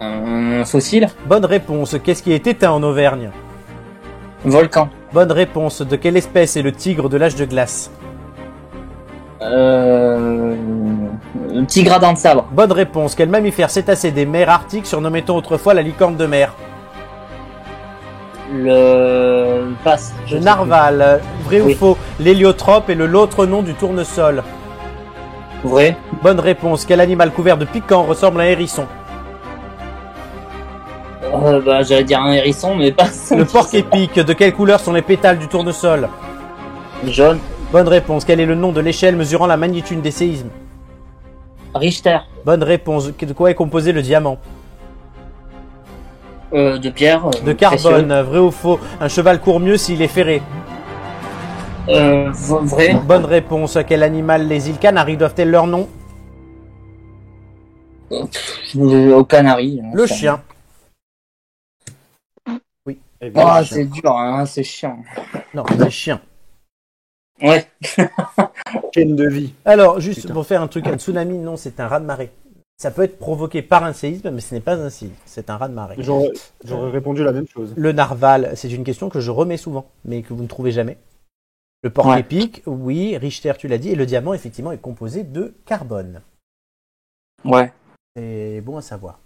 Un fossile Bonne réponse. Qu'est-ce qui est éteint en Auvergne Volcan. Bonne réponse. De quelle espèce est le tigre de l'âge de glace Euh... Un petit gradin de sabre. Bonne réponse. Quel mammifère cétacé des mers arctiques surnommait-on autrefois la licorne de mer Le... le Passe. Le narval. Euh, Vrai Oui. ou faux L'héliotrope est le l'autre nom du tournesol. Vrai. Bonne réponse. Quel animal couvert de piquants ressemble à un hérisson Euh, bah, j'allais dire un hérisson, mais pas Le porc épique. De quelle couleur sont les pétales du tournesol Jaune. Bonne réponse. Quel est le nom de l'échelle mesurant la magnitude des séismes Richter. Bonne réponse. De quoi est composé le diamant Euh, de pierre. euh, De carbone. Vrai ou faux Un cheval court mieux s'il est ferré. précieux. Euh, v- vrai. Bonne réponse. Quel animal les îles Canaries doivent-elles leur nom Le- Au canari. Le chien. Eh bien, Ah, je- c'est dur, hein, c'est chiant. Non, le chien. Ouais. chaîne de vie. Alors, juste Putain. pour faire un truc, un tsunami, non, c'est un raz-de-marée. Ça peut être provoqué par un séisme, mais ce n'est pas un séisme, c'est un raz-de-marée. J'aurais j'aurais répondu la même chose. Le narval, c'est une question que je remets souvent, mais que vous ne trouvez jamais. Le porc Ouais. épique, oui, Richter, tu l'as dit, et le diamant, effectivement, est composé de carbone. Ouais. C'est bon à savoir.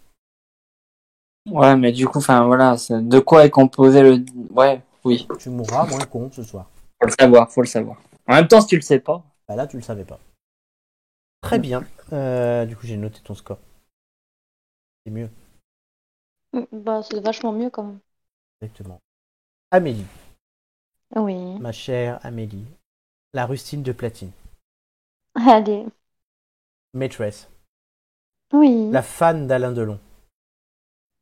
Ouais, mais du coup, enfin voilà, c'est- de quoi est composé le. Ouais, oui, Tu mourras moins con ce soir. faut le savoir, faut le savoir. En même temps, si tu le sais pas. Bah là, tu le savais pas. Très bien. Euh, du coup, j'ai noté ton score. C'est mieux, Bah, c'est vachement mieux quand même. exactement. Amélie. Oui. Ma chère Amélie, la rustine de platine, Allez. maîtresse, Oui. la fan d'Alain Delon.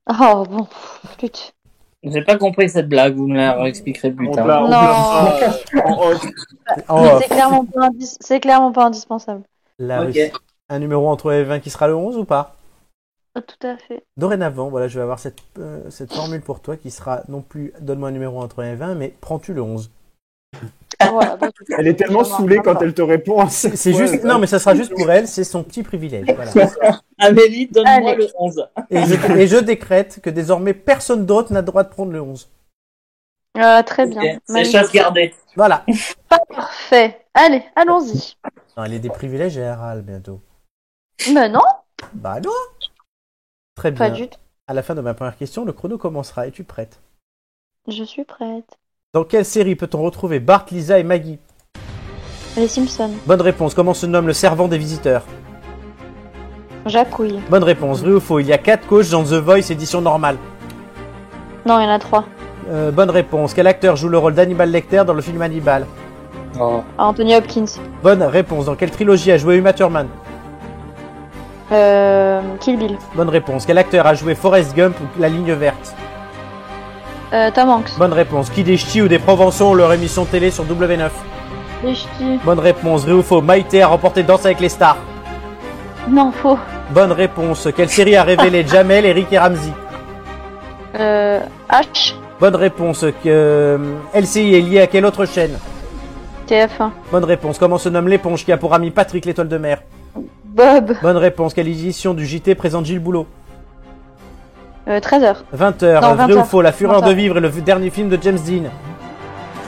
Oh bon, pff, flûte. J'ai pas compris cette blague, vous me la réexpliquerez plus On te tard. la- on te la fera, euh, en off. Oh, C'est clairement pas indis- c'est clairement pas indispensable. la Ok. rustine. Un numéro entre les 20 qui sera le 11 ou pas Tout à fait. Dorénavant, voilà, je vais avoir cette, euh, cette formule pour toi qui sera non plus donne-moi un numéro entre les 20, mais prends-tu le 11 Voilà, bah, écoute, Elle est tellement ça saoulée marchera quand pas. elle te répond. à chaque C'est fois, juste, elle- non, mais ça sera juste pour elle, c'est son petit privilège. voilà. Amélie, donne-moi Allez. le 11. Et, je, et je décrète que désormais personne d'autre n'a le droit de prendre le 11. Euh, très bien. Ok, C'est Magnifique. chasse gardée. Voilà. Parfait. Allez, allons-y. Non, elle est des privilèges et Harald bientôt. Mais non, Bah non Très pas Eh bien. du tout. À la fin de ma première question, le chrono commencera. Es-tu prête Je suis prête. Dans quelle série peut-on retrouver Bart, Lisa et Maggie Les Simpsons. Bonne réponse. Comment se nomme le servant des visiteurs Jacouille. Bonne réponse. Vrai ou faux Il y a quatre coachs dans The Voice édition normale. Non, il y en a trois. Euh, bonne réponse. Quel acteur joue le rôle d'Hannibal Lecter dans le film Hannibal Oh. Ah, Anthony Hopkins. Bonne réponse. Dans quelle trilogie a joué Uma Thurman Euh, Kill Bill. Bonne réponse. Quel acteur a joué Forrest Gump ou La Ligne Verte Euh, Tom Hanks. Bonne réponse. Qui des ch'tis ou des Provençaux ont leur émission télé sur W9 Les ch'tis. Bonne réponse. Vrai ou faux Maïté a remporté Danse avec les stars. Non, faux. Bonne réponse. Quelle série a révélé Jamel, Eric et Ramsey Euh, H. Bonne réponse. Que euh, LCI est liée à quelle autre chaîne TF1. Bonne réponse. Comment se nomme l'éponge qui a pour ami Patrick l'étoile de mer Bob. Bonne réponse. Quelle édition du JT présente Gilles Boulot Euh, 13h. 20h. Non, euh, vrai 20. ou faux La fureur 20. de vivre est le dernier film de James Dean.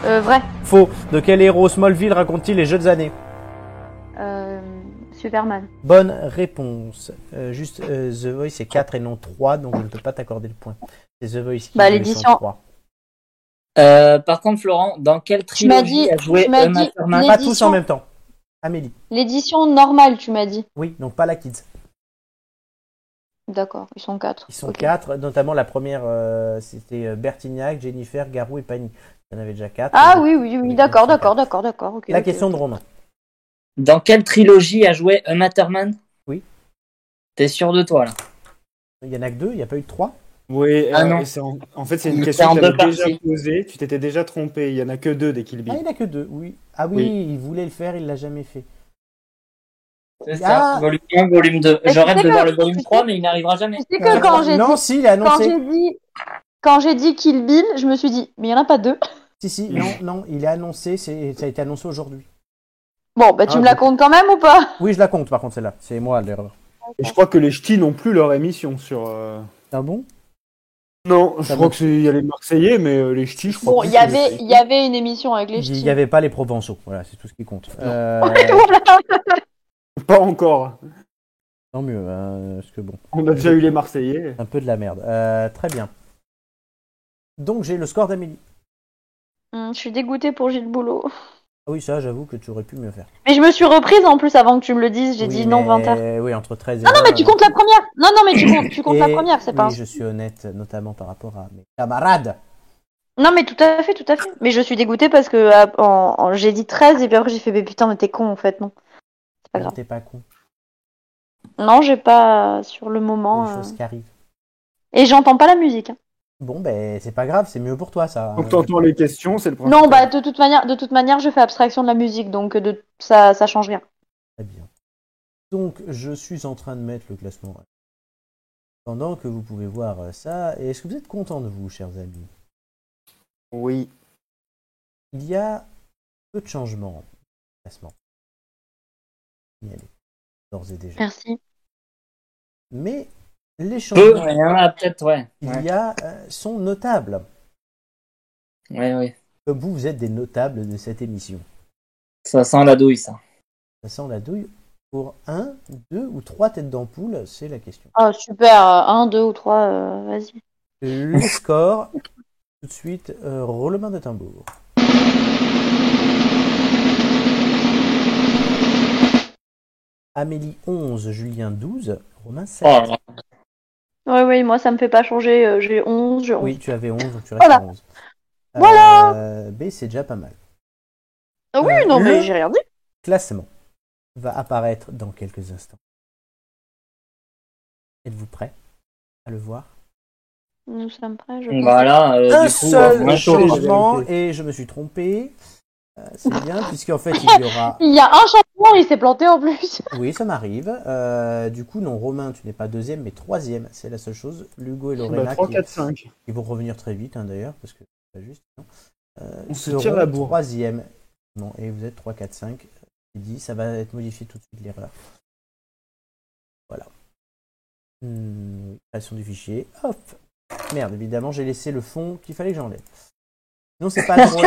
Euh, vrai. Faux. De quel héros Smallville raconte-t-il les jeunes années Euh, Superman. Bonne réponse. Euh, juste euh, The Voice c'est 4 et non 3, donc je ne peux pas t'accorder le point. C'est The Voice qui Bah, joue les l'édition. 103. Euh, par contre, Florent, dans quelle m'as trilogie dit- a joué tu m'as Emma dit Thurman Pas tous L'édition. en même temps. Amélie. L'édition normale, tu m'as dit. Oui, donc pas la Kids. D'accord, ils sont quatre. Ils sont Ok. quatre, notamment la première, euh, c'était euh, Bertignac, Jennifer, Garou et Pani. Il y en avait déjà quatre. Ah Donc, oui, oui, oui, ils d'accord, sont d'accord, quatre. d'accord, d'accord. ok, La ok. question de Romain. Dans quelle trilogie a joué Emma Thurman Oui. T'es sûr de toi là Il y en a que deux, il n'y a pas eu de trois Oui, Ah euh, non. et c'est en, en fait, c'est Il une était question en que deux t'avais déjà parties. posée. Tu t'étais déjà trompé. Il y en a que deux des Kill Ah, Bill. il a que deux, oui. Ah oui, Oui. il voulait le faire, il l'a jamais fait. C'est ça, Ah. volume 1, volume 2. Mais Je rêve c'est de voir pas- le volume 3, mais il n'arrivera jamais. Tu sais que quand j'ai Euh, non, dit, si, il a quand annoncé. j'ai dit, quand j'ai dit Kill Bill, je me suis dit, mais il n'y en a pas deux. Si, si, non, non, il a annoncé, c'est- ça a été annoncé aujourd'hui. Bon, bah tu Ah, me la bon. comptes quand même ou pas Oui, je la compte par contre, celle-là. C'est moi l'erreur. Ah, Et je crois que les ch'tis n'ont plus leur émission sur. euh, Ah bon Non, je Ça crois va. qu'il y a les Marseillais, mais euh, les ch'tis, je crois. Bon, plus il y que- avait, il y avait une émission avec les Il ch'tis. n'y avait pas les Provençaux, voilà, c'est tout ce qui compte. Euh, Pas encore. tant mieux, hein, parce que bon, On a déjà eu les Marseillais. c'est un peu de la merde. Euh, très bien. Donc j'ai le score d'Amélie. Hum, je suis dégoûtée pour Gilles Boulot. Ah oui, ça, j'avoue que tu aurais pu mieux faire. Mais je me suis reprise en plus avant que tu me le dises. J'ai Oui, dit non, mais- 20h. Oui, entre 13 et Non, non, mais 20, tu comptes la première. Non, non, mais tu comptes, tu comptes la Et- première, c'est oui, pas. un- je suis honnête, notamment par rapport à mes camarades. Non, mais tout à fait, tout à fait. Mais je suis dégoûtée parce que à- en- en- j'ai dit 13 et puis après j'ai fait, mais putain, mais t'es con en fait, non. C'est pas Mais grave. T'es pas con, Non, j'ai pas euh, sur le les moment. euh, choses qui arrivent. Et j'entends pas la musique. hein. Bon, ben, c'est pas grave, c'est mieux pour toi, ça. hein. Donc t'entends les questions, c'est le principe. Non, bah de toute manière, de toute manière, je fais abstraction de la musique, donc euh, de ça, ça change rien. Très bien. Donc, je suis en train de mettre le classement. Pendant que vous pouvez voir euh, ça, et est-ce que vous êtes content de vous, chers amis Oui. Il y a peu de changements au classement. Signalé, D'ores et déjà. Merci. Mais les Peu, changements ouais, hein, peut-être, ouais. qu'il Ouais, y a euh, sont notables. ouais, ouais. Comme vous, vous êtes des notables de cette émission. Ça sent la douille, ça. Ça sent la douille. Pour un, deux ou trois têtes d'ampoule, c'est la question. Ah super, euh, un, deux ou trois, euh, vas-y. Euh. Le score, tout de suite, euh, roulement de tambour. Amélie 11, Julien 12, Romain 7. Oh, là là. Ouais, ouais, moi ça me fait pas changer. euh, J'ai 11, j'ai 11. Ah oui, tu avais 11, donc tu restes Voilà. à 11. Euh, Voilà. B, c'est déjà pas mal. Ah oui, Euh, non, mais le- j'ai rien dit. Classement va apparaître dans quelques instants. Êtes-vous prêt à le voir Nous sommes prêts, je pense. Voilà, euh, un du coup, seul euh, moi, je- changement et je me suis trompé. Euh, C'est bien, puisqu'en fait, il y aura. Il y a un changement, il s'est planté en plus. Oui, ça m'arrive. Euh, du coup, non, Romain, tu n'es pas deuxième, mais troisième. C'est la seule chose. Lugo et Lorena, Bah, 3, qui, 4, 5. qui vont revenir très vite, hein, d'ailleurs, parce que c'est pas juste. non. Euh, On se seront tire la bourre. Troisième. Non, et vous êtes 3, 4, 5. J'ai dit, ça va être modifié tout de suite, l'erreur. Voilà. Hmm, création du fichier. Hop. Merde, évidemment, j'ai laissé le fond qu'il fallait que j'enlève. Non, c'est pas drôle.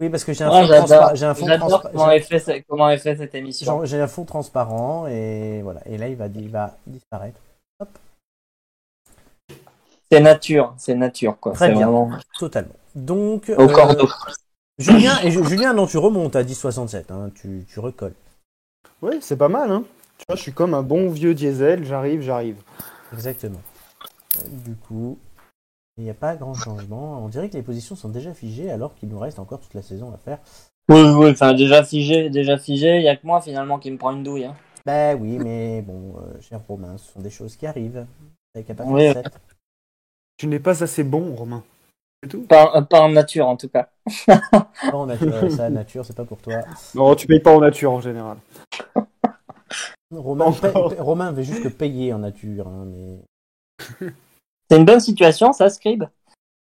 Oui, parce que j'ai un Moi, fond transparent. j'adore J'ai un fond j'adore transpa- comment, est fait ce- comment est fait cette j'ai- émission. j'ai un fond transparent et voilà. Et là, il va, il va disparaître. C'est nature, c'est nature, quoi. Très C'est bien. vraiment Totalement. Donc, au euh, cordeau. Julien, et Ju- Julien, non, tu remontes à 10,67. Hein, tu, tu recolles. Ouais, c'est pas mal, hein. Tu vois, je suis comme un bon vieux diesel, j'arrive, j'arrive. Exactement. Euh, Du coup, il n'y a pas grand changement. On dirait que les positions sont déjà figées alors qu'il nous reste encore toute la saison à faire. Oui, oui, enfin, déjà figé, déjà figé. Il y a que moi, finalement, qui me prend une douille. Hein. Ben oui, mais bon, euh, cher Romain, ce sont des choses qui arrivent. T'es capable de Oui. faire sept. Tu n'es pas assez bon, Romain. C'est tout. Pas, euh, pas en nature, en tout cas. Pas en nature, ça, nature, c'est pas pour toi. Non, tu payes pas en nature en général. Romain, Encore. pa- pa- Romain veut juste payer en nature, hein, mais C'est une bonne situation, ça, Scribe.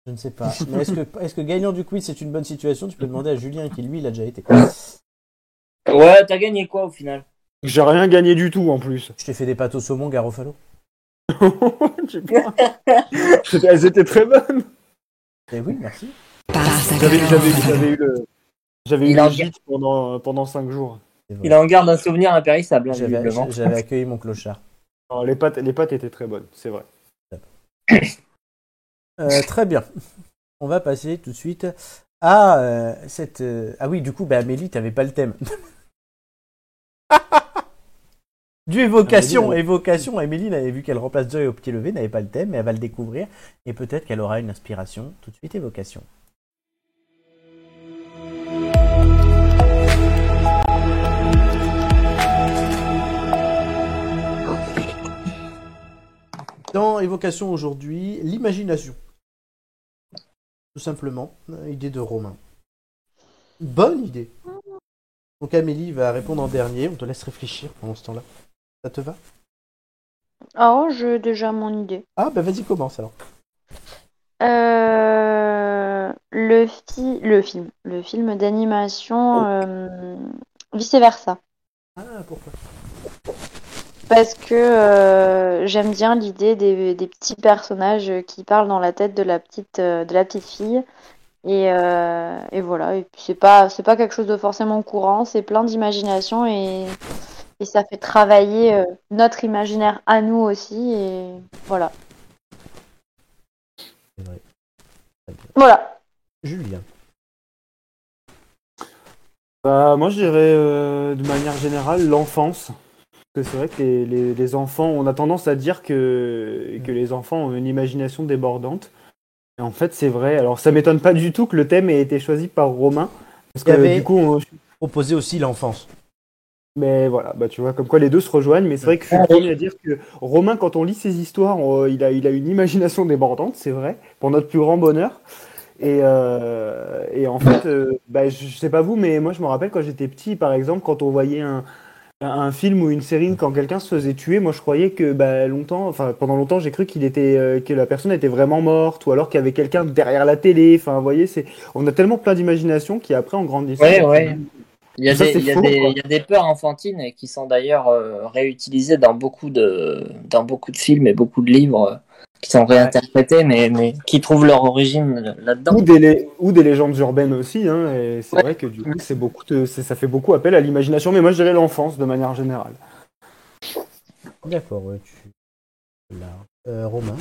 je ne sais pas. Mais est-ce que, est-ce que gagnant du quiz, c'est une bonne situation Tu peux demander à Julien qui, lui, l'a déjà été. Ouais, t'as gagné quoi au final J'ai rien gagné du tout en plus. Je t'ai fait des pâtes au saumon, Garofalo. J'ai pas- C'était- Elles étaient très bonnes. Eh oui, merci. J'avais j'avais- j'avais eu le. J'avais eu Il le en- gîte pendant, pendant 5 jours. C'est vrai. Il en garde un souvenir impérissable, hein, J'avais visiblement. j'avais accueilli mon clochard. Alors, les, pâtes, les pâtes étaient très bonnes, c'est vrai. Euh, très bien. On va passer tout de suite à euh, cette. euh, Ah oui, du coup, bah, Amélie, t'avais pas le thème. du évocation, Amélie, évocation. Amélie, n'avait vu qu'elle remplace Joy au petit lever, n'avait pas le thème, mais elle va le découvrir et peut-être qu'elle aura une inspiration. Tout de suite, évocation. Dans Évocation aujourd'hui, l'imagination. Tout simplement, euh, idée de Romain. Bonne idée. Donc Amélie va répondre en dernier, on te laisse réfléchir pendant ce temps-là. Ça te va Oh, j'ai déjà mon idée. Ah bah vas-y commence alors. Euh, le, fi- le film, le film d'animation euh, Vice Versa. Ah pourquoi Parce que euh, j'aime bien l'idée des, des petits personnages qui parlent dans la tête de la petite, euh, de la petite fille. Et, euh, et voilà. Et puis c'est pas, c'est pas quelque chose de forcément courant. C'est plein d'imagination et, et ça fait travailler euh, notre imaginaire à nous aussi. Et voilà. C'est vrai. Voilà. Julien. Bah, moi, je dirais euh, de manière générale l'enfance. Parce que c'est vrai que les, les- les enfants, on a tendance à dire que, que les enfants ont une imagination débordante. Et en fait, c'est vrai. Alors, ça m'étonne pas du tout que le thème ait été choisi par Romain. Parce que Il y avait- du coup, on- Proposer aussi l'enfance. mais voilà, bah, tu vois, comme quoi les deux se rejoignent. Mais c'est vrai que je suis le premier à dire que Romain, quand on lit ses histoires, on- il, a, il a une imagination débordante, c'est vrai, pour notre plus grand bonheur. Et, euh, et en fait, euh, bah, je, je sais pas vous, mais moi je me rappelle quand j'étais petit, par exemple, quand on voyait un, un film ou une série, quand quelqu'un se faisait tuer, moi je croyais que bah, longtemps, enfin pendant longtemps, j'ai cru qu'il était, euh, que la personne était vraiment morte, ou alors qu'il y avait quelqu'un derrière la télé. Enfin, vous voyez, c'est, on a tellement plein d'imagination qui après en grandissant. Ouais, ouais. Il y, a Ça, des, c'est il, y a faux, des, quoi. il y a des peurs enfantines et qui sont d'ailleurs euh, réutilisées dans beaucoup, de, dans beaucoup de films et beaucoup de livres euh, qui sont réinterprétés mais, mais qui trouvent leur origine là-dedans. Ou des, lé- ou des légendes urbaines aussi, hein, et c'est Ouais. vrai que du coup, c'est beaucoup de- c'est- ça fait beaucoup appel à l'imagination, mais moi je dirais l'enfance de manière générale. D'accord, ouais, tu... Là. Euh, Romain,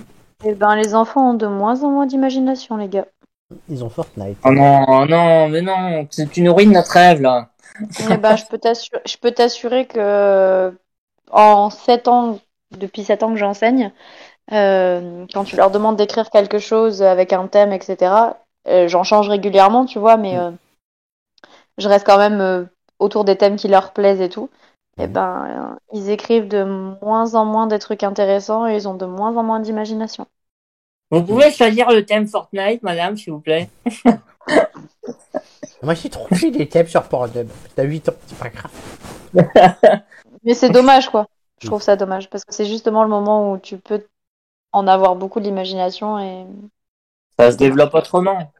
Et ben les enfants ont de moins en moins d'imagination, les gars. ils ont Fortnite. Oh non, oh non, mais non, c'est une ruine notre rêve là. Eh ben, je peux t'assurer, je peux t'assurer que en sept ans, depuis sept ans que j'enseigne, euh, quand tu leur demandes d'écrire quelque chose avec un thème, etc., euh, j'en change régulièrement, tu vois, mais euh, je reste quand même euh, autour des thèmes qui leur plaisent et tout. Eh ben, euh, ils écrivent de moins en moins des trucs intéressants et ils ont de moins en moins d'imagination. Vous pouvez choisir le thème Fortnite, madame, s'il vous plaît. Moi j'ai trouvé des thèmes sur Pornhub. T'as 8 ans, c'est pas grave. Mais c'est dommage, quoi. Je trouve ça dommage parce que c'est justement le moment où tu peux en avoir beaucoup de l'imagination et Ça se développe autrement.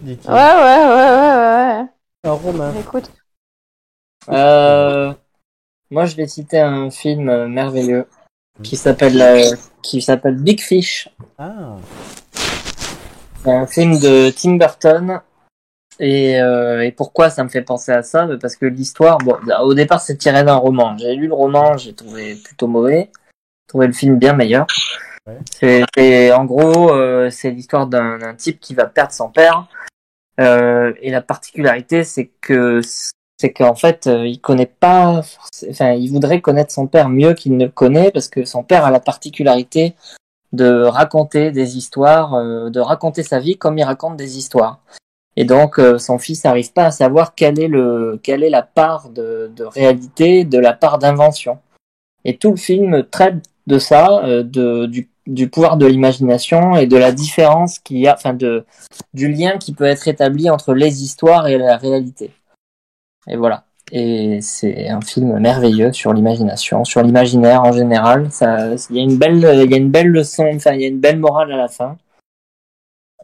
dit-il. Ouais, ouais, ouais, ouais, Alors ouais, Romain, ouais. Écoute, Euh, moi, je vais citer un film euh, merveilleux qui s'appelle euh, qui s'appelle Big Fish. ah, C'est un film de Tim Burton. Et, euh, et pourquoi ça me fait penser à ça Bah, Parce que l'histoire, bon, au départ, c'est tiré d'un roman. J'ai lu le roman, j'ai trouvé plutôt mauvais. J'ai trouvé le film bien meilleur. Ouais. C'est- c'est- en gros, euh, c'est l'histoire d'un d'un type qui va perdre son père. Euh, et la particularité, c'est que c'est qu'en fait, euh, il connaît pas. forc- Enfin, il voudrait connaître son père mieux qu'il ne le connaît parce que son père a la particularité de raconter des histoires, euh, de raconter sa vie comme il raconte des histoires. Et donc euh, son fils n'arrive pas à savoir quelle est le quelle est la part de, de réalité, de la part d'invention. Et tout le film traite de ça, euh, de, du, du pouvoir de l'imagination et de la différence qu'il y a, enfin de du lien qui peut être établi entre les histoires et la réalité. Et voilà. Et c'est un film merveilleux sur l'imagination, sur l'imaginaire en général. Ça, il y a une belle, il y a une belle leçon, enfin, il y a une belle morale à la fin.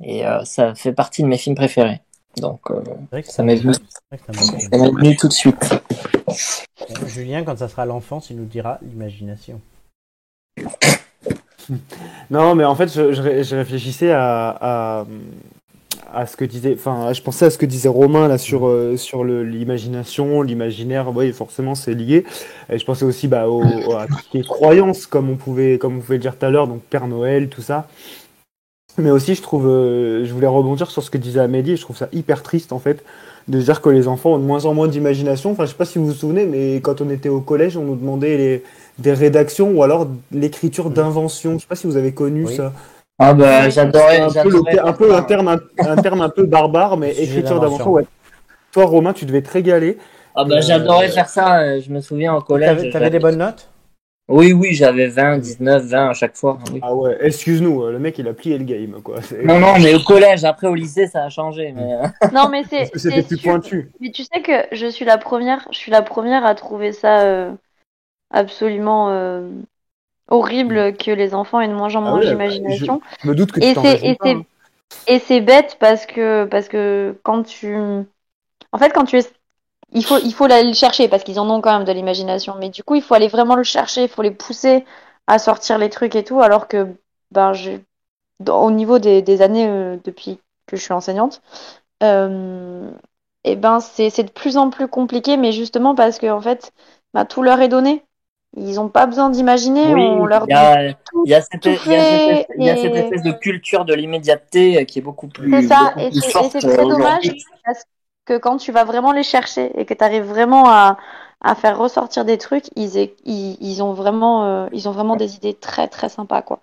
Et euh, ça fait partie de mes films préférés. Donc, euh, c'est vrai que ça m'est venu, c'est vrai que ça m'a ça m'est venu tout de suite. Bon, Julien, quand ça sera l'enfance, il nous dira l'imagination. Non, mais en fait, je, je ré- je réfléchissais à, à, à ce que disait, enfin, je pensais à ce que disait Romain là sur, euh, sur le- l'imagination, l'imaginaire. Oui, forcément, c'est lié. Et je pensais aussi bah, au, au- à toutes les croyances, comme on pouvait, comme on pouvait le dire tout à l'heure, donc Père Noël, tout ça. Mais aussi, je trouve, euh, je voulais rebondir sur ce que disait Amélie. et Je trouve ça hyper triste en fait de se dire que les enfants ont de moins en moins d'imagination. Enfin, je sais pas si vous vous souvenez, mais quand on était au collège, on nous demandait les des rédactions ou alors l'écriture d'invention. Je sais pas si vous avez connu Oui. ça. Ah bah, C'est j'adorais, un peu, le- j'adorais. un peu un terme un, un terme un peu barbare, mais Sujet écriture d'invention. d'invention. Ouais. Toi, Romain, tu devais te régaler. Ah bah, j'adorais faire ça. euh, Je me souviens au collège. T'avais t'avais des bonnes notes Oui, oui, j'avais 20, 19, 20 à chaque fois. oui. Ah ouais, excuse-nous, euh, le mec il a plié le game quoi. C'est- Non, non, mais au collège, après au lycée, ça a changé. Mais... euh, Non, mais c'est. Parce que c'était c'est plus sûr. pointu. Mais tu sais que je suis la première, je suis la première à trouver ça euh, absolument euh, horrible que les enfants aient de moins en Mm. Ah moins ouais, d'imagination. Je me doute que Et tu t'en c'est- raisonnes et pas, c'est- hein. Et c'est bête parce que parce que quand tu, en fait, quand tu es, il faut il faut aller le chercher parce qu'ils en ont quand même de l'imagination. Mais du coup, il faut aller vraiment le chercher, il faut les pousser à sortir les trucs et tout. Alors que ben j'ai dans- au niveau des, des années euh, depuis que je suis enseignante, euh, et ben c'est c'est de plus en plus compliqué, mais justement parce que en fait, ben, tout leur est donné. Ils n'ont pas besoin d'imaginer, oui, on leur il y dit a, tout- il y a cette, tout il y a cette- fait il y a cette et- espèce de culture de l'immédiateté euh, qui est beaucoup plus, C'est ça, beaucoup et plus c'est et forte c'est très euh, dommage aujourd'hui. parce que quand tu vas vraiment les chercher et que tu arrives vraiment à, à faire ressortir des trucs, ils, est- ils, ils ont vraiment, euh, ils ont vraiment des idées très très sympas quoi.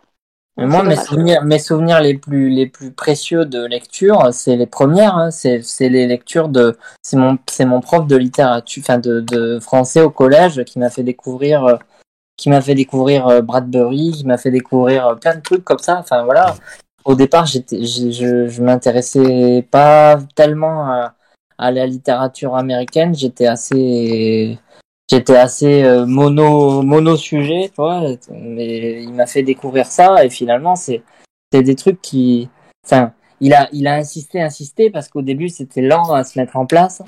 Mais Donc, moi, c'est mes dommage. souvenirs, mes souvenirs les plus, les plus précieux de lecture, c'est les premières. hein. c'est, c'est les lectures de, c'est mon, c'est mon prof de littérature, enfin de, de français au collège qui m'a fait découvrir, euh, qui m'a fait découvrir euh, Bradbury, qui m'a fait découvrir euh, plein de trucs comme ça. Enfin voilà. Au départ, j'étais, j'ai- je, je m'intéressais pas tellement à, à la littérature américaine. J'étais assez, j'étais assez euh, mono mono sujet tu vois mais il m'a fait découvrir ça et finalement c'est c'est des trucs qui enfin il a il a insisté insisté parce qu'au début c'était lent à se mettre en place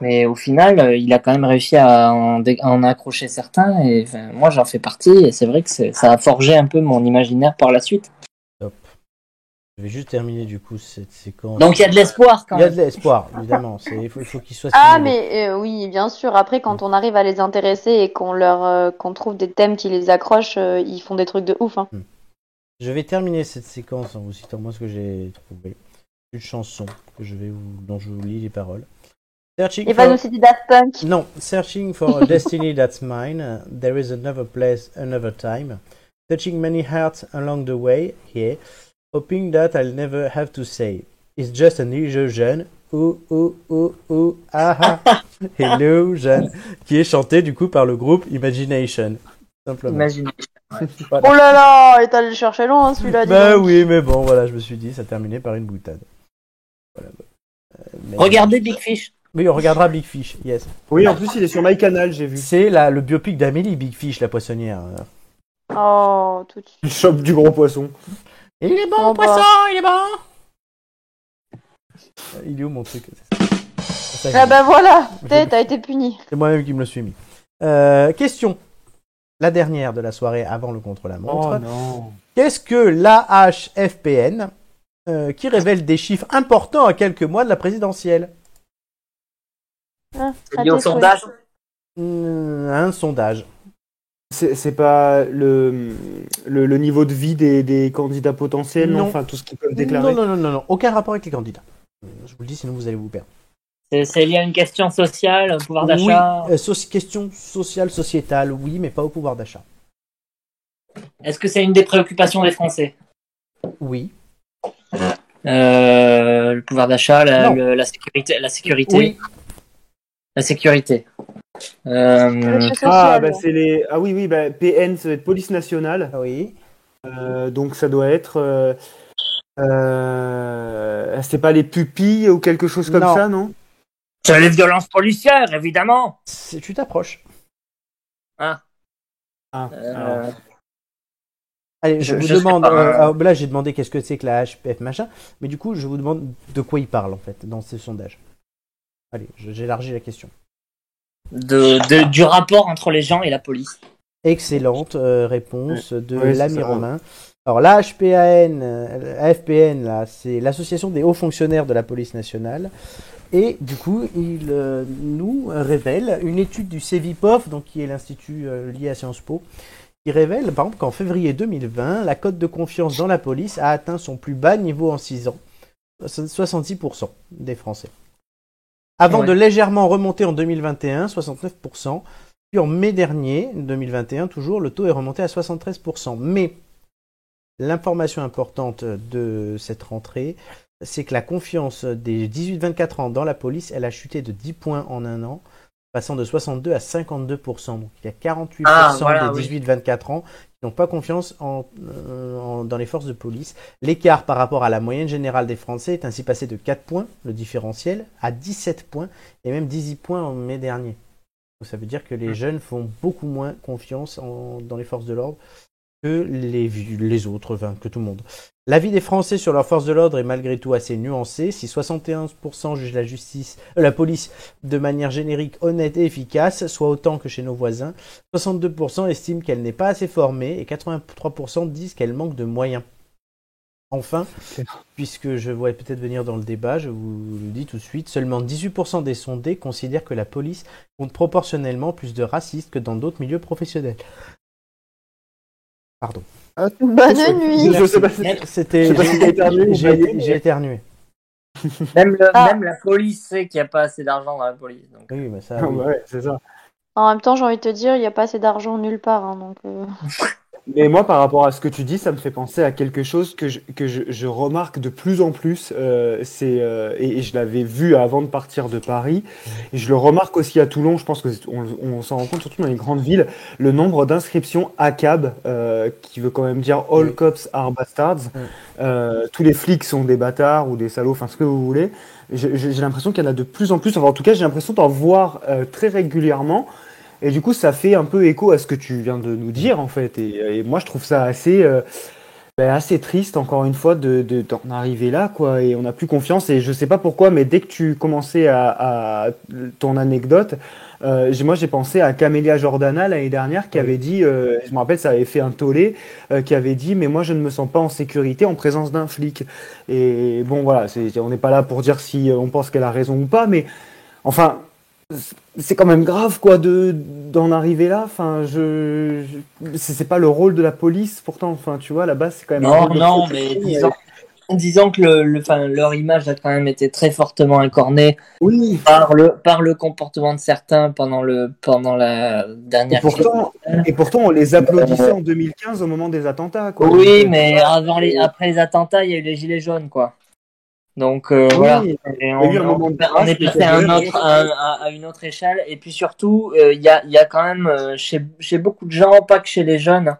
mais au final euh, il a quand même réussi à en, dé- à en accrocher certains et enfin, moi j'en fais partie et c'est vrai que c'est- ça a forgé un peu mon imaginaire par la suite Je vais juste terminer du coup cette séquence. donc il y a de l'espoir quand Il y a même de l'espoir, évidemment. C'est- Il faut, il faut qu'il soit. Ah stimulé. mais euh, oui, bien sûr. Après, quand on arrive à les intéresser et qu'on leur, euh, qu'on trouve des thèmes qui les accrochent, euh, ils font des trucs de ouf. Hein. Je vais terminer cette séquence en vous citant moi ce que j'ai trouvé. Une chanson que je vais vous, dont je vous lis les paroles. Searching Et pas for- nous citer Daft Punk. Non, Searching for a Destiny That's Mine, uh, There is Another Place, Another Time, Touching Many Hearts Along the Way, yeah, Hoping That I'll Never Have to Say, It's Just an Illusion, ouh ouh ouh ouh, ah ah, Illusion, qui est chanté du coup par le groupe Imagination, simplement. Imagine. Oh là là, et t'allais le chercher loin hein, celui-là. dis Bah donc. oui, mais bon, voilà, je me suis dit, ça terminait par une boutade. Voilà. Euh, mais- regardez Big Fish Oui, on regardera Big Fish, yes. Oui, en plus il est sur MyCanal, j'ai vu. C'est la- le biopic d'Amélie, Big Fish, la poissonnière. Oh, tout de suite. Il chope du gros poisson. Il est bon, Oh, bah. poisson, il est bon Euh, Il est où mon truc C'est ça, Ah bah voilà, Je- t'es- t'as été puni. c'est moi-même qui me le suis mis. Euh, question. La dernière de la soirée avant le contre-la-montre. non. Qu'est-ce que l'AHFPN euh, qui révèle des chiffres importants à quelques mois de la présidentielle Hein, c'est lié au raté, toi. sondage Hmm, Un sondage. C'est c'est pas le, le, le niveau de vie des, des candidats potentiels, non Non. Enfin, tout ce qu'ils peuvent Non, Euh, déclarer. non, non, non, non, aucun rapport avec les candidats. Euh, Je vous le dis, sinon vous allez vous perdre. c'est, c'est lié à une question sociale au pouvoir Oui, d'achat euh, soci- question sociale, sociétale, oui, mais pas au pouvoir d'achat. est-ce que c'est une des préoccupations des Français Oui. Euh, le pouvoir d'achat, la, Non. le- la sécurité, la sécurité, Oui. la sécurité. Euh, Monsieur Social. Ah, bah c'est les. Ah oui, oui, bah, PN, ça doit être Police Nationale. Oui. Euh, donc ça doit être. euh, euh, c'est pas les pupilles ou quelque chose comme Non. ça, non c'est Euh, les violences policières, évidemment. C'est- Tu t'approches. Ah, alors. Euh, Allez, je, Je- vous je sais demande. pas, euh, euh, alors, là, j'ai demandé qu'est-ce que c'est que la HPF machin, mais du coup, je vous demande de quoi il parle en fait dans ce sondage. Allez, je- j'élargis la question. de, de- du rapport entre les gens et la police. Excellente euh, réponse de Ouais, c'est l'ami ça. Romain. Alors, la HPAN, euh, la AFPN, là, c'est l'association des hauts fonctionnaires de la police nationale. Et du coup, il euh, nous révèle une étude du CEVIPOF, donc qui est l'institut euh, lié à Sciences Po, qui révèle par exemple qu'en février 2020, la cote de confiance dans la police a atteint son plus bas niveau en 6 ans, 66% des Français. Avant Ouais. de légèrement remonter en 2021, 69%, puis en mai dernier, 2021 toujours, le taux est remonté à 73%. Mais l'information importante de cette rentrée, c'est que la confiance des 18-24 ans dans la police, elle a chuté de 10 points en un an passant de 62 à 52%. Donc il y a 48% Ah, voilà, des oui. 18-24 ans qui n'ont pas confiance en, euh, en- dans les forces de police. L'écart par rapport à la moyenne générale des Français est ainsi passé de 4 points, le différentiel, à 17 points et même 18 points en mai dernier. Donc, ça veut dire que Hmm. les jeunes font beaucoup moins confiance en- dans les forces de l'ordre que les, vieux- les autres, enfin, que tout le monde. L'avis des Français sur leurs forces de l'ordre est malgré tout assez nuancé. Si 71% jugent la justice, euh, la police de manière générique honnête et efficace, soit autant que chez nos voisins, 62% estiment qu'elle n'est pas assez formée et 83% disent qu'elle manque de moyens. Enfin, puisque je vois peut-être venir dans le débat, je vous le dis tout de suite, seulement 18% des sondés considèrent que la police compte proportionnellement plus de racistes que dans d'autres milieux professionnels. Pardon. euh, Bonne nuit. Je sais pas si- C'était. Je sais pas si t'as éternué ou j'ai- pas, j'ai- mais- J'ai éternué. Même, le- Ah. même la police sait qu'il n'y a pas assez d'argent dans la police. Donc. Oui, mais ça. Ah oui. ouais, c'est ça. En même temps, j'ai envie de te dire, il n'y a pas assez d'argent nulle part. hein, donc, euh, Mais moi, par rapport à ce que tu dis, ça me fait penser à quelque chose que je, que je, je remarque de plus en plus. euh, c'est euh, et, et je l'avais vu avant de partir de Paris. Et je le remarque aussi à Toulon. Je pense que c'est- on, on s'en rend compte surtout dans les grandes villes. Le nombre d'inscriptions ACAB, euh, qui veut quand même dire All Oui. Cops Are Bastards. Oui. Euh, tous les flics sont des bâtards ou des salauds, enfin ce que vous voulez. Je- je- J'ai l'impression qu'il y en a de plus en plus. Enfin, en tout cas, j'ai l'impression d'en voir euh, très régulièrement. Et du coup, ça fait un peu écho à ce que tu viens de nous dire, en fait. Et, et moi, je trouve ça assez, euh, ben, assez triste, encore une fois, de, de- d'en arriver là, quoi. Et on n'a plus confiance. Et je sais pas pourquoi, mais dès que tu commençais à, à ton anecdote, euh, j'ai- moi, j'ai pensé à Camélia Jordana l'année dernière, qui avait dit, euh, je me rappelle, ça avait fait un tollé, euh, qui avait dit, mais moi, je ne me sens pas en sécurité en présence d'un flic. Et bon, voilà, c'est, on n'est pas là pour dire si euh, on pense qu'elle a raison ou pas, mais enfin c'est quand même grave quoi de d'en arriver là enfin je, je- c'est c'est pas le rôle de la police pourtant enfin tu vois à la base c'est quand même un Non, rôle de- non, mais disons, disons que le, le- enfin, leur image a quand même été très fortement incornée oui par le, par le comportement de certains pendant, le, pendant la et dernière pourtant et pourtant on les applaudissait en 2015 au moment des attentats quoi euh, Oui, mais avant les, après les attentats, il y a eu les gilets jaunes, quoi. Donc euh, Oui, voilà, il Et on, y a eu un moment de Bah, on- on est grâce, passé mais à, un c'est autre, à, à- à une autre échelle. Et puis surtout, euh, il y, a, il y a quand même, euh, chez, chez beaucoup de gens, pas que chez les jeunes,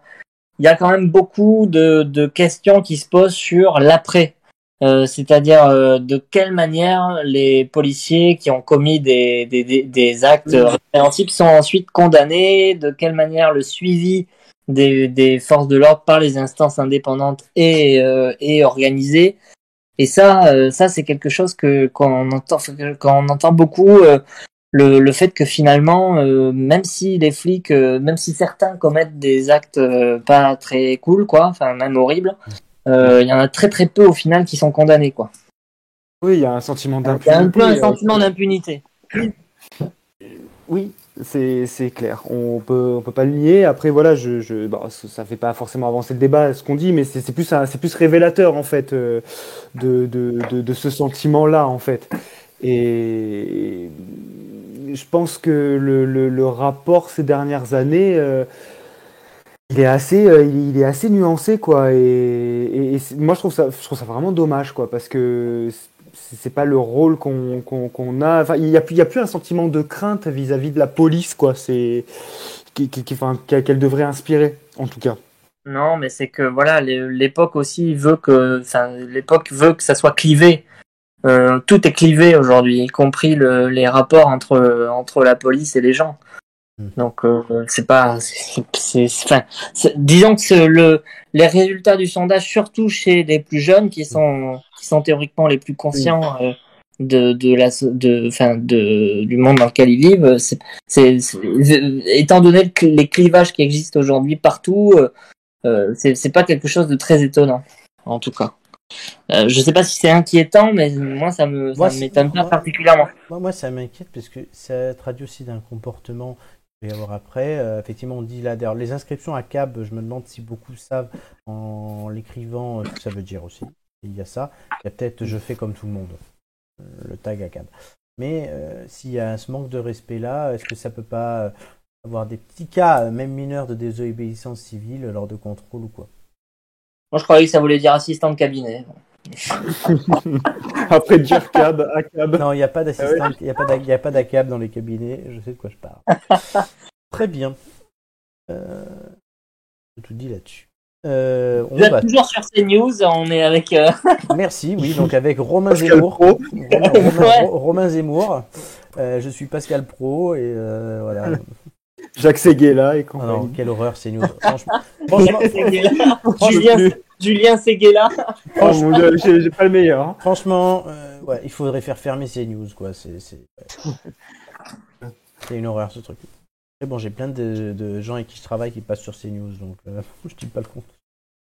il y a quand même beaucoup de, de questions qui se posent sur l'après. Euh, C'est-à-dire euh, de quelle manière les policiers qui ont commis des, des, des, des actes répréhensibles sont ensuite condamnés, de quelle manière le suivi des, des forces de l'ordre par les instances indépendantes et, euh, et organisées. Et ça, euh, ça c'est quelque chose que qu'on entend, quand on entend beaucoup euh, le, le fait que finalement, euh, même si les flics, euh, même si certains commettent des actes euh, pas très cool, quoi, enfin même horribles, euh, il y en a très très peu au final qui sont condamnés, quoi. oui il y a un sentiment Il y a un d'impunité peu un euh, sentiment d'impunité. Oui, c'est c'est clair. On peut on peut pas le nier. Après voilà, je je bah, ça ça fait pas forcément avancer le débat ce qu'on dit, mais c'est c'est plus un- c'est plus révélateur en fait euh, de de de, de ce sentiment là en fait. Et je pense que le le, le rapport ces dernières années. euh, il est assez, euh, il il est assez nuancé quoi, et, et- et c'est- moi je trouve ça, je trouve ça vraiment dommage quoi, parce que c'est c'est pas le rôle qu'on qu'on qu'on a. Enfin, il y a plus, il y a plus un sentiment de crainte vis-à-vis de la police quoi. C'est qui, qui, qui- enfin, qu'elle qu'elle devrait inspirer en tout cas. Non, mais c'est que voilà, l'é- l'époque aussi veut que, enfin, l'époque veut que ça soit clivé. Euh, tout est clivé aujourd'hui, y compris le- les rapports entre entre la police et les gens. Mm. Donc euh, c'est pas, c'est, c'est- c'est- enfin, c'est- disons que c'est le les résultats du sondage, surtout chez les plus jeunes, qui sont qui sont théoriquement les plus conscients euh, de de la so- de, enfin, de du monde dans lequel ils vivent, euh, c'est, c'est- c'est- étant donné le cl- les clivages qui existent aujourd'hui partout. euh, euh, c'est c'est pas quelque chose de très étonnant, en tout cas. Euh, je sais pas si c'est inquiétant, mais moi ça me Moi, ça c'est- m'étonne pas moi- particulièrement. Moi, moi, ça m'inquiète parce que ça traduit aussi d'un comportement qu'il va y avoir après. Euh, effectivement, on dit là, d'ailleurs, les inscriptions à CAB, je me demande si beaucoup savent en l'écrivant euh, ce que ça veut dire aussi. Il y a ça. Il y a peut-être je fais comme tout le monde, euh, le tag à CAB. Mais euh, s'il y a ce manque de respect-là, est-ce que ça peut pas euh, avoir des petits cas, euh, même mineurs, de désobéissance civile euh, lors de contrôle ou quoi Moi je croyais que ça voulait dire assistant de cabinet. Après dire cab, à Bah. cab. Non, il n'y a pas Ah d'assistante, il n'y a pas d'a- il y a pas d'accable dans les cabinets, je sais de quoi je parle. Très bien. Euh, j'ai tout dit là-dessus. Euh, on Vous êtes bah. va... toujours sur CNews, on est avec. euh, Merci, oui, donc avec Romain Pascal Zemmour. Pro. Romain, Romain- Ouais. Romain Zemmour. Euh, je suis Pascal Pro et euh, voilà. Jacques Seguela et Ah non, compagnie. quelle horreur, CNews. Franchement, franchement, Seguela. J'en peux Julien, plus. Julien Seguela. Oh mon dieu, j'ai j'ai pas le meilleur. hein. Franchement, euh, ouais, il faudrait faire fermer ces news, quoi. C'est, c'est, ouais. C'est une horreur ce truc. Mais bon, j'ai plein de, de gens avec qui je travaille qui passent sur ces news, donc euh, je dis pas le compte.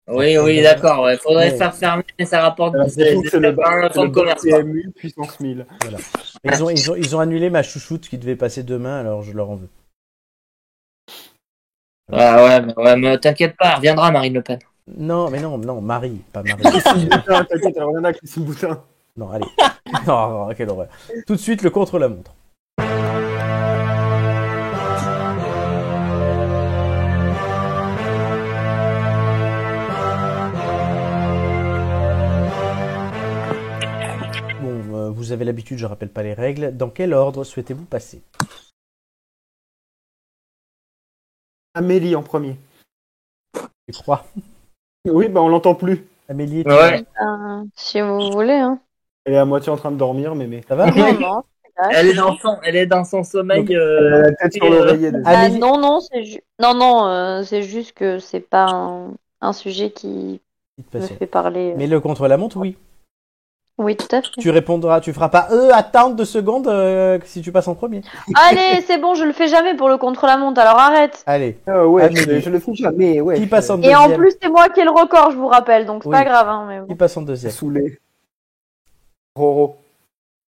Oui, oui, d'accord. ouais. Faudrait Ouais. faire fermer, mais ça rapporte J'ai l'impression que c'est Euh, C'est le pas un bar- c'est fonds le de bar commerce. quoi. PMU puissance 1000. Mais Ils ont, ils, ont, ils ont annulé ma chouchoute qui devait passer demain, alors je leur en veux. Ouais, Ah ouais, mais, ouais, mais t'inquiète pas, elle reviendra Marine Le Pen. Non, mais non, non, Marie, pas Marie. Christine Boutin, t'inquiète, elle revient là, Christine Boutin. non, allez. Non, non, quelle horreur. Tout de suite, le contre-la-montre. Bon, euh, vous avez l'habitude, je rappelle pas les règles. Dans quel ordre souhaitez-vous passer Amélie en premier. Je crois. Oui, bah on l'entend plus. Amélie, tu- Ouais. Euh, si vous voulez, hein. Elle est à moitié en train de dormir, mais. mais... ça va Non, non. Elle est dans son, elle est dans son sommeil. Elle a euh, la tête sur l'oreiller déjà. Ah, Amélie- non, non, c'est ju- non, non, euh, c'est juste que c'est pas un, un sujet qui petite me passion. fait parler. euh. Mais le contre-la-montre, oui. Oui, tout à fait. Tu répondras, tu feras pas euh, attendre deux secondes euh, si tu passes en premier. Allez, c'est bon, je le fais jamais pour le contre-la-montre, alors arrête. Allez. Ah ouais, Amélie. je, je le fais jamais. Ouais, Qui je- passe en Et deuxième en plus, c'est moi qui ai le record, je vous rappelle, donc c'est Oui. pas grave. Hein, mais bon. Qui passe en deuxième Saoulé. Roro.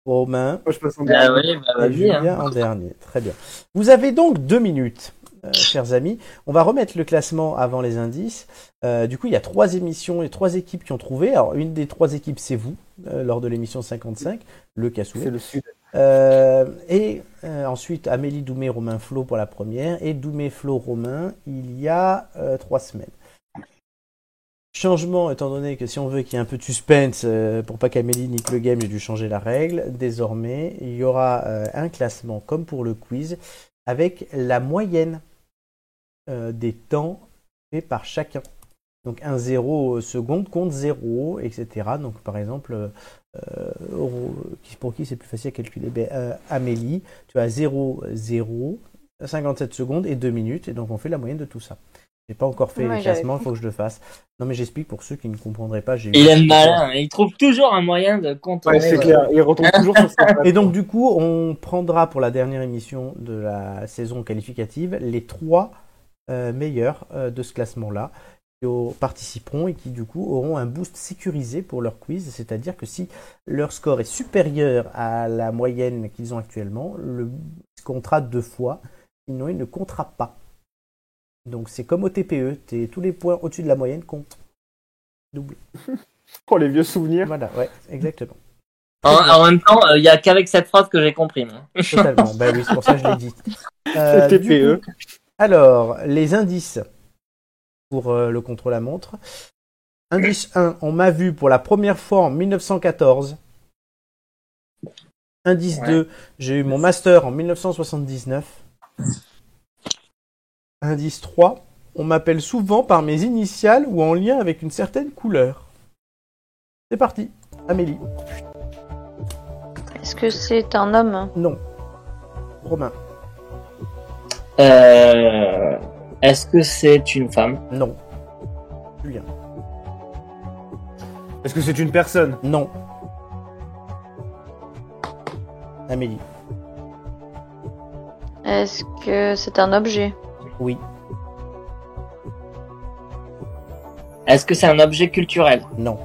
Romain Oh, Moi, je passe en Ah dernier. oui, bah et vas-y. hein. Julien en dernier. Très bien. Vous avez donc deux minutes, euh, chers amis. On va remettre le classement avant les indices. Euh, du coup, il y a trois émissions et trois équipes qui ont trouvé. Alors, une des trois équipes, c'est vous, euh, lors de l'émission 55, le Cassoulet. C'est le sud. Euh, et euh, ensuite, Amélie Doumé, Romain Flo pour la première, et Doumé Flo Romain il y a euh, trois semaines. Changement, étant donné que si on veut qu'il y ait un peu de suspense euh, pour pas qu'Amélie nique le game, j'ai dû changer la règle. Désormais, il y aura euh, un classement, comme pour le quiz, avec la moyenne euh, des temps faits par chacun. Donc un 0 seconde compte 0, etc. Donc par exemple, euh, euh, Ro- qui- pour qui c'est plus facile à calculer Ben, euh, Amélie, tu as 0, 0, 57 secondes et 2 minutes, et donc on fait la moyenne de tout ça. J'ai pas encore fait Ouais, les j'avais classements, il faut que je le fasse. Non mais j'explique pour ceux qui ne comprendraient pas. j'ai eu- Il est malin, hein. il trouve toujours un moyen de contourner. Ouais, c'est le- clair. Il retombe toujours sur sa patte. Et donc du coup, on prendra pour la dernière émission de la saison qualificative les trois euh, meilleurs euh, de ce classement-là qui au- participeront et qui du coup auront un boost sécurisé pour leur quiz, c'est-à-dire que si leur score est supérieur à la moyenne qu'ils ont actuellement, le ils comptera deux fois, sinon il ne comptera pas. Donc c'est comme au TPE, t'es- tous les points au-dessus de la moyenne comptent. Oh, les vieux souvenirs. Voilà, ouais, exactement. En, en même temps, euh, il y a qu'avec cette phrase que j'ai compris. moi. Totalement. ben oui, c'est pour ça que je l'ai dit. Euh, du TPE. coup, alors, les indices pour euh, le contre-la-montre. Indice 1, on m'a vu pour la première fois en 1914. Indice Ouais. 2, j'ai eu mon master en 1979. Indice 3, on m'appelle souvent par mes initiales ou en lien avec une certaine couleur. C'est parti, Amélie. Est-ce que c'est un homme Non. Romain. Euh, Est-ce que c'est une femme Non. Est-ce que c'est une personne Non. Amélie. Est-ce que c'est un objet Oui. Est-ce que c'est un objet culturel Non.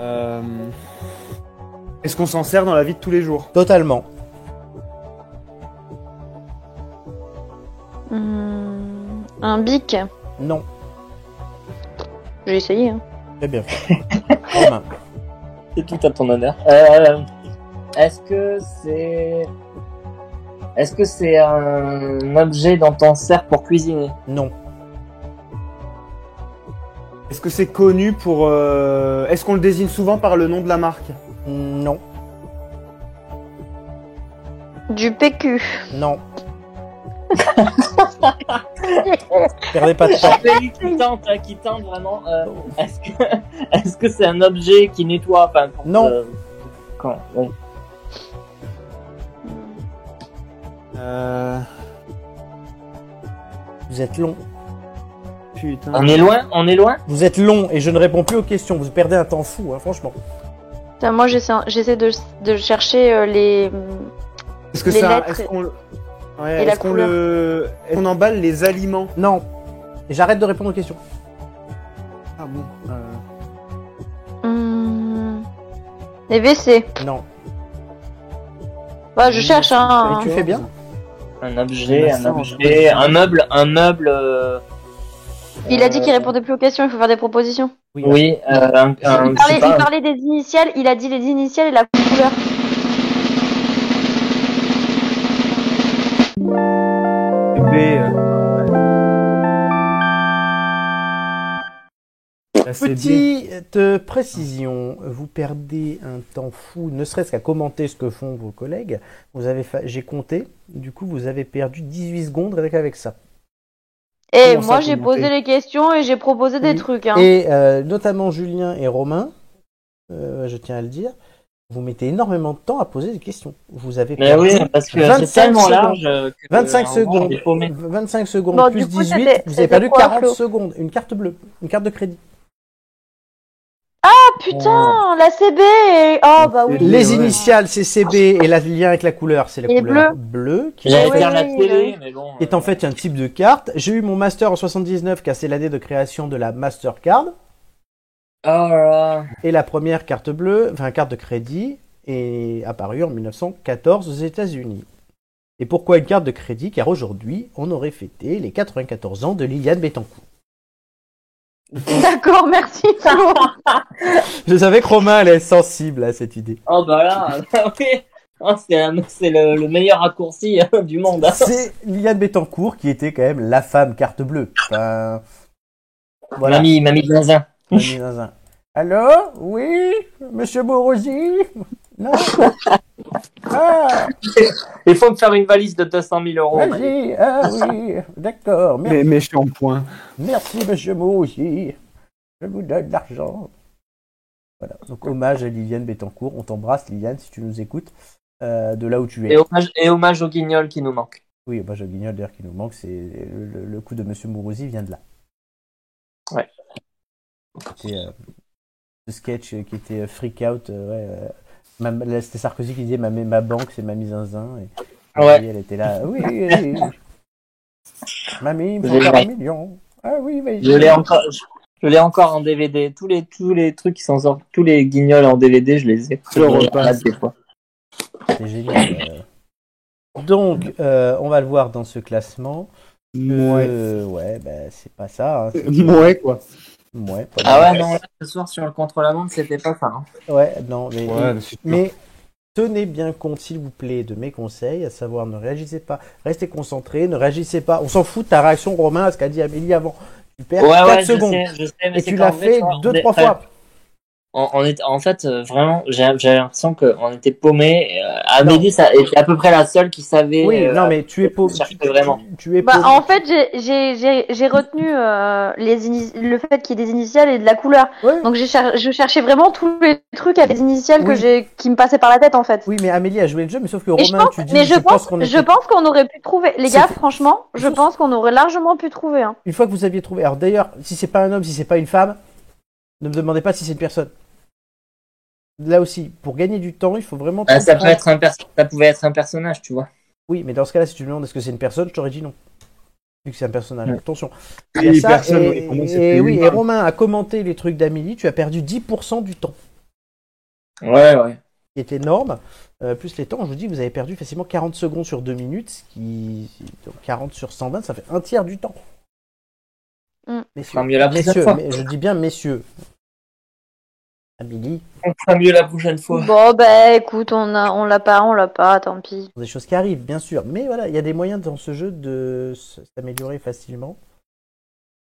Euh, Est-ce qu'on s'en sert dans la vie de tous les jours Totalement. Hmm, Un bic Non. J'ai essayé. hein. Très bien. fait. Romain. C'est tout à ton honneur. Euh, Est-ce que c'est. Est-ce que c'est un objet dont on sert pour cuisiner Non. que c'est connu pour. euh, Est-ce qu'on le désigne souvent par le nom de la marque Non, Du PQ. non. Perdez pas de temps. Valérie qui tente, hein, qui tente vraiment. euh, Est-ce que est-ce que c'est un objet qui nettoie enfin, quand, Non. euh, quand, ouais. Euh, Vous êtes long. Putain. On est loin, on est loin. Vous êtes long et je ne réponds plus aux questions. Vous perdez un temps fou, hein, franchement. Putain, Moi, j'essaie j'essaie de, de chercher euh, les. Est-ce que Les ça. lettres Est-ce et- qu'on le- Ouais, et la est-ce qu'on le. est-ce qu'on emballe les aliments Non. Et J'arrête de répondre aux questions. Ah bon euh, hum, les WC. Non. Bah, je cherche, Ah. hein. Et tu fais bien Un objet, On a un ça, on objet, un meuble, un meuble. euh, Il a dit qu'il euh, répondait plus aux questions, il faut faire des propositions. Oui, euh, un, Ah, un- Il parlait, je sais pas, il parlait des initiales, il a dit les initiales et la couleur. B, euh, La CB. Petite précision, vous perdez un temps fou, ne serait-ce qu'à commenter ce que font vos collègues. Vous avez, fa- j'ai compté, du coup vous avez perdu 18 secondes avec, avec ça. Et Comment ça, moi, j'ai commenter posé les questions et j'ai proposé des Oui. trucs. Hein. Et euh, notamment Julien et Romain, euh, je tiens à le dire, vous mettez énormément de temps à poser des questions. Vous avez Mais perdu oui, parce que c'est 25 tellement secondes. large. euh, que, 25 euh, en gros, on secondes, est paumé. 25 secondes Bon, plus du coup, 18, c'était- vous avez c'était perdu quoi, 40 Flo secondes. Une carte bleue, une carte de crédit. Ah putain, la CB et- Oh bah oui. Les ouais. initiales, c'est CB et la- le lien avec la couleur, c'est la Il est couleur bleue qui J'allais Oui, faire la oui, télé, oui. mais bon. euh. est en fait un type de carte. J'ai eu mon master en 79, car c'est l'année de création de la Mastercard, Oh là là. et la première carte bleue, enfin carte de crédit, est apparue en 1914 aux États-Unis. Et pourquoi une carte de crédit Car aujourd'hui, on aurait fêté les 94 ans de Liliane Bettencourt. D'accord, merci. Flo. Je savais que Romain allait être sensible à cette idée. Oh bah là, ah oui. Ah, c'est un- c'est le, le meilleur raccourci euh, du monde. hein. C'est Liliane Bettencourt qui était quand même la femme carte bleue. Enfin, voilà. Mamie, mamie Zinzin. Mamie Zinzin. Allô Oui Monsieur Borosi Non Ah Il faut me faire une valise de 200 000 euros. mamie. Vas-y, ah oui, d'accord. Mer- Mais, mais je suis en point. Merci, monsieur Mourouzi. Je vous donne de l'argent. Voilà, donc hommage à Liliane Bettencourt. On t'embrasse, Liliane, si tu nous écoutes, euh, de là où tu es. Et hommage, et hommage au guignol qui nous manque. Oui, hommage au guignol d'ailleurs qui nous manque. C'est le, le- le coup de monsieur Mourouzi vient de là. Ouais. C'était euh, ce sketch qui était euh, freak out. euh, ouais, euh, ma- là, C'était Sarkozy qui disait ma, ma banque, c'est Mamie Zinzin. Et, Ouais. Et elle était là. Oui, oui, oui. Mamie, il me Je faut faire un l'ai. million. Ah oui, vas-y. Je l'ai encore, je, je l'ai encore en DVD. Tous les, tous les trucs qui sont sortis, tous les guignols en DVD, je les ai. Ah, Je le repasse. des fois. C'est génial. euh. Donc, euh, on va le voir dans ce classement. Mouais. Euh, ouais, bah, c'est pas ça. hein, c'est- Mouais, quoi. Ouais, pas Ah mal. ouais, non, là, ce soir sur le contre-la-montre, c'était pas ça. hein. Ouais, non, mais, Ouais, mais c'est sûr. mais tenez bien compte, s'il vous plaît, de mes conseils, à savoir ne réagissez pas, restez concentrés, ne réagissez pas. On s'en fout de ta réaction, Romain, à ce qu'a dit Amélie avant. Tu perds Ouais, 4 ouais, je secondes. sais, je sais, mais Et c'est tu qu'en l'as vrai, fait tu vois, on deux, est- trois fois. On, on est, en fait, euh, vraiment, j'ai j'ai l'impression qu'on était paumés. Euh, Amélie ça, était à peu près la seule qui savait. Oui, euh, non, mais tu es pauvre. cherche Tu, vraiment. tu- tu es Bah, pauvre. en fait, j'ai- j'ai- j'ai j'ai retenu euh, les ini- le fait qu'il y ait des initiales et de la couleur. Ouais. Donc, j'ai cher- je cherchais vraiment tous les trucs à des initiales que Oui. j'ai qui me passaient par la tête en fait. Oui, mais Amélie a joué le jeu, mais sauf que Et je Romain, pense, tu dis, mais je tu penses pense, qu'on je était pense qu'on aurait pu trouver. Les C'est- gars, franchement, je c'est- pense qu'on aurait largement pu trouver. Hein. Une fois que vous aviez trouvé. Alors d'ailleurs, si c'est pas un homme, si c'est pas une femme, ne me demandez pas si c'est une personne. Là aussi, pour gagner du temps, il faut vraiment. Bah, ça, peut comprendre- être un perso- ça pouvait être un personnage, tu vois. Oui, mais dans ce cas-là, si tu me demandes est-ce que c'est une personne, je t'aurais dit non. Vu que c'est un personnage, Ouais. attention. Oui, Il y a ça, personne, et, Ah, oui, pour moi, c'est et plus oui, humain. et Romain a commenté les trucs d'Amélie, tu as perdu 10% du temps, Ouais, ouais. qui est énorme. Euh, plus les temps, je vous dis, vous avez perdu facilement 40 secondes sur 2 minutes, ce qui. donc 40 sur 120, ça fait un tiers du temps. Mm. Messieurs, Tant mieux la prochaine messieurs, fois. mais je dis bien messieurs. Amélie, On fera mieux la prochaine fois. Bon, bah écoute, on a, on l'a pas, on l'a pas, tant pis. des choses qui arrivent, bien sûr. Mais voilà, il y a des moyens dans ce jeu de s- s'améliorer facilement.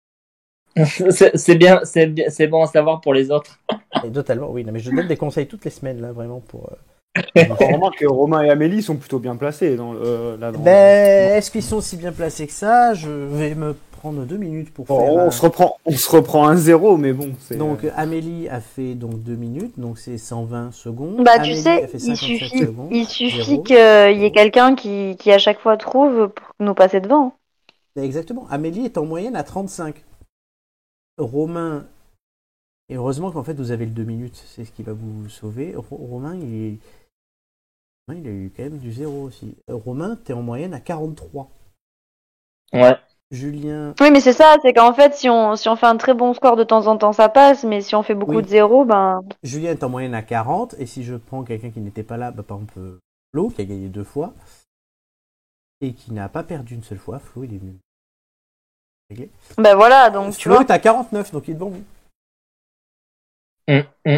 C'est c'est bien, c'est bien- c'est bon à savoir pour les autres. Et totalement, oui. Non, mais je donne des conseils toutes les semaines, là, vraiment, pour. euh, On remarque que Romain et Amélie sont plutôt bien placés dans le, euh, là, dans- Ben, est-ce qu'ils sont si bien placés que ça Je vais me prendre deux minutes pour Bon, faire. on, un- se reprend, on se reprend un zéro, mais bon. c'est- euh, Donc Amélie a fait donc deux minutes, donc c'est 120 secondes. Bah, tu Amélie sais, a fait 57 il suffit, secondes. il suffit zéro. qu'il y ait quelqu'un qui, qui à chaque fois trouve pour nous passer devant. Exactement. Amélie est en moyenne à 35. Romain, et heureusement qu'en fait vous avez le 2 minutes, c'est ce qui va vous sauver. Ro- Romain, il, est- Romain, il a eu quand même du zéro aussi. Euh, Romain, t'es en moyenne à 43. Ouais. Julien, Oui, mais c'est ça, c'est qu'en fait, si on, si on fait un très bon score de temps en temps, ça passe, mais si on fait beaucoup Oui. de zéro, ben. Julien est en moyenne à 40, et si je prends quelqu'un qui n'était pas là, bah, par exemple euh, Flo, qui a gagné deux fois, et qui n'a pas perdu une seule fois, Flo, il est nul. Ben voilà, donc tu Flo vois. est à 49, donc il est devant vous. Hum, hum.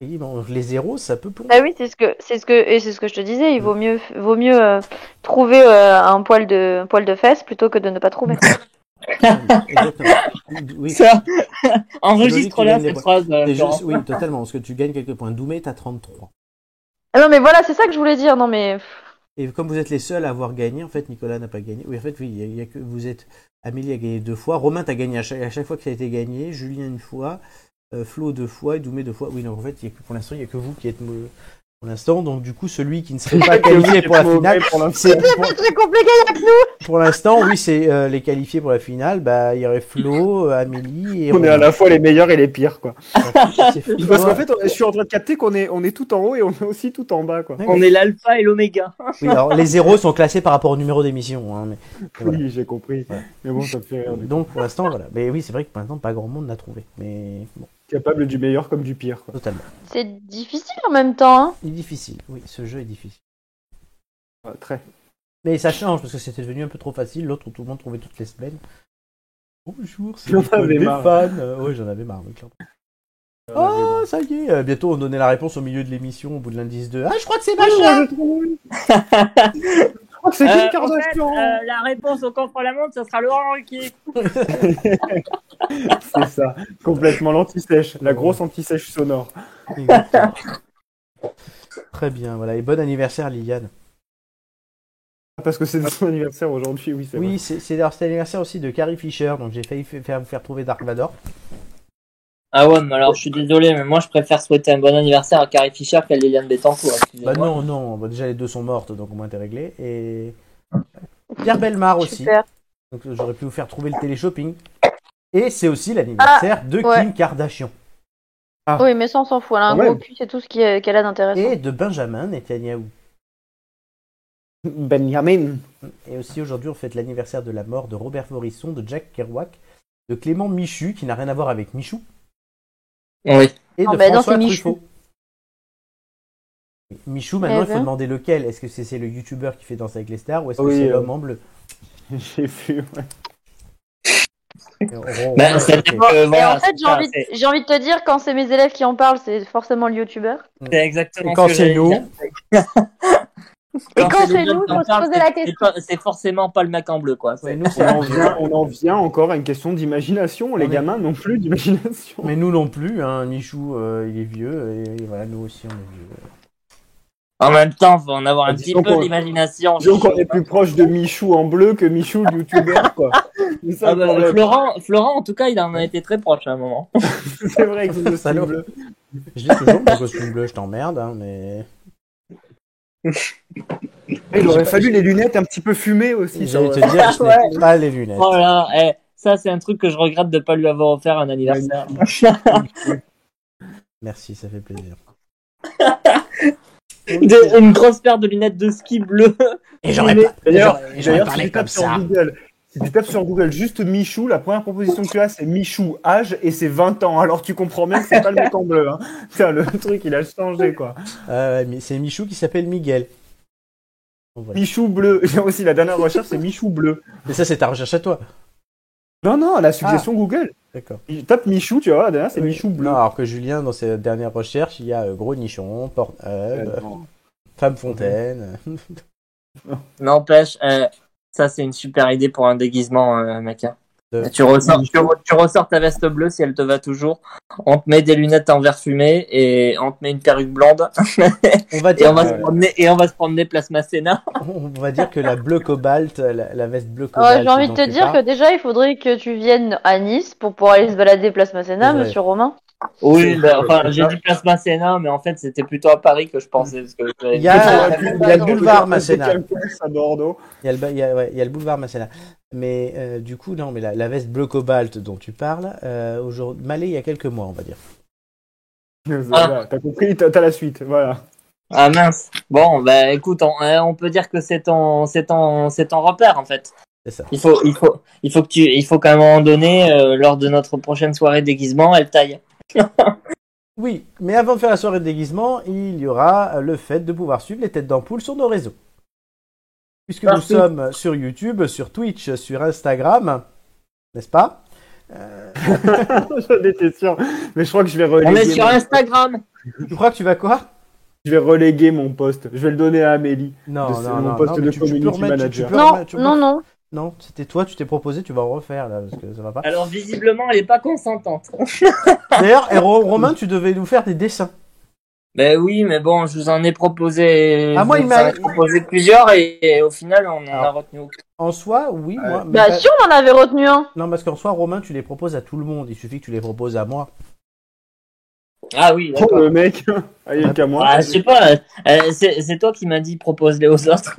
Et il mange les zéros, ça peut Ah plonger. Bah oui, c'est ce que c'est ce que et c'est ce que je te disais. Il vaut Mm. mieux vaut mieux euh, trouver euh, un poil de un poil de fesse plutôt que de ne pas trouver. Exactement. Oui, Ça, enregistre-la Logique, il y a cette des phrase. euh, c'est Florent. juste- oui, totalement, parce que tu gagnes quelques points. Doumé est à 33. Ah non mais voilà, c'est ça que je voulais dire. Non mais Et comme vous êtes les seuls à avoir gagné, en fait, Nicolas n'a pas gagné. Oui, en fait, oui, il y a- il y a que vous êtes. Amélie a gagné deux fois. Romain, t'as gagné à chaque, à chaque fois que ça a été gagné. Julien, une fois. Euh, Flo, deux fois. Et Doumé, deux fois. Oui, donc en fait, il y a que- pour l'instant, il n'y a que vous qui êtes mauvais pour l'instant. Donc, du coup, celui qui ne serait pas qualifié pour la finale. Pour l'instant. c'est- pour- c'est compliqué. Pour l'instant, oui, c'est euh, les qualifiés pour la finale. Bah, il y aurait Flo, euh, Amélie et On Romain. est à la fois les meilleurs et les pires, quoi. C'est Parce Flo. qu'en fait, on- je suis en train de capter qu'on est, on est tout en haut et on est aussi tout en bas, quoi. On est l'alpha et l'oméga. Oui, alors les zéros sont classés par rapport au numéro d'émission. Hein, mais- Voilà. Oui, j'ai compris. Ouais. Mais bon, ça me fait rire. du coup. Donc pour l'instant, voilà. Mais oui, c'est vrai que pour l'instant, pas grand monde l'a trouvé. Mais bon, Capable du meilleur comme du pire, quoi. totalement. C'est difficile en même temps. hein. Il est difficile. Oui, ce jeu est difficile. Ouais, très. Mais ça change parce que c'était devenu un peu trop facile. L'autre, tout le monde trouvait toutes les semaines. Bonjour, c'est J'en Nicole avais des marre. fans. Euh, ouais, j'en avais marre. oui, clairement. Ah, ça y est. euh, bientôt, on donnait la réponse au milieu de l'émission, au bout de l'indice 2. Ah, je crois que c'est machin. Oh, c'est Euh, Kim en fait, Kardashian euh, la réponse au coffre à la montre, ce sera Laurent Ruquier. C'est ça. Complètement l'anti-sèche. La grosse anti-sèche sonore. Exactement. Très bien, voilà. Et bon anniversaire, Liliane. Parce que c'est son anniversaire aujourd'hui, oui, c'est Oui, c'est c'est d'ailleurs c'est l'anniversaire aussi de Carrie Fisher, donc j'ai failli fa- faire, me faire trouver Dark Vador. Ah ouais, mais alors je suis désolé, mais moi je préfère souhaiter un bon anniversaire à Carrie Fisher qu'à Liliane Bettencourt. Bah excusez-moi. non, non, bah déjà les deux sont mortes, donc au moins t'es réglé. Et Pierre Belmar Ah, aussi, Super. donc j'aurais pu vous faire trouver le télé-shopping. Et c'est aussi l'anniversaire de Ah, ouais. Kim Kardashian Oui, mais ça on s'en fout. Elle a un Quand gros même. cul, c'est tout ce qui est- qu'elle a d'intéressant. et de Benjamin Netanyahu. vrai. Benjamin. Et aussi aujourd'hui, on fête l'anniversaire de la mort de Robert Morisson, de Jack Kerouac, de Clément Michu, qui n'a rien à voir avec Michou, Oui. et de Non, bah non, François c'est Michou. Truffaut. Oui, Michou, maintenant, Eh il faut ben. demander lequel. Est-ce que c'est c'est le youtubeur qui fait Danse avec les stars ou est-ce que Oui, c'est euh. l'homme en bleu J'ai vu. ouais. Ben, Bah, ça Oh, Ok. dépend, euh, Et voilà, en fait, c'est j'ai ça, envie, de- c'est- j'ai envie de te dire, quand c'est mes élèves qui en parlent, c'est forcément le youtubeur. C'est exactement Et quand ce que c'est j'allais nous dire. Et quand c'est le nous, mec qui en faut se parle, poser la c'est- question. c'est pas- C'est forcément pas le mec en bleu, quoi. Ouais, C'est- nous, On ça- en, vient, on en vient encore à une question d'imagination. Les On est- gamins non plus d'imagination. Mais nous non plus, hein. Michou, euh, il est vieux, et, voilà, nous aussi, on est vieux. En même temps, faut en avoir un Bah, Disons petit peu qu'on- d'imagination. Donc on Chichou. est plus proche de Michou en bleu que Michou le youtubeur quoi. C'est ça Ah le bah, problème. Florent, Florent, en tout cas, il en a été très proche à un moment. C'est vrai que c'est le style Salaud. bleu. Je dis toujours, mon costume bleu, je t'emmerde, hein, mais... Il aurait fallu les lunettes un petit peu fumées aussi. ça J'allais te aurait- dire, je n'ai pas les lunettes. Oh là, eh, ça c'est un truc que je regrette de pas lui avoir offert un anniversaire. Merci, ça fait plaisir. De- une grosse paire de lunettes de ski bleu. Et j'aurais Mais- pas... D'ailleurs, j'aurais- j'aurais d'ailleurs, si parlé tu comme tapes sur ça. Google, si tu tapes sur Google juste Michou, la première proposition que tu as c'est Michou âge et c'est 20 ans. Alors tu comprends bien que c'est pas le mec en bleu. Hein. Putain, le truc il a changé quoi. Euh, mais c'est Michou qui s'appelle Miguel. En vrai. Michou bleu. J'ai aussi la dernière recherche c'est Michou bleu. Mais ça, c'est ta recherche à toi. Non non, la suggestion Ah. Google. D'accord. Tape Michou, tu vois, la dernière c'est Oui. Michou bleu. Non, alors que Julien, dans ses dernières recherches, il y a euh, Gros Nichon, Pornhub, euh, Femme Fontaine... euh, N'empêche, eh, ça c'est une super idée pour un déguisement, euh, mec. hein. de- Tu ressors, tu, re- tu ressors ta veste bleue si elle te va toujours. On te met des lunettes en verre fumé et on te met une perruque blonde. On va et, dire, on va que, se promener, et on va se promener place Masséna. on va dire que la bleu cobalt, la, la veste bleu Ouais, cobalt. Oh, J'ai envie de te dire que déjà, il faudrait que tu viennes à Nice pour pouvoir aller se balader place Masséna, Ouais. monsieur Romain. Oui, bah, enfin, j'ai dit place Masséna, mais en fait, c'était plutôt à Paris que je pensais. Parce que j'avais- Il y a- Ouais, il y a le boulevard Masséna. à Bordeaux. Il y a le, ba- il y a- ouais, il y a le boulevard Masséna. Mais euh, du coup, non, mais la, la veste bleu cobalt dont tu parles, euh, aujourd'hui, Malais, il y a quelques mois, on va dire. Ah. Voilà, T'as compris, t'as t'as la suite. Voilà. Ah mince. Bon, bah écoute, on, euh, on peut dire que c'est ton, c'est ton, c'est ton repère en fait. C'est ça. Il faut, il faut, il faut que tu, il faut qu'à un moment donné, euh, lors de notre prochaine soirée déguisement, elle taille. Oui, mais avant de faire la soirée de déguisement, il y aura euh, le fait de pouvoir suivre les têtes d'ampoule sur nos réseaux. Puisque nous Partout. sommes sur YouTube, sur Twitch, sur Instagram, n'est-ce pas J'en étais sûr. Mais je crois que je vais reléguer. On est sur mon- Instagram. Je crois que tu vas quoi Je vais reléguer mon poste. Je vais le donner à Amélie. Non, de- non, c'est non, mon non, poste mais de tu- tu peux community remettre- tu- manager. tu peux Non, remettre- tu peux- non, non. Non, c'était toi, tu t'es proposé, tu vas en refaire là, parce que ça va pas. Alors visiblement, elle est pas consentante. D'ailleurs, Héro- Romain, tu devais nous faire des dessins. Ben oui, mais bon, je vous en ai proposé. Ah, je moi, vous il m'a- Ah. en ai proposé plusieurs et, et au final, on en a Alors. retenu aucun. En soi, oui, moi. mais Bah pas- si, on en avait retenu un. Non, parce qu'en soi, Romain, tu les proposes à tout le monde. Il suffit que tu les proposes à moi. Ah oui. Oh, D'accord. le mec. Ah, il y a qu'à moi. Ah, je sais pas. euh, c'est c'est toi qui m'as dit propose-les aux autres.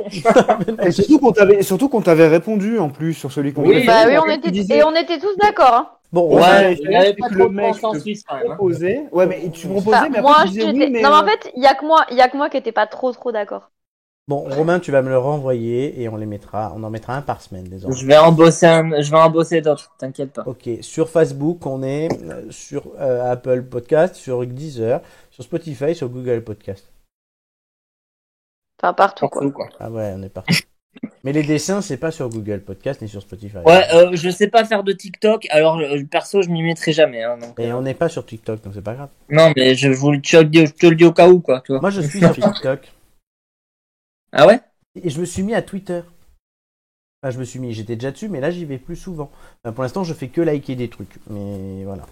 Et surtout qu'on t'avait, surtout qu'on t'avait répondu en plus sur celui qu'on Oui, avait Bah fait. oui, on Tu était, disais- et on était tous d'accord. hein. Bon, Ouais, Romain, Ouais, je il n'y avait sais pas que trop le de mec consensus quand même. hein. proposais. Ouais, mais tu proposais, Enfin, mais après Bah, moi, tu disais j'étais- oui, mais. Non, mais en euh, fait, il y a que moi, il y a que moi qui n'étais pas trop, trop d'accord. bon, Romain, tu vas me le renvoyer et on les mettra. On en mettra un par semaine désormais. Je vais en bosser, un- je vais en bosser d'autres. T'inquiète pas. Ok, sur Facebook, on est euh, sur euh, Apple Podcast, sur Deezer, sur Spotify, sur Google Podcast. Enfin, partout, quoi. Partout, quoi. Ah ouais, on est parti. Mais les dessins, c'est pas sur Google Podcast ni sur Spotify. Ouais, euh, je sais pas faire de TikTok, alors euh, perso, je m'y mettrai jamais. hein, donc. Et on n'est pas sur TikTok, donc c'est pas grave. Non, mais je vous le- je te le dis, je te le dis au cas où, quoi. Tu vois. Moi, je suis sur TikTok Ah ouais et je me suis mis à Twitter. Enfin, je me suis mis, j'étais déjà dessus, mais là, j'y vais plus souvent. Enfin, pour l'instant, je fais que liker des trucs, mais voilà.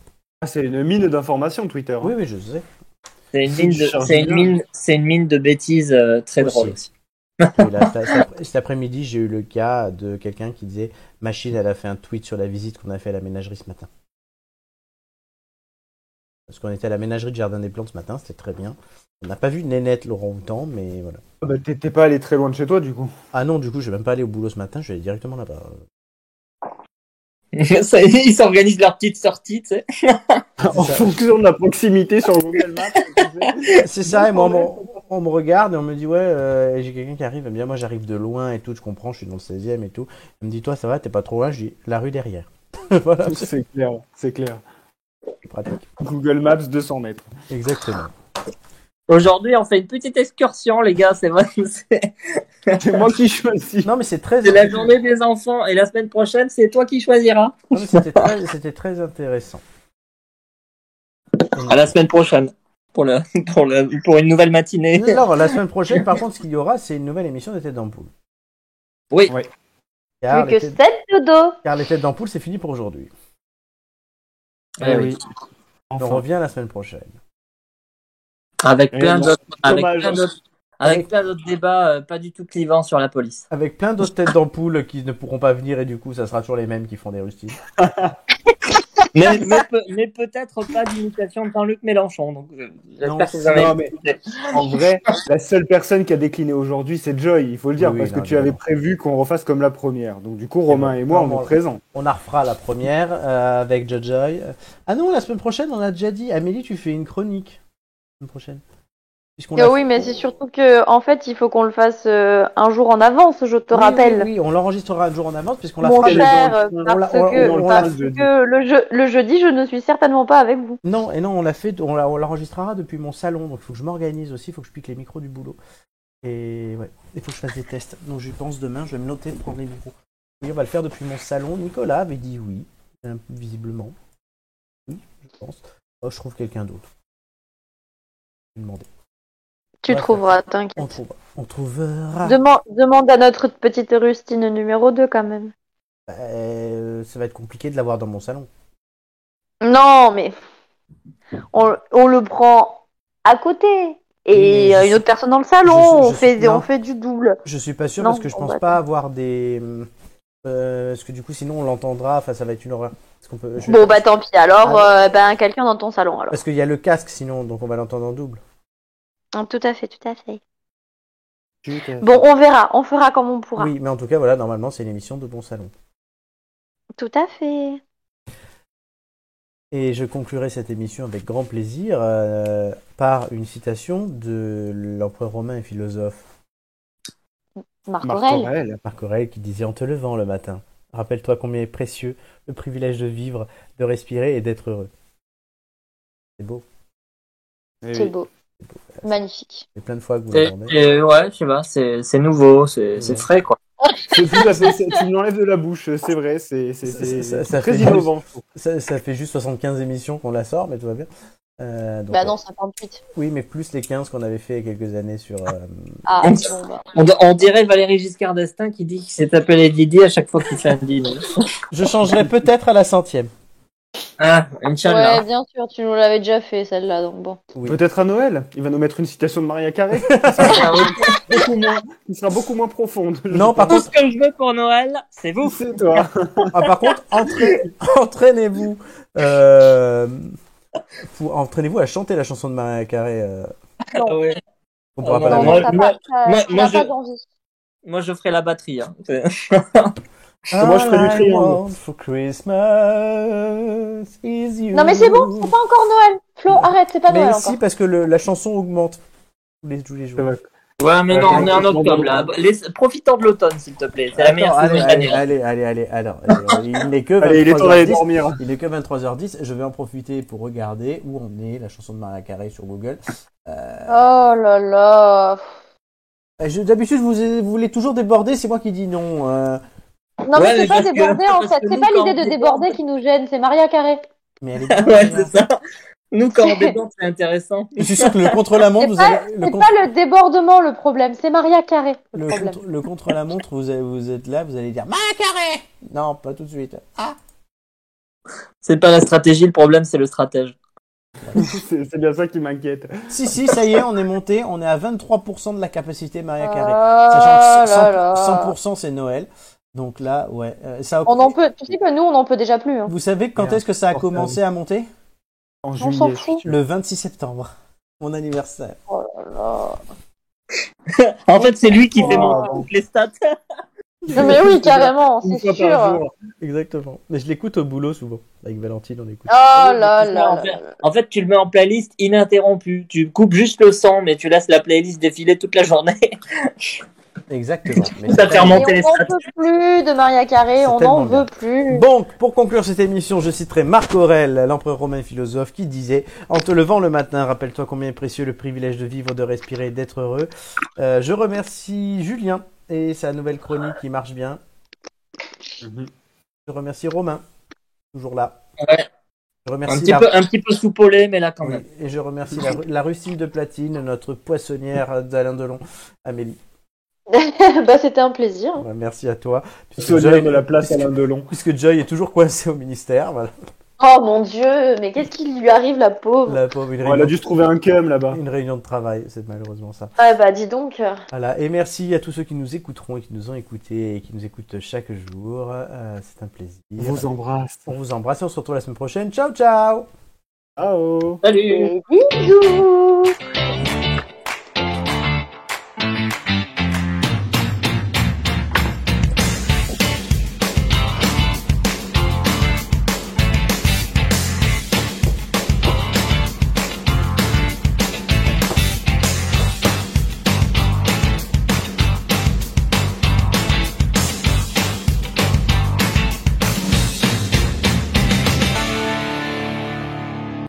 ah, c'est une mine d'informations, Twitter. Oui, oui, je sais. C'est une Si, mine je de, charge c'est une bien. mine, c'est une mine de bêtises euh, très Aussi. drôle aussi. Et là, cet- cet- cet après-midi, j'ai eu le cas de quelqu'un qui disait Machine, elle a fait un tweet sur la visite qu'on a fait à la ménagerie ce matin. Parce qu'on était à la ménagerie de Jardin des Plantes ce matin, c'était très bien. On n'a pas vu Nénette, Laurent Houtan, mais voilà. Ah, Bah, t'étais pas allé très loin de chez toi, du coup. Ah non, du coup, je vais même pas aller au boulot ce matin, je vais aller directement là-bas. Ça, Ils s'organisent leur petite sortie, tu sais. en fonction de la proximité sur Google Maps. tu sais. C'est ça, et moi, on, me- on me regarde et on me dit Ouais, euh, et j'ai quelqu'un qui arrive, elle me dit Moi, j'arrive de loin et tout, je comprends, je suis dans le 16 e et tout. Elle me dit Toi, ça va, t'es pas trop loin Je dis La rue derrière. voilà, c'est c'est clair, c'est clair. pratique. Google Maps 200 mètres. Exactement. Aujourd'hui, on fait une petite excursion, les gars. C'est vrai. C'est C'est moi qui choisis. Non, mais c'est très c'est la journée des enfants et la semaine prochaine, c'est toi qui choisiras. Non, mais C'était très, c'était très intéressant. À la semaine prochaine pour le, pour le, pour une nouvelle matinée. Alors, la semaine prochaine, par contre, ce qu'il y aura, c'est une nouvelle émission des Têtes d'Ampoule. Oui. Ouais. Car, Plus que les têtes, 7 dodo. car les Têtes d'Ampoule, c'est fini pour aujourd'hui. Eh oui. On revient la semaine prochaine. Avec Eh plein non, d'autres, avec dommage. hein. plein d'autres, avec plein d'autres débats euh, pas du tout clivants sur la police. Avec plein d'autres Têtes d'Ampoule qui ne pourront pas venir et du coup, ça sera toujours les mêmes qui font des rustines. Mais, mais, peut- mais peut-être pas d'imitation de Jean-Luc Mélenchon. Donc, euh, Non, j'espère que vous en Non, avez. mais en vrai, la seule personne qui a décliné aujourd'hui, c'est Joy, il faut le dire, Oui, parce oui, que non, tu avais non. prévu qu'on refasse comme la première. Donc, du coup, Romain et moi, Non, on bon. est présents. On en refera la première euh, avec Jojoy. Euh, Ah non, la semaine prochaine, on a déjà dit. Amélie, tu fais une chronique. La semaine prochaine. Puisqu'on Ah l'a oui, mais c'est surtout que, en fait, il faut qu'on le fasse euh, un jour en avance, je te Oui, oui, rappelle. Oui, on l'enregistrera un jour en avance puisqu'on l'a Mon fera. cher, euh, on l'a- parce on l'a- que, on l'a- parce le jeudi. que le, jeu, le jeudi, je ne suis certainement pas avec vous. Non, et non, on l'a fait, on l'a- on l'enregistrera depuis mon salon, donc il faut que je m'organise aussi, il faut que je pique les micros du boulot. Et ouais, il faut que je fasse des tests. Donc je pense demain, je vais me noter de prendre les micros. Oui, on va le faire depuis mon salon. Nicolas avait dit oui, euh, visiblement. Oui, je pense. Oh, je trouve quelqu'un d'autre. Je vais demander. Tu Ouais, trouveras, On t'inquiète. trouvera. On trouvera. Demande, demande à notre petite rustine numéro 2 quand même. euh, ça va être compliqué de l'avoir dans mon salon. Non, mais on, on le prend à côté et Mais euh, je une suis- autre personne dans le salon. je- je on fait suis- non. on fait du double. Je suis pas sûr Non, parce que je bon, pense bah, pas avoir des. euh, parce que du coup, sinon, on l'entendra. Enfin, ça va être une horreur. Parce qu'on peut. je- Bon bah tant pis. Alors euh, ben quelqu'un dans ton salon alors. Parce qu'il y a le casque, sinon, donc on va l'entendre en double. Non, Hein, tout à fait, tout à fait. Tout à Bon, on verra, on fera comme on pourra. Oui, mais en tout cas, voilà, normalement, c'est une émission de bon salon. Tout à fait. Et je conclurai cette émission avec grand plaisir euh, par une citation de l'empereur romain et philosophe Marc Marc Aurèle. Aurèle. Marc Aurèle qui disait en te levant le matin Rappelle-toi combien est précieux le privilège de vivre, de respirer et d'être heureux. C'est beau. Eh C'est oui. beau. Magnifique. Et plein de fois que vous Et, l'entendez. et ouais, je sais pas, c'est c'est nouveau, c'est c'est frais quoi. C'est tout à fait- c'est- tu me l'enlèves de la bouche, c'est vrai, c'est c'est- Ça- c'est- ça- c'est ça très fait- innovant. Ça, ça fait juste 75 émissions qu'on la sort, mais tout va bien. Euh, donc, Bah non, 58. euh, Oui, mais plus les 15 qu'on avait fait il y a quelques années sur. euh, Ah, On- bon, bah. On, on dirait Valérie Giscard d'Estaing qui dit qu'il s'est appelé Didi à chaque fois qu'il fait un dîner. Je changerai peut-être à la centième. Ah, Ouais, Inch'Allah. bien sûr, tu nous l'avais déjà fait celle-là, donc bon. Oui. Peut-être à Noël, il va nous mettre une citation de Maria Carré beaucoup moins- qui sera beaucoup moins profonde. je Non, par Tout contre, ce que je veux pour Noël, c'est vous. pense. C'est toi. ah, par contre, entra- entraînez-vous. euh, pour- Entraînez-vous à chanter la chanson de Maria Carré. euh, Ah ouais. on pourra Ah, pas la non, mettre. moi, t'as moi- pas, t'as- moi- t'as moi, Euh, pas je- d'envie. Moi, je ferai la batterie. hein. C'est- Moi, je ferai du All hein. I triangle. want for Christmas is you. Non mais c'est bon, c'est pas encore Noël. Flo, arrête, c'est pas Mais Noël si, encore. parce que le- la chanson augmente tous les, tous les jours. C'est vrai. Ouais, mais Euh, non, donc, on est en je m'en octobre vais. là. Laisse- Profitons de l'automne, s'il te plaît. C'est la Attends, meilleure allez, saison de allez, l'année. hein. allez, allez, allez, alors, euh, il n'est que 23h10. Allez, il est temps d'aller dormir. Il est que 23h10, je vais en profiter pour regarder où on est, la chanson de Maria Carré sur Google. Oh là là. Euh, je- D'habitude, vous, vous voulez toujours déborder, c'est moi qui dis non. euh, Non mais Ouais, mais c'est pas parce que- déborder en parce fait, que c'est nous, pas quand l'idée on de déborde- déborder qui nous gêne, c'est Maria Carré. mais elle est bien, Ouais, celle-là. c'est ça. Nous, quand on C'est- déborde, c'est intéressant. Je suis sûr que le contre-la-montre, vous avez- le, C'est con- pas le débordement le problème, c'est Maria Carré le le problème. contre- le contre-la-montre, vous, avez- vous êtes là, vous allez dire Maria Carré Non, pas tout de suite. C'est pas la stratégie, le problème, c'est le stratège. C'est c'est bien ça qui m'inquiète. Si, si, ça y est, on est monté, on est à 23% de la capacité Maria Carré. Ah Sachant que là là. 100%, 100% c'est Noël. Donc là, ouais. euh, ça On en peut, tu sais que nous on en peut déjà plus. hein. Vous savez quand Merde, est-ce que ça a portable. commencé à monter En On juillet. s'en fout. Le 26 septembre. Mon anniversaire. En fait, c'est lui qui fait Oh. monter toutes les stats. Non, mais oui, carrément, Une c'est fois sûr. par Oh jour. Exactement. Mais je l'écoute au boulot souvent. Avec Valentine, on écoute. Oh là là. Tu le mets en là fait- là. En fait, tu le mets en playlist ininterrompue. Tu coupes juste le son, mais tu laisses la playlist défiler toute la journée. Exactement. Mais Ça c'est fait pas- remonter Et les on n'en stats. peut plus de Maria Carré, C'est on tellement n'en bien. veut plus. Donc, pour conclure cette émission, je citerai Marc Aurèle, l'empereur romain philosophe, qui disait En te levant le matin, rappelle-toi combien est précieux le privilège de vivre, de respirer, et d'être heureux. Euh, je remercie Julien et sa nouvelle chronique qui marche bien. Je remercie Romain, toujours là. Ouais. Je remercie Un petit, la- peu, un petit peu soupolé, mais là quand Oui, même. et je remercie la, la Russie de Platine, notre poissonnière d'Alain Delon, Amélie. bah, c'était un plaisir. Ouais, Merci à toi. Puisque Sonia Joy, de la place à l'un de long. puisque Joy est toujours coincée au ministère, voilà. Oh mon dieu, mais qu'est-ce qui lui arrive, la Oh. pauvre La pauvre, une, elle réunion, a dû se trouver un cum là-bas. une réunion de travail, c'est malheureusement ça. Ah bah, dis donc. Voilà, et merci à tous ceux qui nous écouteront et qui nous ont écoutés et qui nous écoutent chaque jour. Euh, c'est un plaisir. On vous embrasse. On vous embrasse et on se retrouve la semaine prochaine. Ciao, ciao Ciao. Salut Et bisous